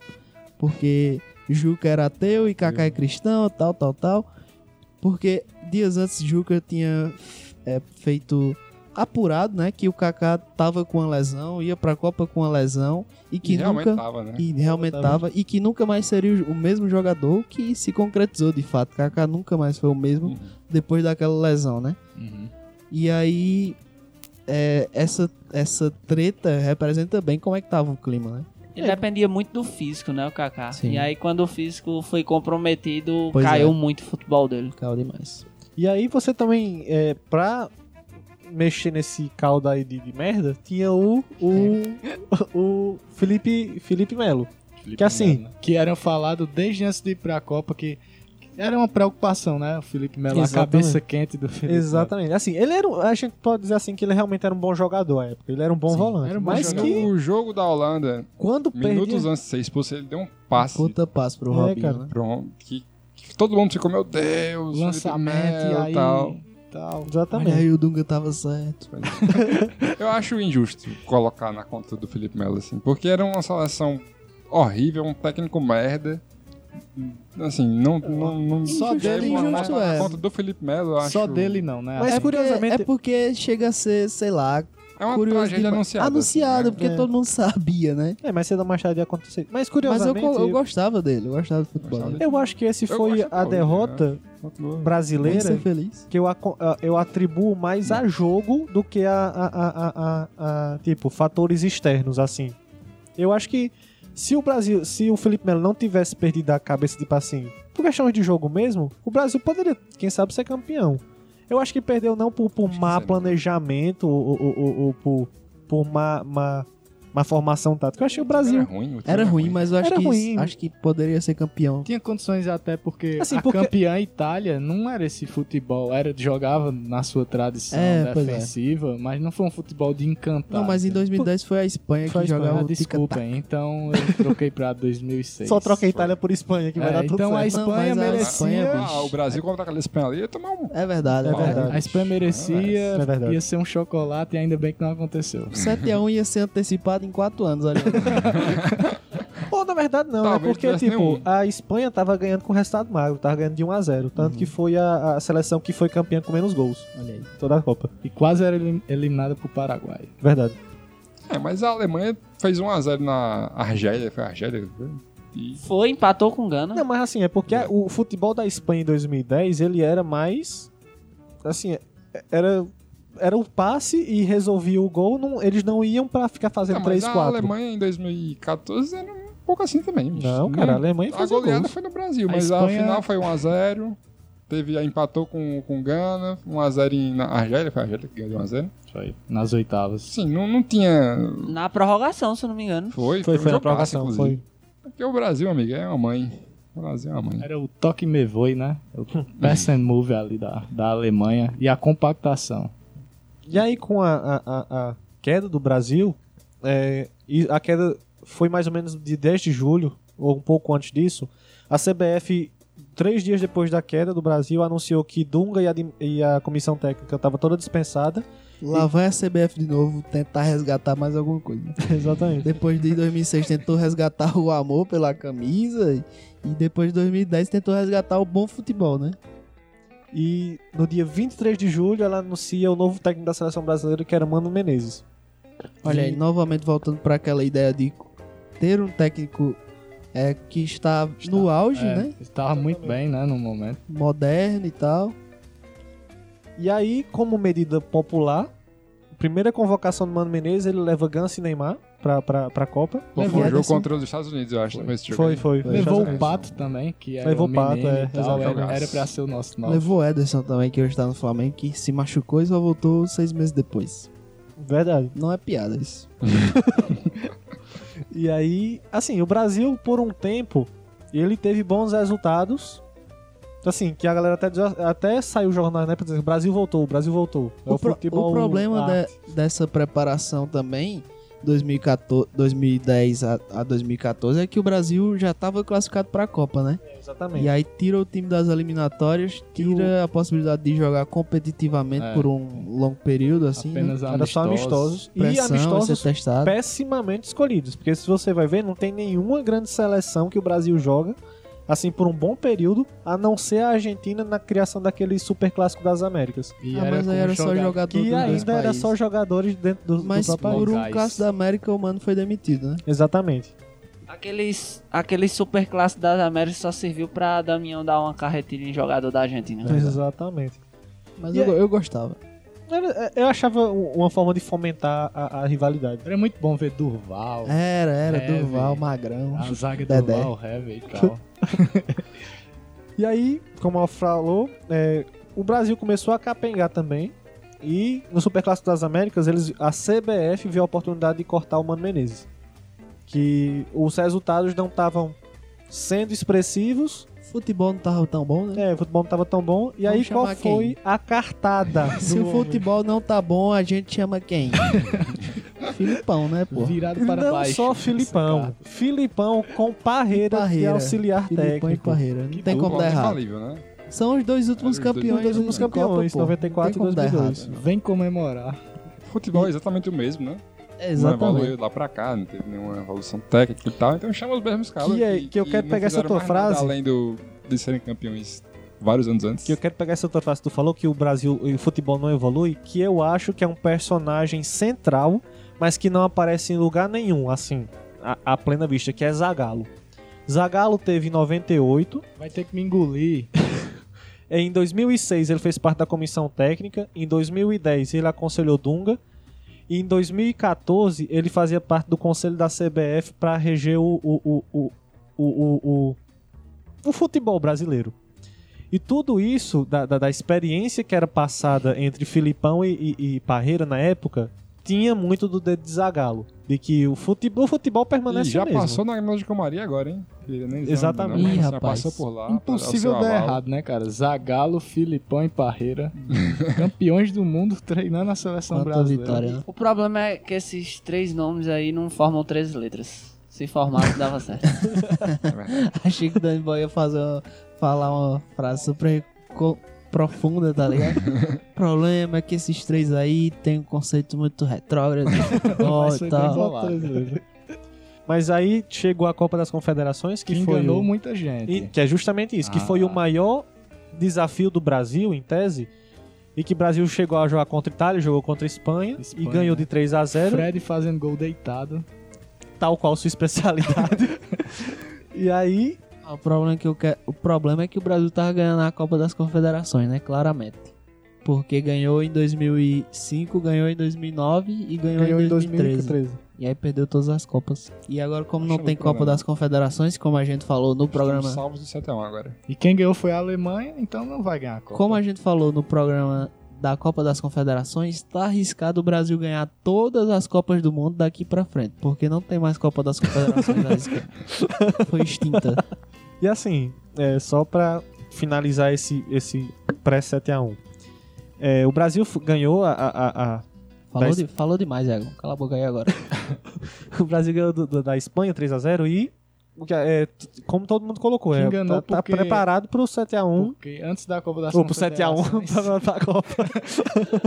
Speaker 8: porque Juca era ateu e Kaká é
Speaker 6: Uhum.
Speaker 8: cristão, tal, tal, tal. Porque dias antes Juca tinha é, feito apurado, né, que o Kaká tava com uma lesão, ia pra Copa com uma lesão e que
Speaker 6: E realmente
Speaker 8: nunca
Speaker 6: tava, né?
Speaker 8: e realmente tava, e que nunca mais seria o- o mesmo jogador que se concretizou de fato. Kaká nunca mais foi o mesmo
Speaker 6: Uhum.
Speaker 8: depois daquela lesão, né?
Speaker 6: Uhum.
Speaker 8: E aí é, essa essa treta representa bem como é que tava o clima, né?
Speaker 3: E dependia muito do físico, né, o Kaká.
Speaker 8: Sim.
Speaker 3: E aí quando o físico foi comprometido,
Speaker 8: Pois
Speaker 3: caiu
Speaker 8: é.
Speaker 3: muito o futebol dele.
Speaker 8: Calma demais.
Speaker 7: E aí você também, é, pra mexer nesse caldo aí de, de merda, tinha o, o, o Felipe, Felipe Melo. Que assim,
Speaker 9: que eram falados desde antes de ir pra Copa, que que era uma preocupação, né? O Felipe Melo, a
Speaker 7: Exatamente.
Speaker 9: cabeça quente do Felipe
Speaker 7: exatamente. Assim, ele era um, a gente pode dizer assim que ele realmente era um bom jogador à época. Ele era um bom volante.
Speaker 9: era um bom
Speaker 7: mas
Speaker 9: jogador.
Speaker 7: que
Speaker 6: O jogo da Holanda,
Speaker 7: quando perdia...
Speaker 6: minutos antes de ser expulso, ele deu um passe
Speaker 8: Puta passo pro
Speaker 7: É,
Speaker 8: Robinho,
Speaker 7: cara.
Speaker 8: né?
Speaker 6: pronto, que, que todo mundo ficou, meu
Speaker 9: Melo.
Speaker 6: Deus,
Speaker 9: Lançamento
Speaker 6: Felipe
Speaker 9: e
Speaker 6: Melo,
Speaker 9: aí...
Speaker 6: tal.
Speaker 9: tal.
Speaker 8: Olha
Speaker 7: Exatamente.
Speaker 8: aí o Dunga tava certo.
Speaker 6: Eu acho injusto colocar na conta do Felipe Melo, assim, porque era uma seleção horrível, um técnico merda. Assim, não. não, não
Speaker 9: Só
Speaker 6: deve
Speaker 9: dele
Speaker 6: botar
Speaker 8: injusto
Speaker 6: na
Speaker 8: é.
Speaker 6: conta do Felipe Melo, eu acho.
Speaker 9: Só dele não, né?
Speaker 7: Mas
Speaker 8: é
Speaker 7: curiosamente-
Speaker 8: Porque, é porque chega a ser, sei lá,
Speaker 6: É uma
Speaker 8: curioso
Speaker 6: tragédia
Speaker 8: demais.
Speaker 6: anunciada.
Speaker 8: Anunciado,
Speaker 6: assim, né?
Speaker 8: porque
Speaker 7: É.
Speaker 8: todo mundo sabia, né?
Speaker 7: É, mas cedo ou mais tarde ia acontecer. Mas
Speaker 8: Mas eu,
Speaker 7: curiosamente,
Speaker 8: co- eu gostava dele, eu gostava do futebol.
Speaker 6: Gostava
Speaker 8: Gostava
Speaker 7: eu acho que esse
Speaker 6: Eu
Speaker 7: foi
Speaker 6: gosto até
Speaker 7: a
Speaker 6: hoje,
Speaker 7: derrota brasileira
Speaker 8: ser feliz.
Speaker 7: que eu, aco- ah, eu atribuo mais a jogo do que a, a- a- a- a- a, tipo fatores externos assim. Eu acho que se o Brasil, se o Felipe Melo não tivesse perdido a cabeça tipo assim, por questões de jogo mesmo, o Brasil poderia, quem sabe, ser campeão. Eu acho que perdeu não por, por
Speaker 6: Acho que
Speaker 7: má
Speaker 6: seria.
Speaker 7: planejamento ou, ou- ou- ou por, por má, má- má formação tática. Eu achei o Brasil
Speaker 6: Era É ruim, o time
Speaker 8: Era ruim, mas eu acho
Speaker 7: Era
Speaker 8: que
Speaker 7: ruim.
Speaker 8: acho que poderia ser campeão.
Speaker 9: Tinha condições até porque
Speaker 7: Assim,
Speaker 9: a
Speaker 7: porque-
Speaker 9: campeã Itália não era esse futebol, era jogava na sua tradição
Speaker 8: É, pois é.
Speaker 9: defensiva, mas não foi um futebol de encantar.
Speaker 8: Não, mas em 2010 foi a Espanha
Speaker 7: Foi a
Speaker 8: que
Speaker 7: Espanha,
Speaker 8: jogava
Speaker 9: Ah,
Speaker 8: o
Speaker 9: desculpa,
Speaker 8: tic-tac.
Speaker 9: então eu troquei pra 2006.
Speaker 7: só troca a Itália por Espanha que vai
Speaker 9: É,
Speaker 7: dar tudo
Speaker 9: então
Speaker 7: certo.
Speaker 9: a
Speaker 8: Não,
Speaker 9: Espanha
Speaker 8: mas a
Speaker 9: merecia.
Speaker 8: Espanha,
Speaker 6: Ah, o Brasil contra aquela Espanha ali ia tomar um.
Speaker 8: É verdade, é
Speaker 6: Uau.
Speaker 8: verdade.
Speaker 9: A Espanha merecia,
Speaker 7: É verdade.
Speaker 9: ia ser um chocolate e ainda bem que não aconteceu.
Speaker 8: 7x1 ia ser antecipado em 4 anos, olha.
Speaker 7: Ou na verdade não, é
Speaker 6: Talvez
Speaker 7: porque
Speaker 6: tivesse
Speaker 7: tipo,
Speaker 6: nenhum.
Speaker 7: a Espanha tava ganhando com resultado magro, tava ganhando de 1 a 0, tanto que foi a, a seleção que foi campeã com menos gols
Speaker 8: Olha aí.
Speaker 7: toda a Copa.
Speaker 9: E quase era elim- eliminada pro Paraguai.
Speaker 7: Verdade.
Speaker 6: É, mas a Alemanha fez 1x0 na Argélia, foi a Argélia. né? E
Speaker 3: Foi, empatou com o Gana.
Speaker 7: Não, mas assim, é porque a- o futebol da Espanha em 2010, ele era mais assim, é- era era o passe e resolvia o gol, não- eles não iam pra ficar fazendo
Speaker 6: Ah, mas
Speaker 7: 3
Speaker 6: a
Speaker 7: 4.
Speaker 6: Alemanha em 2014 era um pouco assim também. bicho.
Speaker 7: Não,
Speaker 6: Nem-
Speaker 7: cara, a Alemanha um
Speaker 6: A
Speaker 7: fazia
Speaker 6: goleada
Speaker 7: gols.
Speaker 6: foi no Brasil,
Speaker 9: A
Speaker 6: mas a
Speaker 9: Espanha-
Speaker 6: final foi 1x0. Teve, empatou com, com Gana, 1x0 em- na Argélia, foi a Argélia que ganhou de 1x0.
Speaker 7: Isso aí.
Speaker 9: nas oitavas.
Speaker 6: Sim, não, não tinha.
Speaker 3: Na prorrogação, se eu não me engano.
Speaker 6: Foi,
Speaker 7: Foi,
Speaker 6: um
Speaker 7: foi na
Speaker 6: jogaço,
Speaker 7: provocação,
Speaker 6: inclusive.
Speaker 7: foi.
Speaker 6: Porque o Brasil, amigo, é uma mãe. O Brasil é uma mãe.
Speaker 9: Era o toque me voe, né? O pass and move ali da, da Alemanha e a compactação.
Speaker 7: E aí, com a, a- a- a queda do Brasil, é, e a queda foi mais ou menos de 10 de julho, ou um pouco antes disso, a CBF, três dias depois da queda do Brasil, anunciou que Dunga e a, di- e a comissão técnica estavam toda dispensada.
Speaker 8: Lá vai a CBF de novo tentar resgatar mais alguma coisa.
Speaker 7: Exatamente.
Speaker 8: Depois de 2006 tentou resgatar o amor pela camisa e- e depois de 2010 tentou resgatar o bom futebol, né?
Speaker 7: E no dia 23 de julho, ela anuncia o novo técnico da seleção brasileira, que era Mano Menezes.
Speaker 8: Olha aí, novamente voltando para aquela ideia de ter um técnico é, que está, no auge,
Speaker 9: É,
Speaker 8: né?
Speaker 9: Estava muito bem, né, no momento.
Speaker 8: Moderno e tal.
Speaker 7: E aí, como medida popular, primeira convocação do Mano Menezes, ele leva Gans e Neymar pra, pra, pra Copa.
Speaker 6: Pô,
Speaker 8: Levou
Speaker 6: foi um jogo
Speaker 8: Ederson.
Speaker 6: contra os Estados Unidos, eu acho. Foi, esse jogo
Speaker 7: assim- Foi,
Speaker 6: aí.
Speaker 7: foi.
Speaker 9: Levou um-
Speaker 6: Exatamente.
Speaker 9: o Pato também, que era
Speaker 7: Levou
Speaker 9: um
Speaker 7: o Pato,
Speaker 9: menino
Speaker 7: é,
Speaker 9: e tal,
Speaker 7: exato.
Speaker 9: era, era pra ser o nosso nove.
Speaker 8: Levou o Ederson também, que hoje tá no Flamengo, que se machucou e só voltou seis meses depois.
Speaker 7: Verdade.
Speaker 8: Não é piada isso.
Speaker 7: E aí, assim, o Brasil, por um tempo, ele teve bons resultados. Assim, que a galera até, diz- até saiu jornal na época dizendo: Brasil voltou, o Brasil voltou. É
Speaker 8: O, pro-
Speaker 7: futebol
Speaker 8: o problema
Speaker 7: arte.
Speaker 8: de- dessa preparação também, 2014, 2010 a, a 2014, é que o Brasil já estava classificado para a Copa, né?
Speaker 7: Exatamente.
Speaker 8: E aí tira o time das eliminatórias, tira a possibilidade de jogar competitivamente
Speaker 9: É.
Speaker 8: por um longo período, assim. né?
Speaker 9: Apenas
Speaker 7: Era só amistosos. E
Speaker 8: Pressão,
Speaker 7: amistosos
Speaker 8: ser testado.
Speaker 7: pessimamente escolhidos. Porque se você vai ver, não tem nenhuma grande seleção que o Brasil joga, assim, por um bom período, a não ser a Argentina na criação daquele super clássico das Américas.
Speaker 9: E
Speaker 8: ah,
Speaker 9: era
Speaker 8: mas aí
Speaker 9: com um
Speaker 8: era só né?
Speaker 9: jogar-
Speaker 8: jogador
Speaker 7: Que
Speaker 8: dos dois
Speaker 7: ainda era
Speaker 8: países.
Speaker 7: só jogadores dentro do, do
Speaker 8: Mas
Speaker 7: próprio país.
Speaker 8: por um
Speaker 9: Locais.
Speaker 8: caso da América, o mano foi demitido, né?
Speaker 7: Exatamente.
Speaker 3: Aqueles, aquele super clássico das Américas só serviu pra Damião dar uma carretilha em jogador da
Speaker 8: É
Speaker 7: É
Speaker 3: Argentina.
Speaker 7: Exatamente.
Speaker 8: Mas
Speaker 7: E
Speaker 8: eu,
Speaker 7: aí-
Speaker 8: eu gostava.
Speaker 7: Era- Eu achava um- uma forma de fomentar a, a rivalidade.
Speaker 9: Era muito bom ver Durval,
Speaker 8: Era, era,
Speaker 9: É,
Speaker 8: Durval,
Speaker 9: velho.
Speaker 8: Magrão.
Speaker 9: a zaga
Speaker 8: Dedé.
Speaker 9: Durval, Heavy e tal.
Speaker 7: E aí, como ela falou, é, o Brasil começou a capengar também. E no Superclássico das Américas, eles, a CBF viu a oportunidade de cortar o Mano Menezes. Que os resultados não estavam sendo expressivos,
Speaker 8: Futebol não tava tão bom, né?
Speaker 7: é, o futebol não estava tão bom. E
Speaker 8: Vamos
Speaker 7: aí, qual
Speaker 8: chamar quem?
Speaker 7: foi a cartada?
Speaker 8: Se
Speaker 7: do
Speaker 8: o
Speaker 7: homem?
Speaker 8: futebol não tá bom, a gente chama quem? Filipão, né, pô?
Speaker 9: Virado para
Speaker 7: Não
Speaker 9: baixo.
Speaker 7: só Filipão. Filipão com Parreira, de
Speaker 8: Parreira.
Speaker 7: auxiliar
Speaker 8: Filipão e
Speaker 7: técnico.
Speaker 8: Parreira. Não
Speaker 9: Que
Speaker 8: tem
Speaker 9: dupla,
Speaker 8: como dar errado.
Speaker 6: um infalível, né?
Speaker 8: São os dois
Speaker 6: Os
Speaker 8: últimos
Speaker 6: dois
Speaker 8: campeões.
Speaker 6: últimos
Speaker 8: da
Speaker 7: campeões,
Speaker 8: Copa, pô.
Speaker 7: 94 e
Speaker 8: Não tem como dar
Speaker 7: 2002.
Speaker 8: errado.
Speaker 9: Vem comemorar.
Speaker 6: Futebol é exatamente o mesmo, né? Não
Speaker 8: Exatamente.
Speaker 6: evoluiu lá pra cá, não teve nenhuma evolução técnica e tal. Então chama os mesmos caras.
Speaker 7: Que é- que eu quero
Speaker 6: não
Speaker 7: pegar essa
Speaker 6: fizeram
Speaker 7: tua
Speaker 6: mais nada
Speaker 7: frase.
Speaker 6: Além do, de serem campeões vários anos antes.
Speaker 7: que eu quero pegar essa outra frase que tu falou, que o Brasil e o futebol não evolui, que eu acho que é um personagem central, mas que não aparece em lugar nenhum, assim, à, à plena vista, que é Zagallo. Zagallo teve em 98,
Speaker 9: Vai ter que me engolir.
Speaker 7: em 2006 ele fez parte da comissão técnica, em 2010 ele aconselhou Dunga, e em 2014 ele fazia parte do conselho da CBF para reger o, o, o, o, o, o, o, o futebol brasileiro. E tudo isso, da, da, da experiência que era passada entre Filipão e, e, e Parreira na época, tinha muito do dedo de Zagalo. De que o futebol, o futebol
Speaker 6: E
Speaker 7: permanece
Speaker 6: já
Speaker 7: o mesmo.
Speaker 6: passou na Gnosis de Comaria agora, hein? Que nem
Speaker 7: Exatamente.
Speaker 6: Não, mas
Speaker 8: Ih,
Speaker 6: já
Speaker 8: rapaz.
Speaker 6: passou por lá.
Speaker 9: Impossível
Speaker 6: passou ao seu
Speaker 9: dar
Speaker 6: aval.
Speaker 9: errado, né, cara? Zagalo, Filipão e Parreira. campeões do mundo treinando a seleção
Speaker 8: Quanta
Speaker 9: brasileira.
Speaker 8: vitória, né?
Speaker 3: O problema é que esses três nomes aí não formam três letras. Se formasse, dava certo.
Speaker 6: É
Speaker 8: Achei que o Dani Boy ia fazer uma- falar uma frase super co- profunda, tá ligado? o problema é que esses três aí têm um conceito muito retrógrado. de futebol
Speaker 9: Mas
Speaker 8: e
Speaker 9: foi bem
Speaker 8: tal.
Speaker 9: bolado.
Speaker 7: Mas aí chegou a Copa das Confederações, que,
Speaker 9: Que
Speaker 7: foi
Speaker 9: enganou
Speaker 7: o-
Speaker 9: muita gente.
Speaker 7: E- que é justamente isso, que
Speaker 9: Ah.
Speaker 7: foi o maior desafio do Brasil, em tese, e que o Brasil chegou a jogar contra a Itália, jogou contra a Espanha,
Speaker 9: Espanha,
Speaker 7: e ganhou de 3 a 0
Speaker 9: Fred fazendo gol deitado.
Speaker 7: tal qual sua especialidade. e aí,
Speaker 8: Ah, O problema, é que eu que- o problema é que o Brasil tava ganhando a Copa das Confederações, né? Claramente. Porque ganhou em 2005, ganhou em 2009 e ganhou,
Speaker 9: Ganhou
Speaker 8: em
Speaker 9: em
Speaker 8: 2013.
Speaker 9: 2013.
Speaker 8: E aí perdeu todas as Copas. E agora, como não
Speaker 6: Achando
Speaker 8: tem
Speaker 6: que
Speaker 8: Copa
Speaker 6: programa.
Speaker 8: das Confederações, como a gente falou no programa
Speaker 6: Estamos salvos do 7 a 1 agora.
Speaker 9: E quem ganhou foi a Alemanha, então não vai ganhar a Copa.
Speaker 8: Como a gente falou no programa da Copa das Confederações, está arriscado o Brasil ganhar todas as Copas do Mundo daqui pra frente, porque não tem mais Copa das Confederações arriscada. Foi extinta.
Speaker 7: E assim, é, só pra finalizar esse, esse pré-7x1. É, o Brasil f- ganhou a- a- a- a
Speaker 8: Falou,
Speaker 7: Mas-
Speaker 8: de- falou demais, Iago. Cala a boca aí agora.
Speaker 7: O Brasil ganhou do- do- da Espanha 3x0 e. o que é, t- como todo mundo colocou,
Speaker 9: Que
Speaker 7: é,
Speaker 9: enganou
Speaker 7: tá, tá
Speaker 9: porque-
Speaker 7: preparado pro 7x1.
Speaker 9: Porque antes da Copa das
Speaker 7: Ou pro
Speaker 9: Confederações,
Speaker 7: 7x1 pra, pra Copa.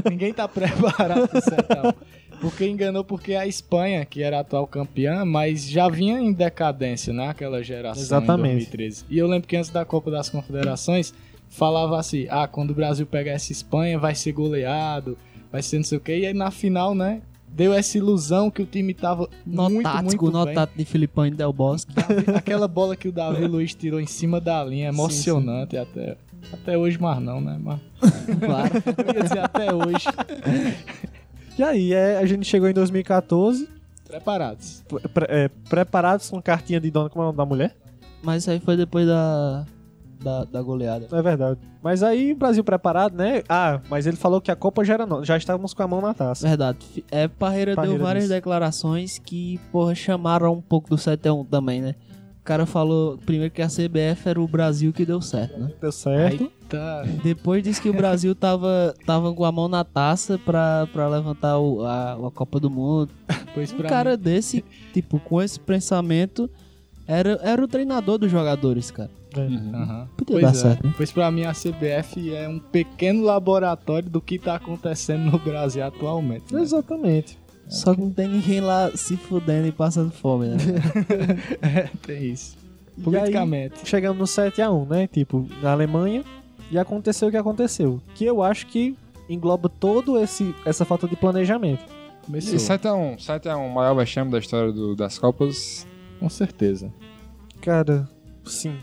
Speaker 9: Ninguém tá preparado pro 7x1. Porque enganou porque a Espanha, que era a atual campeã, mas já vinha em decadência, né? Aquela geração
Speaker 7: Exatamente.
Speaker 9: em 2013. E eu lembro que antes da Copa das Confederações, falava assim, ah, quando o Brasil pegar essa Espanha, vai ser goleado, vai ser não sei o quê. E aí na final, né, deu essa ilusão que o time tava
Speaker 8: Nó
Speaker 9: muito,
Speaker 8: tático,
Speaker 9: muito
Speaker 8: nó
Speaker 9: bem.
Speaker 8: tático de Filipão e Del Bosque.
Speaker 9: Aquela bola que o Davi Luiz tirou em cima da linha, é
Speaker 8: Sim,
Speaker 9: emocionante até... Até hoje mais não, né? Mas
Speaker 8: Claro.
Speaker 9: eu ia dizer até hoje.
Speaker 7: E aí, é, a gente chegou em 2014,
Speaker 9: Preparados.
Speaker 7: pre- pre- é, preparados com cartinha de dona, como é o nome da mulher?
Speaker 8: Mas isso aí foi depois da, da, da goleada.
Speaker 7: Não é verdade. Mas aí, Brasil preparado, né? Ah, mas ele falou que a Copa já era nossa. Já estávamos com a mão na taça.
Speaker 8: Verdade. Fi- É, Parreira,
Speaker 7: Parreira
Speaker 8: deu várias
Speaker 7: disse.
Speaker 8: declarações que, porra, chamaram um pouco do 7x1 também, né? O cara falou primeiro que a CBF era o Brasil que deu certo, né?
Speaker 7: Deu certo.
Speaker 9: Tá.
Speaker 8: Depois disse que o Brasil tava, tava com a mão na taça pra, pra levantar o- a, a Copa do Mundo.
Speaker 9: Pois
Speaker 8: Um
Speaker 9: pra
Speaker 8: cara desse, tipo, com esse pensamento, era, era o treinador dos jogadores, cara.
Speaker 7: né?
Speaker 9: mim, Aham.
Speaker 8: Podia
Speaker 9: pois
Speaker 8: dar
Speaker 9: é.
Speaker 8: certo, né?
Speaker 9: Pois pra mim a CBF é um pequeno laboratório do que tá acontecendo no Brasil atualmente. né?
Speaker 7: Exatamente.
Speaker 8: Só que não tem ninguém lá se fudendo e passando fome, né?
Speaker 9: É, Tem isso.
Speaker 7: E aí,
Speaker 9: Politicamente.
Speaker 7: chegamos no 7x1, né? Tipo, na Alemanha. E aconteceu o que aconteceu. Que eu acho que engloba todo esse essa falta de planejamento.
Speaker 9: Começou.
Speaker 6: E
Speaker 8: é-
Speaker 6: 7 a 1 7 a 1 maior vexame da história do- das Copas.
Speaker 9: Com certeza.
Speaker 7: Cara, sim.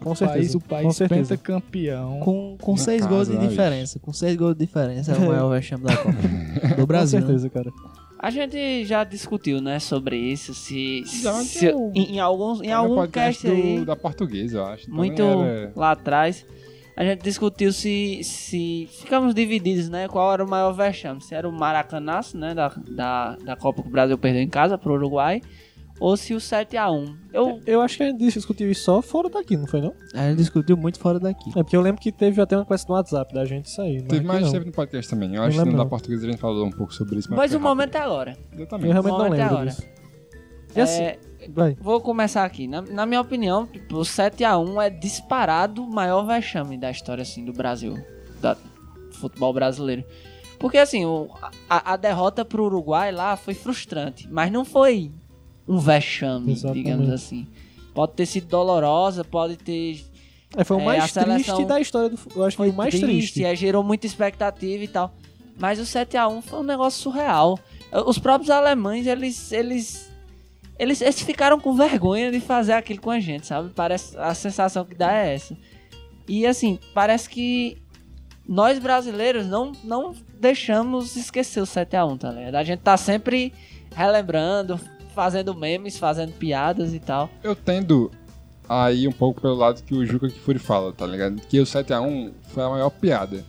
Speaker 7: Com
Speaker 9: País,
Speaker 7: certeza.
Speaker 9: o
Speaker 7: com
Speaker 9: país
Speaker 7: certeza.
Speaker 9: pentacampeão.
Speaker 8: Com, com
Speaker 6: Na
Speaker 8: seis
Speaker 6: casa,
Speaker 8: gols de
Speaker 6: né, bicho?
Speaker 8: diferença. Com seis gols de diferença é o maior vexame da Copa. Do Brasil.
Speaker 7: Com
Speaker 8: né?
Speaker 7: certeza, cara.
Speaker 3: A gente já discutiu, né, sobre isso, se,
Speaker 6: Já
Speaker 3: se-
Speaker 6: tem um-
Speaker 3: em, em alguns em
Speaker 6: Era um
Speaker 3: algum
Speaker 6: podcast
Speaker 3: cast aí,
Speaker 6: do- da portuguesa, eu acho. Também
Speaker 3: muito
Speaker 6: era-
Speaker 3: lá atrás, a gente discutiu se se ficamos divididos, né, qual era o maior vexame, se era o Maracanaço, né, da, da, da Copa que o Brasil perdeu em casa pro Uruguai, ou se o 7 a 1. Eu
Speaker 7: Então, Eu acho que a gente discutiu isso só fora daqui, não foi não?
Speaker 8: A gente discutiu muito fora daqui.
Speaker 7: É porque eu lembro que teve até uma conversa no WhatsApp da gente sair.
Speaker 6: Teve mais
Speaker 7: não.
Speaker 6: tempo no podcast também. Eu acho que
Speaker 7: lembro,
Speaker 6: no da
Speaker 7: não.
Speaker 6: portuguesa a gente falou um pouco sobre isso.
Speaker 3: mas
Speaker 6: foi
Speaker 3: o momento é agora.
Speaker 6: rápido.
Speaker 7: Eu
Speaker 6: Exatamente.
Speaker 7: realmente não
Speaker 3: Só até
Speaker 7: lembro
Speaker 3: agora.
Speaker 7: disso. E assim,
Speaker 3: É,
Speaker 7: vai.
Speaker 3: vou começar aqui. Na, na minha opinião, tipo, o 7 a 1 é disparado o maior vexame da história assim do Brasil, da- do futebol brasileiro. Porque assim, o- a, a derrota pro Uruguai lá foi frustrante, mas não foi um vexame,
Speaker 7: Exatamente.
Speaker 3: digamos assim. Pode ter sido dolorosa, pode ter
Speaker 7: É, foi o
Speaker 3: é, a
Speaker 7: mais
Speaker 3: seleção
Speaker 7: triste da história do futebol. Eu acho que foi o mais triste.
Speaker 3: é, gerou muita expectativa e tal. Mas o 7x1 foi um negócio surreal. Os próprios alemães, eles, eles, eles, eles ficaram com vergonha de fazer aquilo com a gente, sabe? Parece, a sensação que dá é essa. E assim, parece que nós brasileiros não, não deixamos esquecer o 7x1, tá ligado? A gente tá sempre relembrando, fazendo memes, fazendo piadas e tal.
Speaker 6: Eu tendo aí um pouco pelo lado que o Juca Kifuri fala, tá ligado? Que o 7x1 foi a maior piada.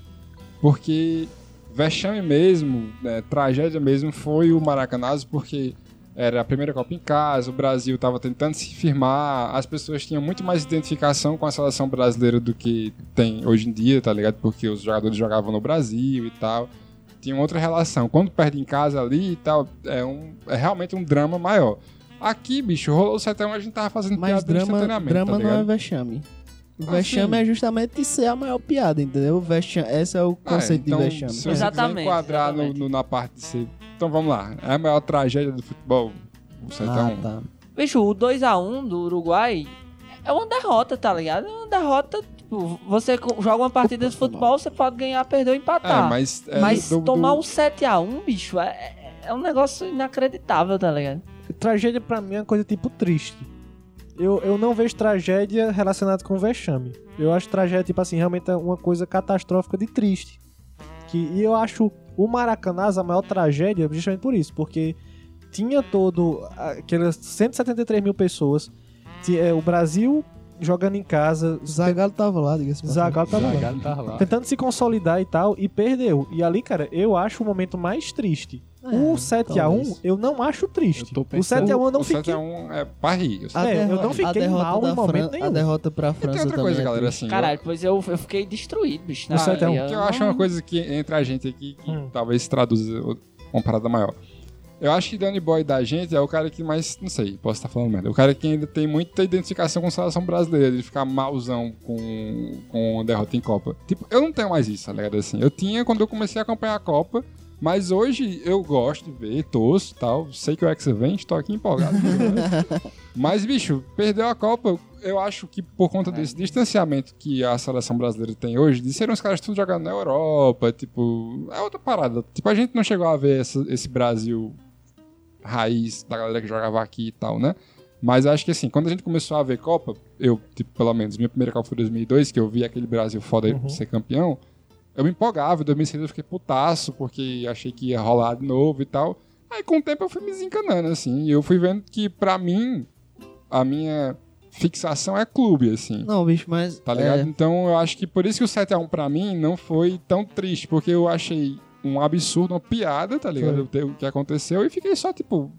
Speaker 6: Porque vexame mesmo, né, tragédia mesmo, foi o Maracanazo, porque era a primeira Copa em casa, o Brasil tava tentando se firmar, as pessoas tinham muito mais identificação com a seleção brasileira do que tem hoje em dia, tá ligado? Porque os jogadores jogavam no Brasil e tal. Tinha outra relação. Quando perde em casa ali e tal, é, um, é realmente um drama maior. Aqui, bicho, rolou o 7 a 1, a gente tava fazendo
Speaker 8: Mas
Speaker 6: piada
Speaker 8: drama,
Speaker 6: instantaneamente,
Speaker 8: drama
Speaker 6: tá
Speaker 8: não é
Speaker 6: ligado?
Speaker 8: vexame. O
Speaker 6: Ah,
Speaker 8: vexame
Speaker 6: sim.
Speaker 8: é justamente ser a maior piada, entendeu? Vexame, esse é o
Speaker 6: Ah,
Speaker 8: conceito de vexame.
Speaker 6: então,
Speaker 8: É.
Speaker 6: Se você
Speaker 3: Exatamente,
Speaker 6: exatamente, enquadrar no-
Speaker 3: exatamente.
Speaker 6: no- na parte de ser... Então vamos lá. É a maior tragédia do futebol, o é um. 7 a 1.
Speaker 8: Ah, tá.
Speaker 3: Bicho, o 2x1 do Uruguai é uma derrota, tá ligado? É uma derrota, tipo, você co- joga uma partida de futebol, você pode ganhar, perder ou empatar.
Speaker 6: É,
Speaker 3: Tá. mas
Speaker 6: mas... é, do- do-
Speaker 3: tomar um 7x1, bicho, é, é- é um negócio inacreditável, tá ligado?
Speaker 7: Tragédia pra mim é uma coisa tipo triste. Eu, eu não vejo tragédia relacionada com vexame. Eu acho tragédia, tipo assim, realmente é uma coisa catastrófica de triste. Que, e eu acho o Maracanãs a maior tragédia justamente por isso, porque tinha todo aquelas 173 mil pessoas, ti- é, o Brasil jogando em casa,
Speaker 8: Zagalo tava lá, diga-se. de passagem.
Speaker 7: Zagallo tava lá.
Speaker 9: Zagallo tava Tá lá.
Speaker 7: Tentando se consolidar e tal, e perdeu. E ali, cara, eu acho o momento mais triste. o 7x1,
Speaker 8: talvez.
Speaker 7: eu não acho triste.
Speaker 9: Eu tô
Speaker 7: o 7x1 eu é um não
Speaker 6: o
Speaker 7: fiquei.
Speaker 6: 7x1 é pra rir. O 7
Speaker 7: É, eu
Speaker 8: derro-
Speaker 7: não fiquei
Speaker 8: a derrota
Speaker 7: mal em
Speaker 8: da
Speaker 7: momento
Speaker 8: Fran-
Speaker 7: nenhum.
Speaker 8: A derrota pra
Speaker 6: E tem
Speaker 8: França
Speaker 6: outra
Speaker 8: também.
Speaker 6: coisa,
Speaker 8: é
Speaker 6: galera,
Speaker 8: triste.
Speaker 6: assim.
Speaker 3: Caralho, pois eu, eu fiquei destruído, bicho.
Speaker 6: eu,
Speaker 3: na
Speaker 7: Isso até um-
Speaker 3: hora.
Speaker 6: que eu acho uma coisa que entre a gente aqui, que
Speaker 7: Hum.
Speaker 6: talvez traduza o- uma parada maior. Eu acho que Danny Boy da gente é o cara que mais, não sei, posso estar falando merda. O cara que ainda tem muita identificação com a seleção brasileira, de ficar malzão com, com derrota em Copa. Tipo, eu não tenho mais isso, tá ligado? Assim, eu tinha quando eu comecei a acompanhar a Copa, mas hoje eu gosto de ver, torço e tal. Sei que o Hexa vem, estou aqui empolgado. Mas, bicho, perdeu a Copa, eu acho que por conta desse distanciamento que a seleção brasileira tem hoje, de serem os caras tudo jogando na Europa, tipo, é outra parada. Tipo, a gente não chegou a ver essa- esse Brasil raiz da galera que jogava aqui e tal, né? Mas acho que assim, quando a gente começou a ver Copa, eu, tipo, pelo menos, minha primeira Copa foi em 2002, que eu vi aquele Brasil foda ser campeão, eu me empolgava. Em 2006 eu fiquei putaço, porque achei que ia rolar de novo e tal. Aí com o tempo eu fui me desencanando, assim, e eu fui vendo que, pra mim, a minha fixação é clube, assim.
Speaker 8: Não, bicho, mas.
Speaker 6: Tá ligado?
Speaker 8: é,
Speaker 6: Então eu acho que por isso que o 7x1 pra mim não foi tão triste, porque eu achei um absurdo, uma piada, tá ligado? O te- O que aconteceu e fiquei só tipo,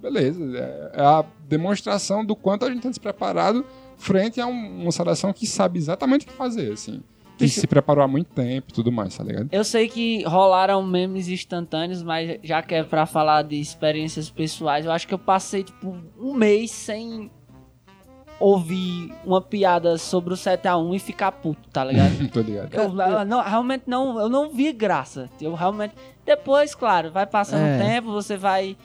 Speaker 6: beleza. É é a demonstração do quanto a gente tá despreparado frente a um- uma seleção que sabe exatamente o que fazer, assim. Que
Speaker 3: Bicho.
Speaker 6: se preparou há muito tempo e tudo mais, tá ligado?
Speaker 3: Eu sei que rolaram memes instantâneos, mas já que é pra falar de experiências pessoais, eu acho que eu passei, tipo, um mês sem ouvir uma piada sobre o 7x1 e ficar puto, tá ligado?
Speaker 6: Tô ligado.
Speaker 3: Eu, eu não, realmente não, eu não vi graça. Eu realmente. Depois, claro, vai passando
Speaker 8: É.
Speaker 3: o tempo, você vai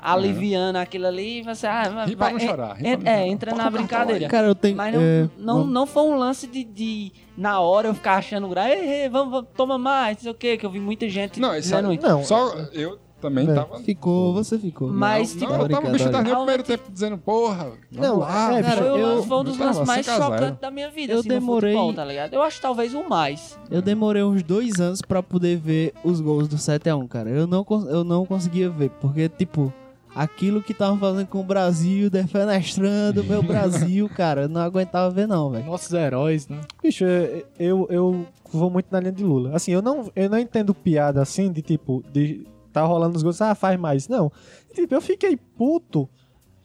Speaker 3: aliviando aquilo ali e você. Ah, vai,
Speaker 6: Rir pra não
Speaker 3: en-
Speaker 6: chorar, rir
Speaker 3: en-
Speaker 6: pra não
Speaker 3: é,
Speaker 6: chorar.
Speaker 3: entra na brincadeira.
Speaker 8: Cara, eu tenho.
Speaker 3: Mas não,
Speaker 8: é,
Speaker 3: não, não foi um lance de, de, na hora eu ficar achando graça. "Ei, ei, vamos, vamos, toma mais, não sei o que, que eu vi muita gente
Speaker 6: Não, isso
Speaker 3: dizendo
Speaker 6: aí,
Speaker 3: isso.
Speaker 7: Não,
Speaker 6: só eu também
Speaker 7: É,
Speaker 6: tava.
Speaker 8: Ficou, você ficou.
Speaker 3: Mas,
Speaker 6: Não,
Speaker 3: tipo,
Speaker 6: eu tava, o bicho tava no
Speaker 3: Realmente-
Speaker 6: primeiro tempo dizendo, porra, vamos
Speaker 7: Não,
Speaker 6: lá,
Speaker 7: é,
Speaker 3: Foi,
Speaker 7: bicho,
Speaker 3: o
Speaker 7: eu-
Speaker 3: lance- foi um dos
Speaker 6: eu tava
Speaker 3: lances mais
Speaker 6: sem casaco.
Speaker 3: chocantes da minha vida.
Speaker 8: Eu
Speaker 3: assim, no
Speaker 8: demorei-
Speaker 3: futebol, tá ligado? Eu acho talvez o mais.
Speaker 8: Eu demorei uns dois anos pra poder ver os gols do 7x1, cara. Eu não, cons- eu não conseguia ver, porque, tipo, aquilo que tava fazendo com o Brasil, defenestrando o meu Brasil, cara, eu não aguentava ver, não, velho.
Speaker 9: Nossos heróis, né?
Speaker 7: Bicho, eu, eu, eu vou muito na linha de Lula. Assim, eu não, eu não entendo piada assim de tipo, de tá rolando os gols, ah, faz mais. Não. Tipo, eu fiquei puto,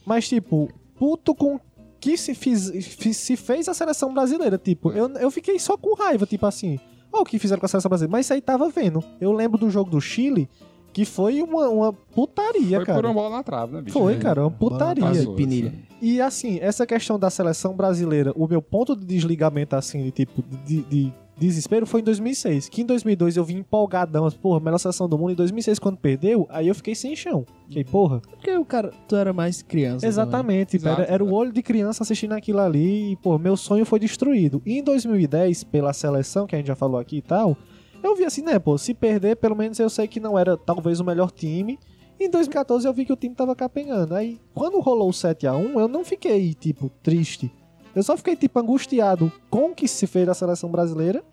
Speaker 7: mas tipo, puto com o que se, fiz, fi- se fez a seleção brasileira. Tipo, eu, eu fiquei só com raiva, tipo assim, ó, o que fizeram com a seleção brasileira. Mas isso aí tava vendo. Eu lembro do jogo do Chile, que foi uma, uma putaria,
Speaker 6: Foi
Speaker 7: cara.
Speaker 6: por uma bola na trave, né, bicho?
Speaker 7: Foi, cara, uma putaria.
Speaker 6: Passou,
Speaker 8: Pinilha.
Speaker 6: assim.
Speaker 7: E assim, essa questão da seleção brasileira, o meu ponto de desligamento, assim, de tipo, de, de desespero foi em 2006. Que em 2002 eu vim empolgadão, mas, porra, melhor seleção do mundo. Em 2006, quando perdeu, aí eu fiquei sem chão. Fiquei, porra.
Speaker 8: Porque o cara, tu era mais criança. né?
Speaker 7: Exatamente. tipo,
Speaker 6: Exato,
Speaker 7: era, era o
Speaker 6: exato.
Speaker 7: olho de criança assistindo aquilo ali e, pô, meu sonho foi destruído. E em 2010, pela seleção, que a gente já falou aqui e tal, eu vi assim, né, pô, se perder, pelo menos eu sei que não era talvez o melhor time. Em 2014 eu vi que o time tava capengando. Aí, quando rolou o 7x1, eu não fiquei, tipo, triste. Eu só fiquei, tipo, angustiado com o que se fez da seleção brasileira.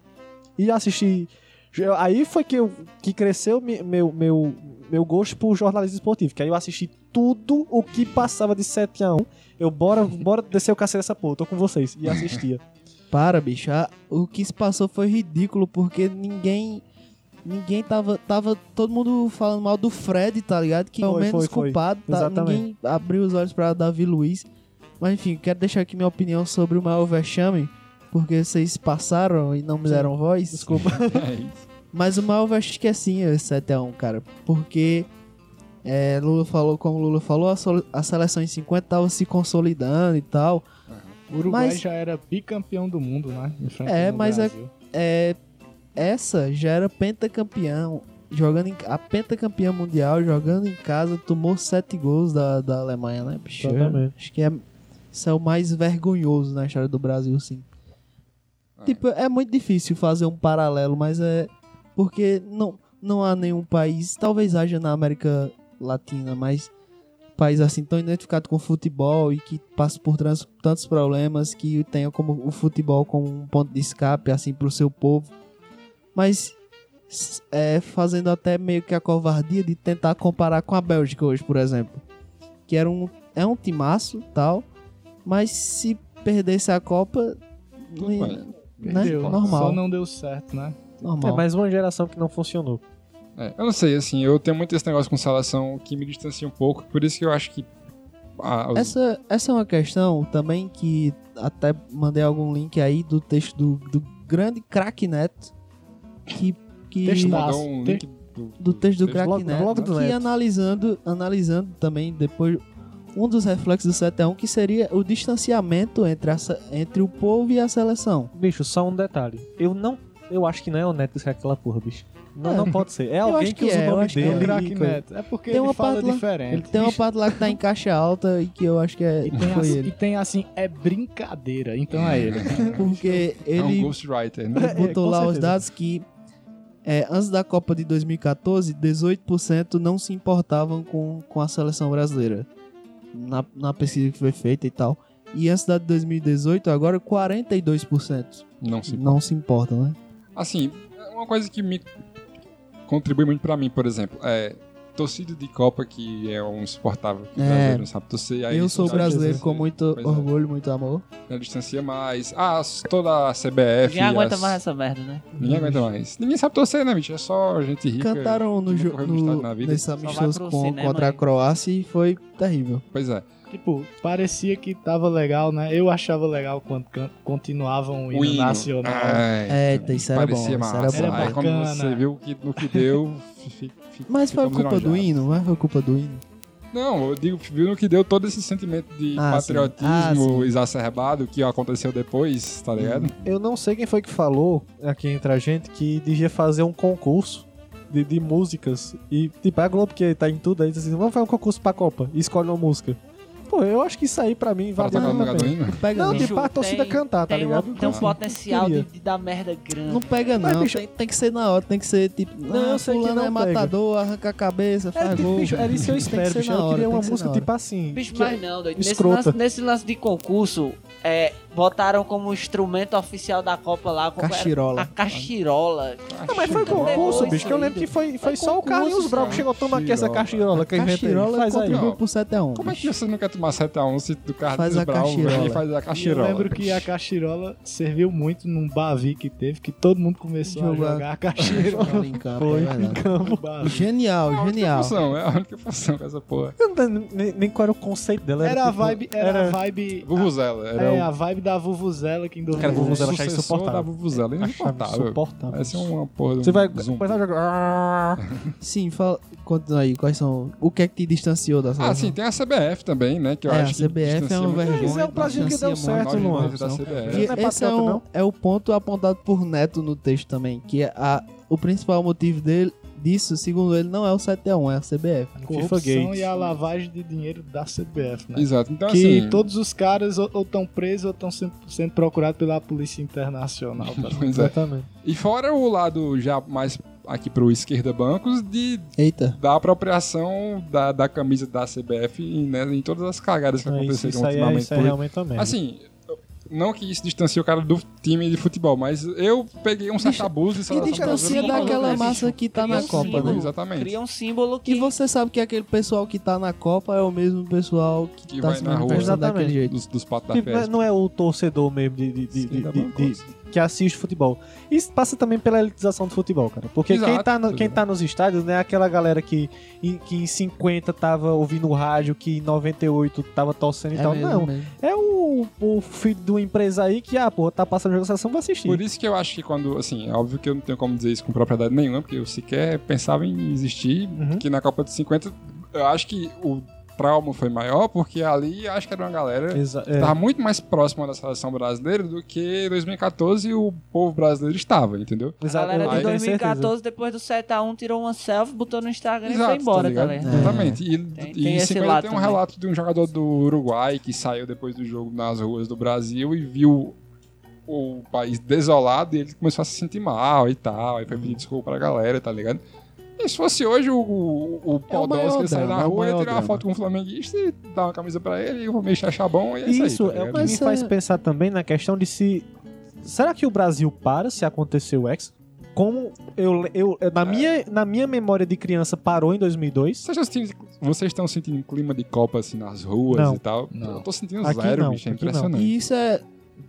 Speaker 7: E assisti. eu- Aí foi que, eu, que cresceu mi- meu, meu, meu gosto por jornalismo esportivo. Que aí eu assisti tudo o que passava de 7x1. Eu, bora, bora descer o cacete dessa porra, tô com vocês. E assistia.
Speaker 8: Mano. Para, bicho. ah, o que se passou foi ridículo, porque ninguém. Ninguém tava. Tava todo mundo falando mal do Fred, tá ligado? Que é o
Speaker 7: Foi,
Speaker 8: menos
Speaker 7: foi, foi.
Speaker 8: culpado. tá?
Speaker 7: Exatamente.
Speaker 8: Ninguém abriu os olhos pra Davi Luiz. Mas enfim, quero deixar aqui minha opinião sobre o maior vexame. Porque vocês passaram e não me deram voz. Desculpa.
Speaker 6: É isso.
Speaker 8: Mas o maior acho que é sim esse 7x1, cara. Porque é, Lula falou, como Lula falou, a, sol- a seleção em 50 tava se consolidando e tal.
Speaker 9: O Uruguai
Speaker 8: Mas-
Speaker 9: já era bicampeão do mundo, né?
Speaker 8: É, mas é-
Speaker 9: é...
Speaker 8: É, essa já era pentacampeão. Jogando em, ca- a pentacampeã mundial, jogando em casa, tomou 7 gols da, da Alemanha, né? Bicho,
Speaker 7: Exatamente.
Speaker 8: acho que é, isso é o mais vergonhoso na história do Brasil, sim. Tipo, é muito difícil fazer um paralelo, mas é porque não, não há nenhum país, talvez haja na América Latina, mas país assim tão identificado com o futebol e que passa por trans- tantos problemas que tenha como o futebol como um ponto de escape assim pro seu povo. Mas s- é, fazendo até meio que a covardia de tentar comparar com a Bélgica hoje, por exemplo. Que era um, é um timaço tal, mas se perdesse a Copa, não ia-
Speaker 6: Ué,
Speaker 8: né?
Speaker 6: perdeu.
Speaker 8: normal,
Speaker 9: Só não deu certo, né?
Speaker 8: normal.
Speaker 7: É mais uma geração que não funcionou.
Speaker 6: É, eu não sei, assim, eu tenho muito esse negócio com seleção que me distancia um pouco, por isso que eu acho que. ah, os-
Speaker 8: Essa, essa é uma questão também que até mandei algum link aí do texto do, do grande craque Neto, que, que
Speaker 9: Texto
Speaker 6: mandou um
Speaker 9: Tem-
Speaker 6: link do,
Speaker 8: do texto do
Speaker 6: texto
Speaker 8: craque
Speaker 7: blog-
Speaker 8: Neto,
Speaker 7: blog do
Speaker 8: que
Speaker 7: Neto.
Speaker 8: analisando, analisando também depois um dos reflexos do 7 a 1 que seria o distanciamento entre, a se- entre o povo e a seleção.
Speaker 7: Bicho, só um detalhe. Eu não. Eu acho que não é o Neto que é aquela porra, bicho. Não,
Speaker 8: É.
Speaker 7: não pode ser. É
Speaker 8: Eu
Speaker 7: alguém
Speaker 8: acho
Speaker 7: que, um
Speaker 8: que
Speaker 7: usa
Speaker 8: é, eu
Speaker 7: o nome
Speaker 8: acho que é.
Speaker 9: É
Speaker 7: dele.
Speaker 9: o craque
Speaker 7: coisa.
Speaker 9: Neto. É porque
Speaker 8: Tem
Speaker 9: ele
Speaker 8: uma
Speaker 9: fala
Speaker 8: parte lá- Ele
Speaker 9: diferente.
Speaker 8: tem uma parte lá que tá em caixa alta e que eu acho que é,
Speaker 9: É, E tem,
Speaker 8: foi
Speaker 9: assim,
Speaker 8: ele.
Speaker 9: e tem assim, é brincadeira, então é ele.
Speaker 8: Porque
Speaker 6: É um
Speaker 8: ele
Speaker 6: ghostwriter, né?
Speaker 8: Ele botou
Speaker 7: com
Speaker 8: lá os
Speaker 7: certeza.
Speaker 8: dados que é, antes da Copa de 2014, 18% não se importavam com, com a seleção brasileira. Na, na pesquisa que foi feita e tal. E antes da de 2018, agora 42%
Speaker 6: Não se
Speaker 8: não se importam, né?
Speaker 6: Assim, uma coisa que me contribui muito pra mim, por exemplo, é torcida de Copa que é um insuportável que o
Speaker 8: É.
Speaker 6: brasileiro não sabe torcer. aí
Speaker 8: Eu
Speaker 6: isso
Speaker 8: sou
Speaker 6: já
Speaker 8: brasileiro
Speaker 6: distancia-
Speaker 8: com muito
Speaker 6: Pois é.
Speaker 8: orgulho, muito amor.
Speaker 6: Já distancia mais. Ah, s- toda a CBF.
Speaker 3: Ninguém aguenta
Speaker 6: É, as-
Speaker 3: mais essa merda, né?
Speaker 6: Ninguém aguenta mais. Ninguém sabe torcer, né, bicho? É só gente rica.
Speaker 8: Cantaram no
Speaker 6: nunca
Speaker 8: jo-
Speaker 6: foi
Speaker 8: no,
Speaker 6: conquistado na vida.
Speaker 8: nesse
Speaker 6: Só vai
Speaker 8: amistoso
Speaker 3: pro
Speaker 8: com-
Speaker 3: cinema
Speaker 8: contra a
Speaker 3: aí.
Speaker 8: Croácia e foi terrível.
Speaker 6: Pois é.
Speaker 9: Tipo, parecia que tava legal, né? Eu achava legal quando can- continuavam o hino,
Speaker 6: O hino. Ah,
Speaker 9: nacional.
Speaker 6: Ai,
Speaker 8: Eita, É, isso era bom,
Speaker 6: É, parecia
Speaker 8: isso era
Speaker 6: massa. né?
Speaker 9: bom.
Speaker 6: Aí
Speaker 9: Era
Speaker 6: quando
Speaker 9: bacana.
Speaker 6: você viu que, no que deu... fi- fi-
Speaker 8: Mas foi
Speaker 6: ficamos
Speaker 8: culpa do
Speaker 6: enojados.
Speaker 8: hino, mas foi culpa do hino.
Speaker 6: Não, eu digo, viu no que deu todo esse sentimento de
Speaker 8: Ah, sim. Hum, Ah,
Speaker 6: patriotismo exacerbado que aconteceu depois, tá ligado?
Speaker 7: Eu não sei quem foi que falou aqui entre a gente que devia fazer um concurso de, de músicas. E, tipo, a Globo que tá em tudo aí, diz assim, vamos fazer um concurso pra Copa. E escolhe uma música. Pô, eu acho que isso aí pra mim
Speaker 6: Para
Speaker 7: vale
Speaker 6: tocar
Speaker 7: muito
Speaker 6: no
Speaker 7: a
Speaker 6: lugar do
Speaker 7: pena.
Speaker 6: hino.
Speaker 8: Pega
Speaker 7: Não,
Speaker 8: não,
Speaker 7: tipo, a
Speaker 3: Tem-
Speaker 7: torcida cantar, tá
Speaker 3: tem uma-
Speaker 7: ligado?
Speaker 3: tem um
Speaker 7: Assim,
Speaker 3: potencial
Speaker 7: queria.
Speaker 3: de, de dar merda grande.
Speaker 8: Não pega
Speaker 7: Mas,
Speaker 8: não,
Speaker 7: bicho,
Speaker 8: tem, tem que ser na hora, tem que ser tipo,
Speaker 7: Não,
Speaker 8: ah,
Speaker 7: eu sei que
Speaker 8: fulano
Speaker 7: não
Speaker 8: é
Speaker 7: pega.
Speaker 8: matador, arranca a cabeça,
Speaker 7: É,
Speaker 8: faz
Speaker 7: tipo,
Speaker 8: gol.
Speaker 7: bicho, era isso que eu espero,
Speaker 8: ser
Speaker 7: bicho.
Speaker 8: na
Speaker 7: Eu queria
Speaker 8: hora,
Speaker 7: uma
Speaker 8: tem que ser
Speaker 7: música
Speaker 8: na
Speaker 7: tipo assim.
Speaker 3: Bicho,
Speaker 7: que-
Speaker 3: mas não, doido. Nesse
Speaker 7: escrota.
Speaker 3: lance, nesse lance de concurso, é, botaram como instrumento oficial da Copa lá como era-
Speaker 8: Cachirola.
Speaker 3: a cachirola.
Speaker 7: Ah, mas foi
Speaker 3: Então,
Speaker 7: concurso,
Speaker 3: é
Speaker 7: bicho, que eu
Speaker 3: isso
Speaker 7: lembro
Speaker 3: aí.
Speaker 7: que foi, foi
Speaker 6: Foi
Speaker 7: só o
Speaker 6: concurso,
Speaker 7: Carlinhos Bravo
Speaker 6: cara.
Speaker 7: que chegou, toma aqui essa
Speaker 6: Cachirola.
Speaker 7: cachirola que eu inventei.
Speaker 8: Cachirola
Speaker 7: Faz aí.
Speaker 8: contribuiu
Speaker 6: ó.
Speaker 8: pro 7x1.
Speaker 6: Como é que você não quer tomar 7x1 se do cara
Speaker 8: Faz a
Speaker 6: Brau
Speaker 8: cachirola.
Speaker 6: e faz a
Speaker 9: E eu
Speaker 6: cachirola?
Speaker 9: lembro que a cachirola serviu muito num bavi que teve, que todo mundo começou
Speaker 8: Jogar.
Speaker 9: a jogar a cachirola
Speaker 7: Foi.
Speaker 9: no bavi.
Speaker 8: é Genial,
Speaker 6: É a única
Speaker 8: genial.
Speaker 6: função, é a única função com essa porra.
Speaker 7: Eu não entendo nem, nem qual era o conceito dela.
Speaker 9: Era a
Speaker 7: tipo,
Speaker 9: vibe, era a vibe...
Speaker 6: Vuvuzela, era
Speaker 9: É,
Speaker 6: o
Speaker 9: a vibe da Vuvuzela que em
Speaker 7: Cara,
Speaker 6: o
Speaker 7: Vuvuzela
Speaker 9: 2010
Speaker 7: achava
Speaker 6: sucessor
Speaker 7: insuportável.
Speaker 6: da Vuvuzela,
Speaker 7: Achava
Speaker 6: insuportável.
Speaker 7: insuportável.
Speaker 6: Parece uma porra de um
Speaker 7: Você vai
Speaker 6: zoom.
Speaker 7: começar a jogar.
Speaker 8: Sim, fala, conta aí, quais são, o que é que te distanciou da seleção?
Speaker 6: Ah, sim, tem a CBF também, né? Que eu acho
Speaker 8: É, a
Speaker 6: que
Speaker 8: CBF é
Speaker 6: distancia
Speaker 8: uma
Speaker 6: muito
Speaker 8: vergonha,
Speaker 6: gente.
Speaker 7: Mas é o Brasil que deu
Speaker 8: distancia
Speaker 7: certo,
Speaker 8: muito
Speaker 7: Luan.
Speaker 8: da seleção.
Speaker 6: CBF.
Speaker 8: E
Speaker 7: Não é
Speaker 8: esse é,
Speaker 7: patriota,
Speaker 8: um,
Speaker 7: não?
Speaker 8: é o ponto apontado por Neto no texto também, que é a, o principal motivo dele, disso, segundo ele, não é o 7x1, é a CBF.
Speaker 7: FIFA
Speaker 9: corrupção
Speaker 7: Gates.
Speaker 9: e a lavagem de dinheiro da CBF, né?
Speaker 6: Exato, então
Speaker 9: Que
Speaker 6: assim...
Speaker 9: todos os caras ou estão presos ou estão sendo, sendo procurados pela polícia internacional. tá?
Speaker 6: Pois é.
Speaker 7: Exatamente.
Speaker 6: E fora o lado já mais aqui pro esquerda bancos de
Speaker 8: Eita,
Speaker 6: da apropriação da, da camisa da CBF em, né, em todas as cagadas que
Speaker 7: Não, Isso,
Speaker 6: aconteceram
Speaker 7: isso aí é,
Speaker 6: ultimamente
Speaker 7: isso é
Speaker 6: por-
Speaker 7: realmente também.
Speaker 6: Assim, não que isso distancie o cara do time de futebol, mas eu peguei um certo abuso
Speaker 8: e
Speaker 6: seleção
Speaker 8: distancia
Speaker 6: brasileira.
Speaker 8: daquela
Speaker 3: Bicho,
Speaker 8: massa que tá na
Speaker 3: cria um
Speaker 8: Copa, né?
Speaker 3: símbolo.
Speaker 6: Exatamente.
Speaker 3: Cria um símbolo que
Speaker 8: E você sabe que aquele pessoal que tá na Copa é o mesmo pessoal que,
Speaker 6: Que
Speaker 8: tá
Speaker 6: vai
Speaker 8: se
Speaker 6: na rua.
Speaker 8: manifestando daquele
Speaker 7: Exatamente.
Speaker 8: jeito.
Speaker 6: dos, dos patos da
Speaker 7: Tipo, não é-
Speaker 6: festa.
Speaker 7: não é o torcedor mesmo de, de- de-
Speaker 6: Sim,
Speaker 7: de-
Speaker 6: da
Speaker 7: de-
Speaker 6: bancos.
Speaker 7: de- que assiste futebol. Isso passa também pela elitização do futebol, cara. Porque quem,
Speaker 6: Exato.
Speaker 7: tá no- quem tá nos estádios não é aquela galera que em, que em 50 tava ouvindo rádio, que em 98 tava torcendo e
Speaker 8: É
Speaker 7: tal.
Speaker 8: mesmo,
Speaker 7: não.
Speaker 8: mesmo.
Speaker 7: É o, o filho de uma empresa aí que, ah, porra, tá passando jogo da seleção, vou assistir.
Speaker 6: Por isso que eu acho que quando, assim, é óbvio que eu não tenho como dizer isso com propriedade nenhuma, porque eu sequer pensava em existir,
Speaker 7: Uhum.
Speaker 6: que na Copa de 50, eu acho que o trauma foi maior, porque ali acho que era uma galera
Speaker 7: Exa- é.
Speaker 6: Tava muito mais próximo da seleção brasileira do que 2014 o povo brasileiro estava, entendeu?
Speaker 3: a
Speaker 7: Exa- eu
Speaker 3: galera de
Speaker 7: tenho certeza.
Speaker 3: 2014, depois do 7x1, tirou uma selfie, botou no Instagram e foi
Speaker 6: tá
Speaker 3: embora, tá
Speaker 6: ligado?
Speaker 3: ligado?
Speaker 6: Exatamente. E,
Speaker 3: Tem-
Speaker 6: e
Speaker 3: tem
Speaker 6: em
Speaker 3: esse
Speaker 6: 50
Speaker 3: lado
Speaker 6: tem um
Speaker 3: também.
Speaker 6: relato de um jogador do Uruguai que saiu depois do jogo nas ruas do Brasil e viu o país desolado e ele começou a se sentir mal e tal, aí foi pedir desculpa pra galera, tá ligado? E se fosse hoje o, o, o Podolski
Speaker 8: maior
Speaker 6: ia sair na
Speaker 8: drama, é o
Speaker 6: rua, ia
Speaker 8: maior
Speaker 6: tirar uma
Speaker 8: drama.
Speaker 6: foto com um flamenguista e dar uma camisa pra ele e o Romeixo achar bom e é isso,
Speaker 7: Isso
Speaker 6: aí. tá
Speaker 7: é o
Speaker 6: ligado?
Speaker 7: que me
Speaker 8: Mas,
Speaker 7: faz
Speaker 8: é-
Speaker 7: pensar também na questão de se. Será que o Brasil para se acontecer o Hexa? como eu, eu
Speaker 6: É.
Speaker 7: na, minha, na minha memória de criança parou em 2002.
Speaker 6: Vocês, estão sentindo- vocês estão sentindo um clima de Copa assim nas ruas
Speaker 7: Não.
Speaker 6: e tal?
Speaker 9: Não.
Speaker 6: Eu tô sentindo
Speaker 7: Aqui
Speaker 6: zero,
Speaker 7: não,
Speaker 6: bicho. É
Speaker 7: aqui não.
Speaker 6: impressionante.
Speaker 8: E isso é.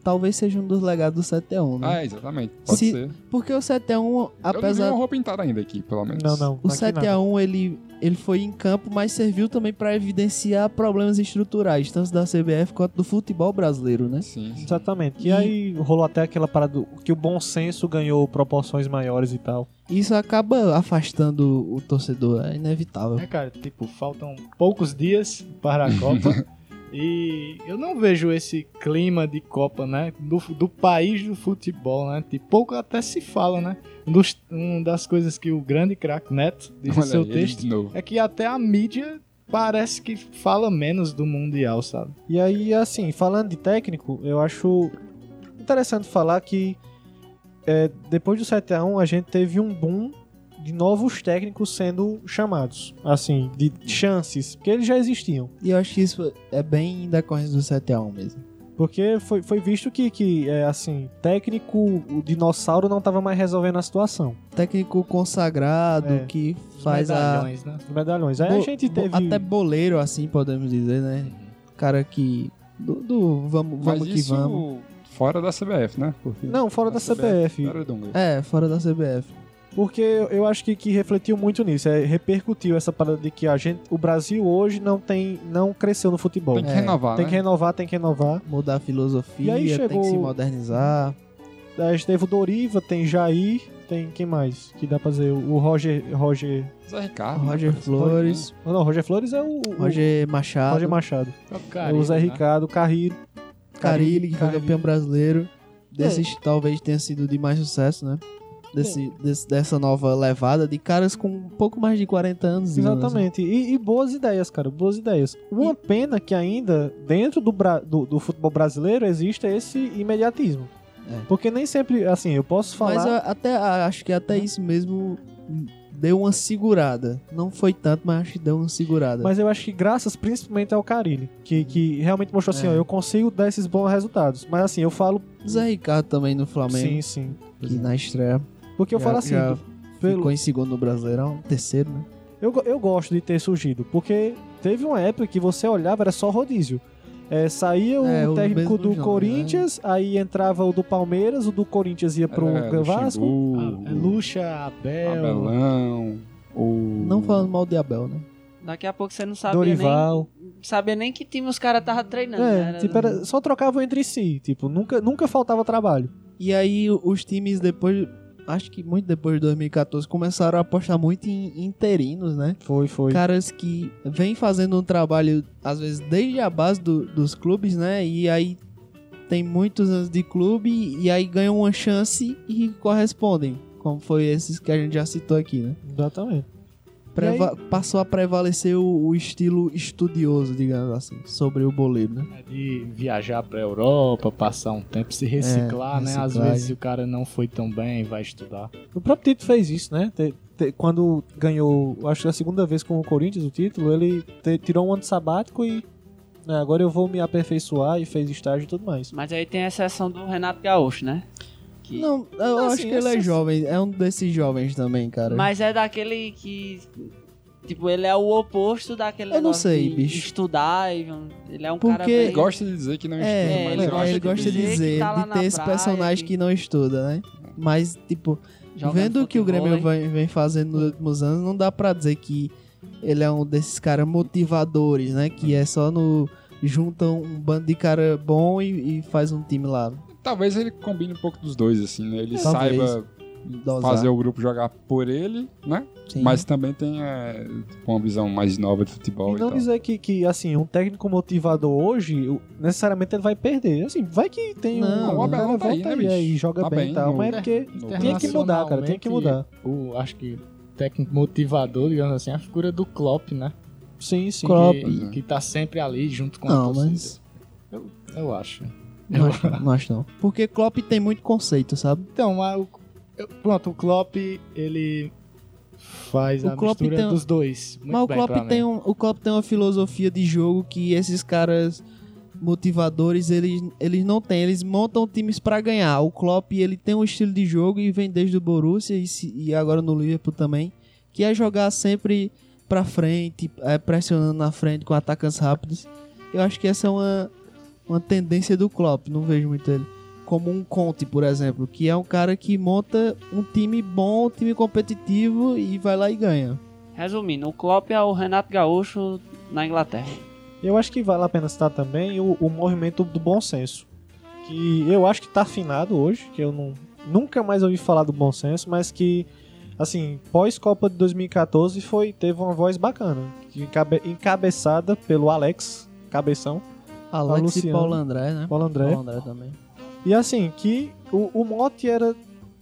Speaker 8: Talvez seja um dos legados do 7x1, né?
Speaker 6: Ah, exatamente. Pode
Speaker 8: Se-
Speaker 6: ser.
Speaker 8: Porque o 7x1,
Speaker 6: Eu não vi
Speaker 8: apesar.
Speaker 6: uma roupa pintada ainda aqui, pelo menos.
Speaker 7: Não, não.
Speaker 8: O é
Speaker 7: aqui não.
Speaker 8: 7x1, ele, ele foi em campo, mas serviu também pra evidenciar problemas estruturais, tanto da CBF quanto do futebol brasileiro, né?
Speaker 6: Sim, sim.
Speaker 7: Exatamente. E,
Speaker 8: E-
Speaker 7: aí rolou até aquela parada do- que o bom senso ganhou proporções maiores e tal.
Speaker 8: Isso acaba afastando o torcedor, é inevitável.
Speaker 9: É, cara, tipo, faltam poucos dias para a Copa. e eu não vejo esse clima de Copa, né? Do, do país do futebol, né? Tipo, pouco até se fala, né? Um dos- uma das coisas que o grande craque Neto diz no
Speaker 6: Olha
Speaker 9: seu
Speaker 6: aí, ele
Speaker 9: texto
Speaker 6: de novo.
Speaker 9: é que até a mídia parece que fala menos do Mundial, sabe?
Speaker 7: E aí, assim, falando de técnico, eu acho interessante falar que é, depois do 7x1 a gente teve um boom de novos técnicos sendo chamados, assim, de chances, porque eles já existiam.
Speaker 8: E eu acho que isso é bem da corrente do 7x1 mesmo.
Speaker 7: Porque foi, foi visto que, que é, assim, técnico, o dinossauro não estava mais resolvendo a situação.
Speaker 8: Técnico consagrado
Speaker 7: É.
Speaker 8: que
Speaker 9: Os
Speaker 8: faz a.
Speaker 9: medalhões, né?
Speaker 7: Os medalhões. Aí a
Speaker 8: Bo-
Speaker 7: gente
Speaker 8: bo-
Speaker 7: teve...
Speaker 8: Até boleiro, assim, podemos dizer, né? Cara que. Do, do vamos,
Speaker 6: Mas
Speaker 8: vamos que
Speaker 6: isso
Speaker 8: vamos.
Speaker 6: fora da CBF, né? Porque
Speaker 7: Não, fora da
Speaker 6: a
Speaker 7: CBF.
Speaker 6: Era do Dunga.
Speaker 8: É, fora da CBF.
Speaker 7: Porque eu eu acho que, que refletiu muito nisso, é, repercutiu essa parada de que a gente, o Brasil hoje não tem, não cresceu no futebol.
Speaker 6: Tem que
Speaker 8: É,
Speaker 6: renovar,
Speaker 7: Tem
Speaker 6: né?
Speaker 7: que renovar, tem que renovar.
Speaker 8: Mudar a filosofia,
Speaker 7: E aí
Speaker 8: tem
Speaker 7: chegou-
Speaker 8: que se modernizar.
Speaker 7: A gente teve o Doriva, tem Jair, tem quem mais que dá pra dizer? O Roger, Roger,
Speaker 6: Zé
Speaker 7: Ah,
Speaker 6: Ricardo. né?
Speaker 8: Roger
Speaker 6: Parece.
Speaker 8: Flores,
Speaker 7: não, não, Roger Flores é o, o-
Speaker 8: Roger
Speaker 7: o
Speaker 8: Machado,
Speaker 7: Roger Machado,
Speaker 9: Carilho,
Speaker 7: o Zé
Speaker 9: né?
Speaker 7: Ricardo, Carrilho,
Speaker 8: Carilli, que foi
Speaker 7: Carille.
Speaker 8: campeão brasileiro. Desses
Speaker 7: É.
Speaker 8: talvez tenha sido de mais sucesso, né? Desse, desse- dessa nova levada de caras com um pouco mais de 40 anos. digamos assim.
Speaker 7: Exatamente. E, e boas ideias, cara. Boas ideias. Uma pena que ainda, dentro do, bra- do, do futebol brasileiro, exista esse imediatismo.
Speaker 8: É.
Speaker 7: Porque nem sempre, assim, eu posso falar.
Speaker 8: Mas a- até, a- acho que até isso mesmo deu uma segurada. Não foi tanto, mas acho que deu uma segurada.
Speaker 7: Mas eu acho que graças principalmente ao Carilli, que, que realmente mostrou assim,
Speaker 8: É.
Speaker 7: ó, eu consigo dar esses bons resultados. Mas assim, eu falo
Speaker 8: Zé Ricardo também no Flamengo,
Speaker 7: sim, sim.
Speaker 8: que na estreia
Speaker 7: Porque eu
Speaker 8: já-
Speaker 7: falo assim,
Speaker 8: já
Speaker 7: pelo-
Speaker 8: ficou em segundo no Brasileirão, terceiro, né?
Speaker 7: eu, go- eu gosto de ter surgido, porque teve uma época que você olhava, era só rodízio. É, saía o
Speaker 8: É, o
Speaker 7: técnico
Speaker 8: mesmo
Speaker 7: do
Speaker 8: nome,
Speaker 7: Corinthians, aí entrava o do Palmeiras, o do Corinthians ia pro
Speaker 6: É,
Speaker 7: Vasco.
Speaker 6: Luxemburgo,
Speaker 8: é
Speaker 9: Ah, Lucha, Abel.
Speaker 6: Abelão. O...
Speaker 8: Não falando mal de Abel, né?
Speaker 3: Daqui a pouco você não sabia
Speaker 7: Dorival.
Speaker 3: nem. Sabia nem que time os caras estavam treinando.
Speaker 7: É,
Speaker 3: né? Era-
Speaker 7: tipo, era- só trocavam entre si, tipo, nunca, nunca faltava trabalho.
Speaker 8: E aí os times depois, acho que muito depois de 2014, começaram a apostar muito em interinos, né?
Speaker 7: Foi, foi.
Speaker 8: Caras que vêm fazendo um trabalho, às vezes, desde a base do- dos clubes, né? E aí tem muitos anos de clube e aí ganham uma chance e correspondem. Como foi esses que a gente já citou aqui, né?
Speaker 7: Exatamente.
Speaker 8: Preva- Passou a prevalecer o, o estilo estudioso, digamos assim, sobre o boleiro, né?
Speaker 9: É de viajar pra Europa, passar um tempo, se reciclar,
Speaker 8: É,
Speaker 9: né? Às
Speaker 8: reciclagem.
Speaker 9: vezes se o cara não foi tão bem, vai estudar.
Speaker 7: O próprio Tito fez isso, né? Te- te- quando ganhou, acho que a segunda vez com o Corinthians o título, ele te- tirou um ano sabático e né, agora eu vou me aperfeiçoar e fez estágio e tudo mais.
Speaker 3: Mas aí tem a exceção do Renato Gaúcho, né? Que-
Speaker 8: Não, eu
Speaker 7: Assim,
Speaker 8: acho que ele é
Speaker 7: essas-
Speaker 8: jovem, é um desses jovens também, cara.
Speaker 3: Mas é daquele que. Tipo, ele é o oposto daquele.
Speaker 8: Eu não
Speaker 3: negócio
Speaker 8: sei,
Speaker 3: de
Speaker 8: bicho.
Speaker 3: Estudar, e- ele é um cara.
Speaker 8: Porque-
Speaker 6: Ele
Speaker 3: bem-
Speaker 6: gosta de dizer que não estuda,
Speaker 8: É,
Speaker 6: mas
Speaker 3: ele
Speaker 6: eu acho
Speaker 8: ele
Speaker 6: que
Speaker 8: gosta de
Speaker 3: ele-
Speaker 8: dizer,
Speaker 3: que tá lá
Speaker 8: de
Speaker 3: na
Speaker 8: ter esse
Speaker 3: praia,
Speaker 8: personagem
Speaker 3: que-
Speaker 8: que não estuda, né? Mas, tipo,
Speaker 3: jogando
Speaker 8: vendo o que o
Speaker 3: futebol,
Speaker 8: Grêmio
Speaker 3: hein?
Speaker 8: vai- vem fazendo nos últimos anos, não dá pra dizer que ele é um desses caras motivadores, né? Que é só no. Juntam um bando de cara bom e, e faz um time lá.
Speaker 6: Talvez ele combine um pouco dos dois, assim, né? Ele
Speaker 8: Talvez.
Speaker 6: saiba
Speaker 8: Dosar.
Speaker 6: fazer o grupo jogar por ele, né?
Speaker 8: Sim.
Speaker 6: Mas também tem é, tipo, uma visão mais nova de futebol
Speaker 7: e
Speaker 6: e,
Speaker 7: não
Speaker 6: tal.
Speaker 7: dizer que, que, assim, um técnico motivador hoje, o- necessariamente ele vai perder. Assim, vai que tem
Speaker 8: Não,
Speaker 7: um.
Speaker 8: o
Speaker 7: um
Speaker 6: Abelão
Speaker 7: cara
Speaker 6: tá aí,
Speaker 7: volta
Speaker 6: né,
Speaker 7: e aí
Speaker 6: bicho?
Speaker 7: joga
Speaker 6: Tá
Speaker 7: bem
Speaker 6: bem
Speaker 7: e tal,
Speaker 6: no-
Speaker 7: mas é porque tinha que mudar, cara, tinha que mudar.
Speaker 9: O, acho que técnico-motivador, digamos assim, é a figura do Klopp, né?
Speaker 7: Sim, sim.
Speaker 8: Klopp,
Speaker 9: que,
Speaker 6: né?
Speaker 9: que tá sempre ali junto com a
Speaker 8: Não,
Speaker 9: torcida.
Speaker 8: mas.
Speaker 9: Eu acho.
Speaker 8: Não acho, não acho não. Porque Klopp tem muito conceito, sabe?
Speaker 9: Então, mas o- eu- pronto, o Klopp, ele faz
Speaker 8: O
Speaker 9: a
Speaker 8: Klopp
Speaker 9: mistura
Speaker 8: tem- um-
Speaker 9: dos dois. Muito
Speaker 8: Mas o
Speaker 9: bem
Speaker 8: Klopp,
Speaker 9: pra mim.
Speaker 8: tem um, o Klopp tem uma filosofia de jogo que esses caras motivadores eles, eles não têm, eles montam times pra ganhar. O Klopp ele tem um estilo de jogo e vem desde o Borussia e, se- e agora no Liverpool também, que é jogar sempre pra frente, é, pressionando na frente com ataques rápidos. Eu acho que essa é uma, uma tendência do Klopp, não vejo muito ele. Como um Conte, por exemplo, que é um cara que monta um time bom, um time competitivo e vai lá e ganha.
Speaker 3: Resumindo, o Klopp é o Renato Gaúcho na Inglaterra.
Speaker 7: Eu acho que vale a pena citar também o, o movimento do bom senso. Que eu acho que tá afinado hoje, que eu não, nunca mais ouvi falar do bom senso, mas que, assim, pós-Copa de 2014 foi, teve uma voz bacana. que encabe- encabeçada pelo Alex, cabeção,
Speaker 8: Alex e
Speaker 7: Luciano.
Speaker 8: Paulo André, né?
Speaker 7: Paulo André.
Speaker 8: Paulo André também.
Speaker 7: E assim, que o, o mote era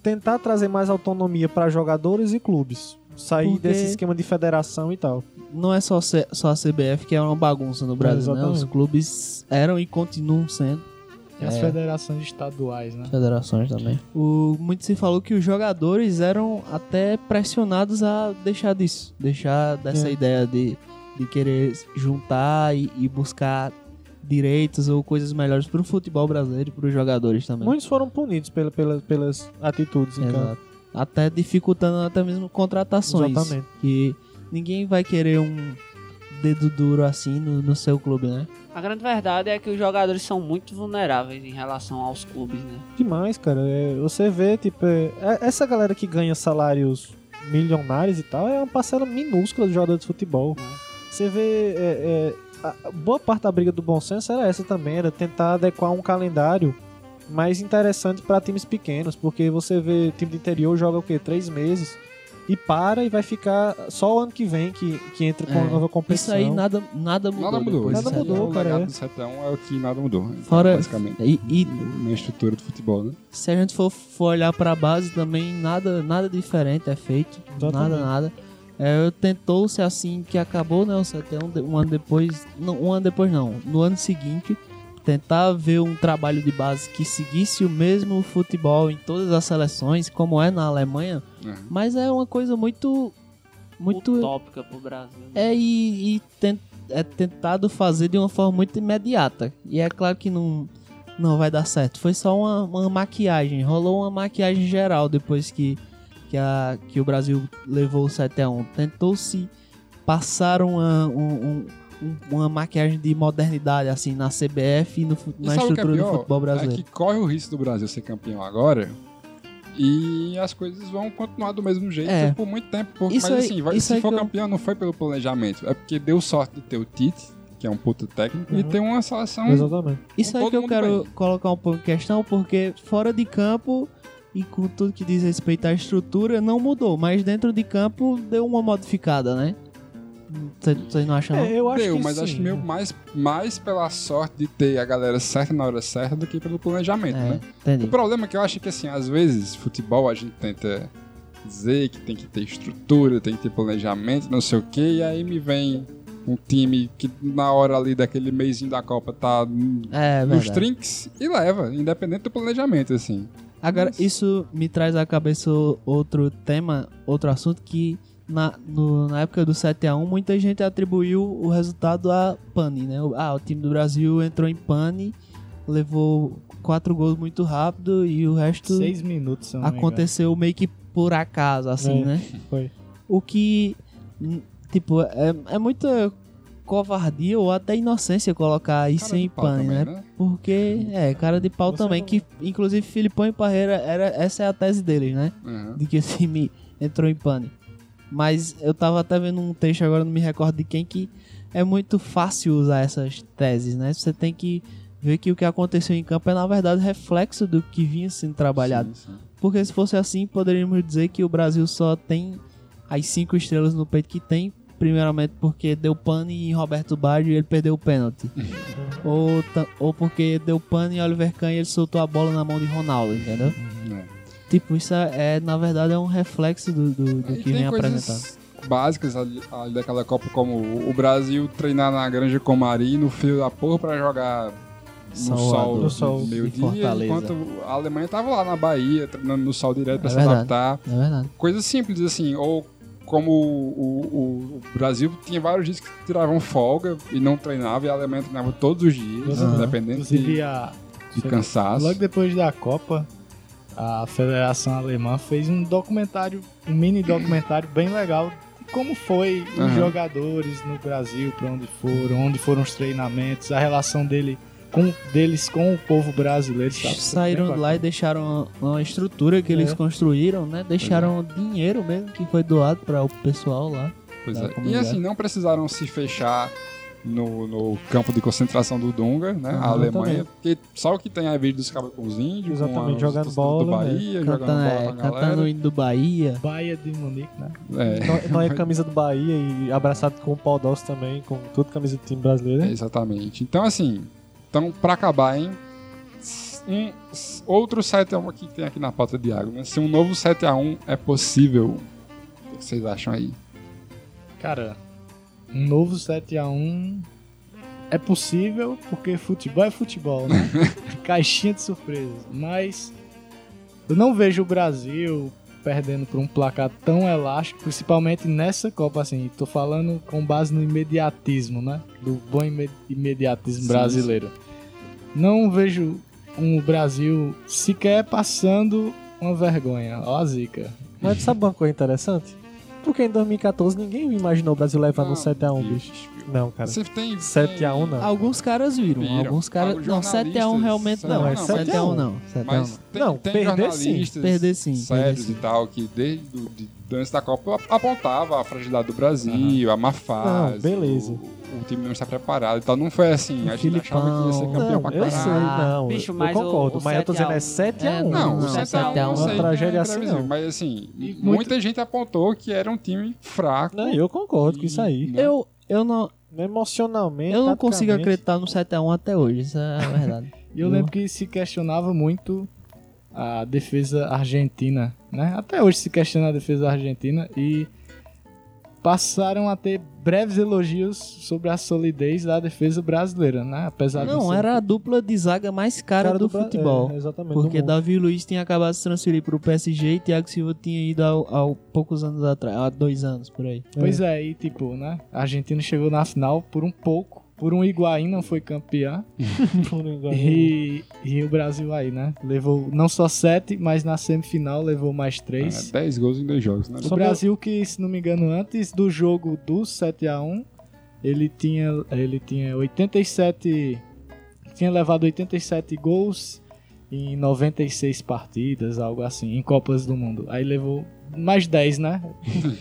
Speaker 7: tentar trazer mais autonomia para jogadores e clubes. Sair
Speaker 8: Porque-
Speaker 7: desse esquema de federação e tal.
Speaker 8: não é só, C- só a CBF que é uma bagunça no Brasil, né?
Speaker 7: Exatamente.
Speaker 8: Os clubes eram e continuam sendo
Speaker 9: E as
Speaker 8: É.
Speaker 9: federações estaduais, né?
Speaker 8: federações também. O, muito se falou que os jogadores eram até pressionados a deixar disso, deixar dessa
Speaker 7: É.
Speaker 8: ideia de, de querer juntar e, e buscar direitos ou coisas melhores para o futebol brasileiro e para os jogadores também.
Speaker 7: Muitos foram punidos pela, pela- pelas atitudes em campo.
Speaker 8: É. Exato. Até dificultando até mesmo contratações.
Speaker 7: Exatamente.
Speaker 8: Que ninguém vai querer um dedo duro assim no, no seu clube, né?
Speaker 3: A grande verdade é que os jogadores são muito vulneráveis em relação aos clubes, né?
Speaker 7: Demais, cara. É, você vê, tipo, é, é- essa galera que ganha salários milionários e tal é uma parcela minúscula dos jogadores de futebol. Você vê. é, é, a- boa parte da briga do bom senso era essa também, era tentar adequar um calendário mais interessante pra times pequenos, porque você vê time do interior joga o quê? Três meses e para e vai ficar só o ano que vem que, que entra com
Speaker 8: É.
Speaker 7: a nova
Speaker 8: Isso
Speaker 7: competição.
Speaker 8: aí nada, nada mudou. um
Speaker 6: Nada mudou.
Speaker 8: depois
Speaker 7: Nada
Speaker 8: disso aí.
Speaker 7: mudou,
Speaker 6: o
Speaker 7: cara,
Speaker 6: legado
Speaker 7: é.
Speaker 6: do 7 a 1 é o que nada mudou. então,
Speaker 8: Fora-
Speaker 6: Basicamente.
Speaker 8: E, e
Speaker 6: Na estrutura do futebol, né?
Speaker 8: se a gente for, for olhar pra base também, nada, nada diferente é feito. Nada,
Speaker 7: Totalmente.
Speaker 8: nada. É, Tentou-se assim que acabou, né? O 7 um, de- um ano depois. Não, um ano depois não. No ano seguinte, tentar ver um trabalho de base que seguisse o mesmo futebol em todas as seleções, como é na Alemanha.
Speaker 6: É.
Speaker 8: Mas é uma coisa muito. Muito
Speaker 3: Utópica pro Brasil. né?
Speaker 8: é, e, e ten- é tentado fazer de uma forma muito imediata. E é claro que não, não vai dar certo. Foi só uma, uma maquiagem. Rolou uma maquiagem geral depois que, que, a, que o Brasil levou o 7x1. Tentou-se passar uma, um- um- um- uma maquiagem de modernidade, assim, na CBF e no, fu-
Speaker 6: E
Speaker 8: na
Speaker 6: sabe o que é
Speaker 8: estrutura do
Speaker 6: pior?
Speaker 8: futebol
Speaker 6: É
Speaker 8: brasileiro.
Speaker 6: que corre o risco do Brasil ser campeão agora e as coisas vão continuar do mesmo jeito
Speaker 8: É.
Speaker 6: por muito tempo. Porque,
Speaker 8: Isso
Speaker 6: mas
Speaker 8: aí-
Speaker 6: assim, vai-
Speaker 8: isso
Speaker 6: se
Speaker 8: aí
Speaker 6: for
Speaker 8: que eu-
Speaker 6: campeão não foi pelo planejamento, é porque deu sorte de ter o Tite, que é um puto técnico, e
Speaker 7: Uhum.
Speaker 6: tem uma seleção
Speaker 7: Exatamente.
Speaker 8: Isso aí
Speaker 6: todo
Speaker 8: que eu
Speaker 6: mundo
Speaker 8: quero
Speaker 6: bem.
Speaker 8: colocar um pouco em questão, porque fora de campo e com tudo que diz respeito à estrutura, não mudou, mas dentro de campo deu uma modificada, né? Vocês não acham? não?
Speaker 7: É, eu acho
Speaker 6: Então, Deu,
Speaker 7: que
Speaker 6: mas
Speaker 7: sim.
Speaker 6: acho que meio mais, mais pela sorte de ter a galera certa na hora certa do que pelo planejamento,
Speaker 8: É,
Speaker 6: né? O
Speaker 8: entendi.
Speaker 6: problema é que eu acho que, assim, às vezes, futebol a gente tenta dizer que tem que ter estrutura, tem que ter planejamento, não sei o quê, e aí me vem um time que na hora ali daquele mêsinho da Copa tá
Speaker 8: É,
Speaker 6: nos
Speaker 8: verdade.
Speaker 6: trinques e leva, independente do planejamento, assim.
Speaker 8: Agora, isso me traz à cabeça o- outro tema, outro assunto que na, no- na época do 7x1 muita gente atribuiu o resultado a pane, né? O- Ah, o time do Brasil entrou em pane, levou quatro gols muito rápido e o resto...
Speaker 9: Seis minutos, se eu não me engano.
Speaker 8: aconteceu meio que por acaso, assim,
Speaker 7: É,
Speaker 8: né?
Speaker 7: foi.
Speaker 8: O que, hum, tipo, é, é muita covardia ou até inocência colocar isso
Speaker 6: Cara de
Speaker 8: em
Speaker 6: pau
Speaker 8: pane,
Speaker 6: também,
Speaker 8: né? Porque, é, cara de pau
Speaker 7: Você
Speaker 8: também,
Speaker 7: não-
Speaker 8: que inclusive Filipão e Parreira, era, essa é a tese deles, né?
Speaker 6: Uhum.
Speaker 8: de que o time entrou em pane. Mas eu tava até vendo um texto agora, não me recordo de quem, que é muito fácil usar essas teses, né? Você tem que ver que o que aconteceu em campo é, na verdade, reflexo do que vinha sendo trabalhado.
Speaker 6: Sim, sim.
Speaker 8: Porque se fosse assim, poderíamos dizer que o Brasil só tem as cinco estrelas no peito que tem, primeiramente porque deu pane em Roberto Baggio e ele perdeu o pênalti.
Speaker 6: Uhum.
Speaker 8: ou, ta- ou porque deu pane em Oliver Kahn e ele soltou a bola na mão de Ronaldo, entendeu?
Speaker 6: É.
Speaker 8: Tipo, isso é, é, na verdade, é um reflexo do, do, do
Speaker 6: E
Speaker 8: que vem
Speaker 6: tem
Speaker 8: apresentado.
Speaker 6: coisas básicas ali, ali daquela Copa, como o Brasil treinar na Granja Comari no frio da porra pra jogar no
Speaker 8: Salvador.
Speaker 6: sol,
Speaker 7: No sol.
Speaker 6: meio
Speaker 8: Em
Speaker 6: dia,
Speaker 8: Fortaleza.
Speaker 6: enquanto a Alemanha tava lá na Bahia, treinando no sol direto pra
Speaker 8: É
Speaker 6: se
Speaker 8: verdade.
Speaker 6: adaptar.
Speaker 8: É verdade.
Speaker 6: Coisas simples, assim, ou como o, o- o Brasil tinha vários dias que tiravam folga e não treinava, e a Alemanha treinava todos os dias,
Speaker 9: Aham.
Speaker 6: dependendo
Speaker 9: Inclusive,
Speaker 6: de,
Speaker 9: a,
Speaker 6: de cansaço.
Speaker 9: logo depois da Copa, a Federação Alemã fez um documentário, um mini documentário bem legal de como foi os
Speaker 6: Aham.
Speaker 9: jogadores no Brasil, pra onde foram, onde foram os treinamentos, a relação dele com, deles com o povo brasileiro. Sabe? Foi
Speaker 8: Saíram
Speaker 6: é
Speaker 9: bem
Speaker 8: de lá e deixaram uma estrutura que eles
Speaker 9: É.
Speaker 8: construíram, né? Deixaram
Speaker 6: é.
Speaker 8: dinheiro mesmo que foi doado para o pessoal lá.
Speaker 6: Pois é.
Speaker 8: Da
Speaker 6: E
Speaker 8: comunidade.
Speaker 6: assim, não precisaram se fechar no, no campo de concentração do Dunga, né?
Speaker 8: Aham,
Speaker 6: a Alemanha, porque só o que tem a vídeo dos cabos com os índios, com
Speaker 7: Exatamente,
Speaker 6: a-
Speaker 7: jogando
Speaker 6: os torcedores do
Speaker 7: bola, né?
Speaker 6: Bahia, jogando
Speaker 8: Cantando, é,
Speaker 6: bola na
Speaker 8: cantando o
Speaker 6: galera.
Speaker 8: hino do Bahia.
Speaker 9: Baia de Munique, né?
Speaker 6: É,
Speaker 7: Então, então é camisa do Bahia e abraçado com o Paul Dawson também, com toda camisa do time brasileiro. né?
Speaker 6: exatamente. Então assim, então pra acabar, hein? Um, outro 7x1 que tem aqui na pauta de água, né? Se um novo 7x1 é possível, o que vocês acham aí?
Speaker 9: Cara, um novo 7x1 é possível, porque futebol é futebol, né? Caixinha de surpresas. Mas eu não vejo o Brasil perdendo por um placar tão elástico, principalmente nessa Copa, assim. Tô falando com base no imediatismo, né? Do bom imed- imediatismo
Speaker 6: Sim,
Speaker 9: brasileiro. Não vejo um Brasil sequer passando uma vergonha. Ó a zica.
Speaker 7: Mas sabe uma coisa interessante? Porque em 2014 ninguém imaginou o Brasil levando um
Speaker 6: Ah,
Speaker 7: 7x1,
Speaker 6: viu?
Speaker 7: bicho. Não, cara.
Speaker 6: Você tem
Speaker 7: 7x1 não.
Speaker 8: Alguns caras viram,
Speaker 6: Viram.
Speaker 8: alguns caras.
Speaker 6: Alguns
Speaker 8: Não, 7x1
Speaker 6: jornalistas,
Speaker 8: realmente não.
Speaker 7: não, é
Speaker 8: 7x1 não. 7x1
Speaker 6: Mas
Speaker 8: não.
Speaker 6: tem,
Speaker 7: Não,
Speaker 6: tem
Speaker 7: perder sim.
Speaker 6: jornalistas
Speaker 8: Perder sim, perder
Speaker 6: sérios
Speaker 8: sim.
Speaker 6: e tal que desde do, de, antes da Copa ap- apontava a fragilidade do Brasil, a má fase.
Speaker 7: beleza.
Speaker 6: O, o time não está preparado e tal. Não foi assim.
Speaker 8: O
Speaker 6: A gente achava que ia ser
Speaker 8: Filipão.
Speaker 6: campeão
Speaker 7: Não,
Speaker 6: pra
Speaker 7: eu
Speaker 6: caralho.
Speaker 7: sei,
Speaker 8: Ah,
Speaker 7: não.
Speaker 3: bicho,
Speaker 7: eu
Speaker 3: mas o-
Speaker 7: concordo,
Speaker 3: o
Speaker 7: mas eu tô dizendo é
Speaker 3: 7x1.
Speaker 7: 7x1.
Speaker 8: É,
Speaker 6: Não, o
Speaker 8: Não,
Speaker 6: 7x1
Speaker 8: 7x1
Speaker 6: não sei,
Speaker 7: tragédia
Speaker 6: é
Speaker 7: assim, não.
Speaker 6: previsível, Mas assim,
Speaker 9: E
Speaker 6: muita gente apontou que era um time fraco.
Speaker 7: Não, né? eu concordo com isso aí.
Speaker 6: né?
Speaker 8: Eu, eu não,
Speaker 7: Emocionalmente,
Speaker 8: eu não consigo
Speaker 7: taticamente,
Speaker 8: acreditar no 7x1 até hoje, isso é a verdade.
Speaker 9: E eu
Speaker 8: Boa.
Speaker 9: lembro que se questionava muito a defesa argentina, né? Até hoje se questiona a defesa argentina e passaram a ter breves elogios sobre a solidez da defesa brasileira, né? Apesar de
Speaker 8: Não,
Speaker 9: ser-
Speaker 8: era a dupla de zaga mais cara, do,
Speaker 7: Bra-
Speaker 8: futebol.
Speaker 7: É, exatamente.
Speaker 8: Porque
Speaker 7: do mundo.
Speaker 8: Davi Luiz tinha acabado de se transferir pro PSG e Thiago Silva tinha ido ao, ao poucos anos atrás, há dois anos por aí.
Speaker 9: Pois é, e tipo, né? A Argentina chegou na final por um pouco, por um Higuaín não foi campeã. E, e o Brasil aí, né? Levou não só sete, mas na semifinal levou mais três.
Speaker 8: Ah,
Speaker 6: É, 10 gols em dois jogos, né?
Speaker 9: O Brasil que, se não me engano, antes do jogo do 7x1, ele tinha, ele tinha 87... Tinha levado 87 gols em 96 partidas, algo assim, em Copas do Mundo. Aí levou mais 10, né?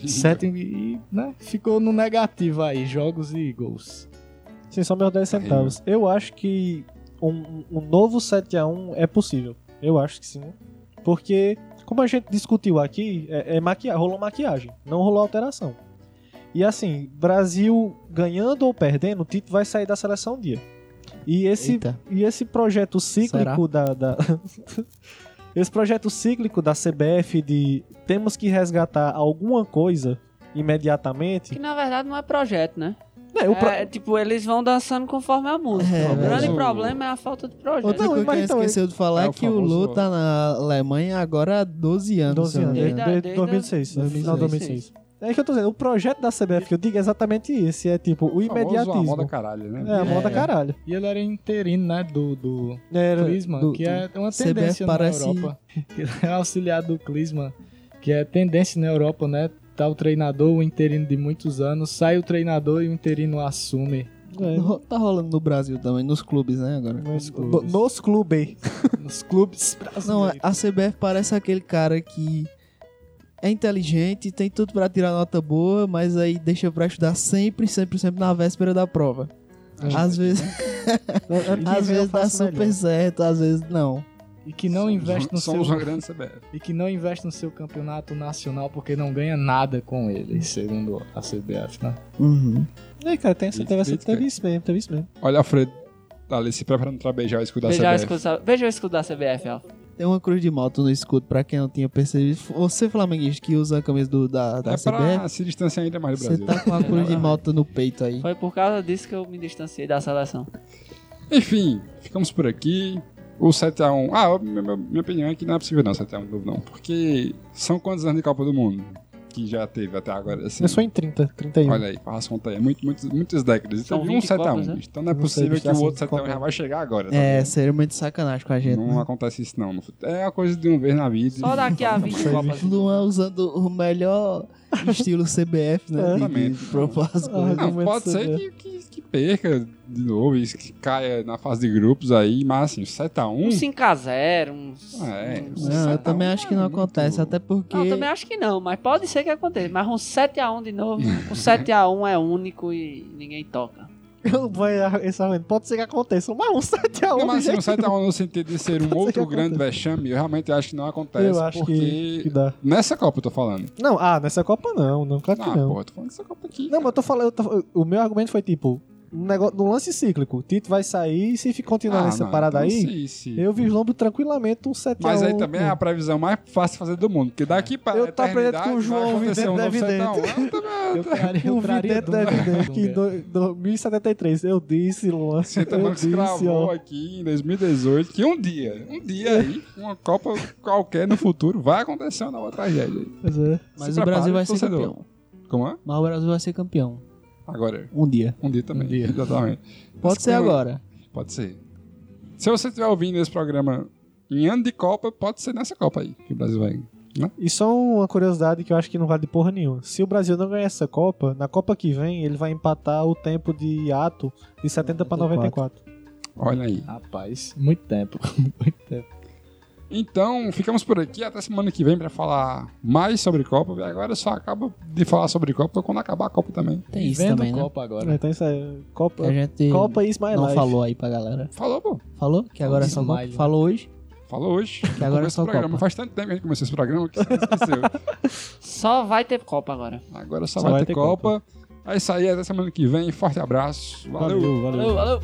Speaker 9: 7 e né? ficou no negativo aí, jogos e gols.
Speaker 7: Sim, só meus 10 centavos. Eu acho que um, um novo 7x1 é possível. Eu acho que sim. Porque, como a gente discutiu aqui, é, é maquia- rolou maquiagem, não rolou alteração. E assim, Brasil ganhando ou perdendo, o Tito vai sair da seleção um dia. E esse,
Speaker 8: Eita.
Speaker 7: e esse projeto
Speaker 8: Será?
Speaker 7: cíclico da, da- esse projeto cíclico da CBF de temos que resgatar alguma coisa
Speaker 3: Que
Speaker 7: imediatamente.
Speaker 3: na verdade não é projeto, né?
Speaker 7: É, o pro-
Speaker 3: É, tipo, eles vão dançando conforme a música.
Speaker 8: É,
Speaker 3: o grande
Speaker 6: mas-
Speaker 3: problema é a falta de projeto.
Speaker 8: Outra
Speaker 7: Não,
Speaker 8: coisa que a
Speaker 7: mas
Speaker 8: gente
Speaker 7: então,
Speaker 8: esqueceu de falar
Speaker 6: é
Speaker 8: é,
Speaker 6: o
Speaker 8: que o
Speaker 6: famoso-
Speaker 8: Lô tá na Alemanha agora há 12 anos.
Speaker 7: 12
Speaker 8: se eu não
Speaker 7: É,
Speaker 8: me
Speaker 7: anos, desde,
Speaker 8: engano.
Speaker 3: Desde a-
Speaker 7: desde
Speaker 3: desde
Speaker 7: 2006, no final de
Speaker 3: 2006.
Speaker 7: 2006. É que eu tô dizendo, o projeto da CBF que eu digo é exatamente esse, é tipo o
Speaker 6: Famoso, a moda
Speaker 7: imediatismo.
Speaker 6: caralho, né?
Speaker 7: É, a moda
Speaker 8: É.
Speaker 7: caralho.
Speaker 9: E ele era interino, né, do, do
Speaker 7: Era
Speaker 9: Klinsmann,
Speaker 7: do-
Speaker 9: que é uma
Speaker 8: CBF
Speaker 9: tendência na
Speaker 8: parece-
Speaker 9: Europa. Ele é auxiliar do Klinsmann, que é tendência na Europa, né? Tá o treinador, o interino de muitos anos, sai o treinador e o interino assume.
Speaker 7: é,
Speaker 8: Ro- Tá rolando no Brasil também, nos clubes, né, agora?
Speaker 7: nos
Speaker 9: clubes.
Speaker 7: no- Nos clubes.
Speaker 9: Nos clubes
Speaker 8: Não,
Speaker 9: brasileiros.
Speaker 8: a CBF parece aquele cara que é inteligente, tem tudo pra tirar nota boa, mas aí deixa pra estudar sempre, sempre, sempre na véspera da prova. Às vezes,
Speaker 7: Ano que
Speaker 8: às
Speaker 7: vem eu
Speaker 8: vezes dá
Speaker 7: faço
Speaker 8: super
Speaker 7: melhor.
Speaker 8: certo, às vezes não.
Speaker 9: E que não investe no seu
Speaker 6: Somos uma grande CBF.
Speaker 9: e que não investe no seu campeonato nacional porque não ganha nada com ele, segundo a CBF, né?
Speaker 7: É, cara, tem essa, teve, essa,
Speaker 6: Crítica.
Speaker 7: teve isso mesmo, teve isso mesmo.
Speaker 6: Olha, Alfredo, tá ali se preparando pra beijar o escudo da
Speaker 3: Veja o,
Speaker 6: CBF.
Speaker 3: escudo, da- veja o escudo da CBF, ó.
Speaker 8: Tem uma cruz de moto no escudo, pra quem não tinha percebido. Você, flamenguista, que usa a camisa do- da, da
Speaker 6: É pra
Speaker 8: CBF,
Speaker 6: se distanciar ainda mais do
Speaker 8: você
Speaker 6: Brasil. É
Speaker 8: tá com a cruz de moto no peito aí.
Speaker 3: Foi por causa disso que eu me distanciei da seleção.
Speaker 6: Enfim, ficamos por aqui. O 7x1. Ah, minha, minha- minha opinião é que não é possível não, 7x1 novo não. Porque são quantos anos de Copa do Mundo? que já teve até agora. Assim.
Speaker 7: Começou em um. 30, 31.
Speaker 6: Olha aí, passa conta aí. Muito, muitos, muitas décadas. Então,
Speaker 3: São
Speaker 6: um
Speaker 3: 20 e
Speaker 6: 7x1.
Speaker 3: poucos, né?
Speaker 6: Então não é
Speaker 7: Não sei,
Speaker 6: possível
Speaker 7: bicho,
Speaker 6: que
Speaker 7: tá
Speaker 6: o
Speaker 7: assim,
Speaker 6: outro 7x1
Speaker 7: qual-
Speaker 6: já vai chegar agora. tá
Speaker 8: É,
Speaker 6: vendo?
Speaker 8: seria muito sacanagem com a gente,
Speaker 6: Não
Speaker 8: né?
Speaker 6: acontece isso, não. no fute- É uma coisa de uma vez na vida.
Speaker 3: Só daqui a 20 Copas.
Speaker 8: Luan usando o melhor estilo CBF, né? De,
Speaker 6: É. Exatamente.
Speaker 8: de propor as
Speaker 7: Ah,
Speaker 8: coisas.
Speaker 6: Não, pode ser que, que, que perca de novo, isso que caia na fase de grupos aí, mas assim,
Speaker 3: Um
Speaker 6: 7x1.
Speaker 3: 5x0, uns.
Speaker 6: Ah, é.
Speaker 3: uns-
Speaker 8: Não, eu também acho que não
Speaker 6: muito-
Speaker 8: acontece, até porque.
Speaker 3: Não, eu também acho que não, mas pode ser que aconteça. Mas um 7x1 de novo. Um 7x1 é único e ninguém toca.
Speaker 9: Eu vou errar esse argumento. Pode ser que aconteça, mas um 7 a 1
Speaker 6: Não, mas
Speaker 7: é
Speaker 6: assim, um 7x1 no sentido de ser um outro grande vexame, eu realmente acho que não acontece.
Speaker 7: Eu acho
Speaker 6: porque.
Speaker 7: que dá.
Speaker 6: Nessa Copa eu tô falando.
Speaker 7: Não, ah, nessa Copa não, não, claro que
Speaker 6: Ah,
Speaker 7: não.
Speaker 6: porra, tô falando dessa Copa aqui.
Speaker 7: Não, mas eu tô falando, eu tô- o meu argumento foi tipo, um negócio, no lance cíclico, o Tito vai sair e se fi- continuar
Speaker 6: Ah,
Speaker 7: é nessa
Speaker 6: não,
Speaker 7: parada
Speaker 6: então
Speaker 7: aí,
Speaker 6: sim, sim.
Speaker 7: eu vislumbro tranquilamente um 7
Speaker 6: Mas
Speaker 7: a 1,
Speaker 6: aí também é a previsão mais fácil de fazer do mundo, porque daqui pra
Speaker 7: Eu tô aprendendo
Speaker 6: eternidade
Speaker 7: com o João
Speaker 6: vai acontecer
Speaker 7: Vidente
Speaker 6: um
Speaker 7: da
Speaker 6: novo
Speaker 7: Vidente.
Speaker 6: 7x1. Eu também-
Speaker 9: Eu traria,
Speaker 7: O
Speaker 9: eu traria
Speaker 7: Vidente
Speaker 9: Dunga.
Speaker 7: deve dizer que em
Speaker 9: Dunga.
Speaker 7: do- 2073, eu disse, Luan.
Speaker 6: Senta
Speaker 7: eu
Speaker 6: Banco
Speaker 7: disse,
Speaker 6: escravou
Speaker 7: ó.
Speaker 6: aqui em 2018 que um dia, um dia aí, uma Copa qualquer no futuro vai acontecer uma nova tragédia. aí.
Speaker 9: Pois é.
Speaker 8: Mas
Speaker 6: Se
Speaker 8: o Brasil
Speaker 6: prepare,
Speaker 8: vai ser
Speaker 6: torcedor.
Speaker 8: campeão.
Speaker 6: Como é?
Speaker 8: Mas o Brasil vai ser campeão.
Speaker 6: Agora,
Speaker 8: Um dia.
Speaker 6: um dia também. Exatamente.
Speaker 8: Pode
Speaker 6: Mas
Speaker 8: ser
Speaker 6: como- é?
Speaker 8: agora.
Speaker 6: Pode ser. Se você estiver ouvindo esse programa em ano de Copa, pode ser nessa Copa aí que o Brasil vai.
Speaker 7: E só uma curiosidade que eu acho que não vale de porra nenhuma. Se o Brasil não ganhar essa Copa, na Copa que vem ele vai empatar o tempo de ato de 70 pra 94.
Speaker 6: Olha aí.
Speaker 9: Rapaz, muito tempo. muito tempo.
Speaker 6: Então, ficamos por aqui até semana que vem pra falar mais sobre Copa. E Agora só acaba de falar sobre Copa quando acabar a Copa também.
Speaker 8: Tem isso
Speaker 9: Tá Vendo
Speaker 8: também, né?
Speaker 9: Copa agora.
Speaker 7: Então isso é
Speaker 8: Que a
Speaker 7: Copa,
Speaker 8: gente
Speaker 7: Copa is my
Speaker 8: não
Speaker 7: life.
Speaker 8: falou aí pra galera.
Speaker 6: Falou, pô.
Speaker 8: Falou? Que agora é só
Speaker 9: Smile.
Speaker 8: Copa? Falou hoje?
Speaker 6: Falou hoje.
Speaker 8: Que agora é
Speaker 6: Começou
Speaker 8: só
Speaker 6: o programa.
Speaker 8: Copa.
Speaker 6: Faz tanto tempo que a gente começou esse programa que você esqueceu.
Speaker 3: Só vai ter Copa agora.
Speaker 6: Agora só, vai, ter, Copa. É isso aí, até semana que vem. Forte abraço. Valeu.
Speaker 3: Valeu, valeu.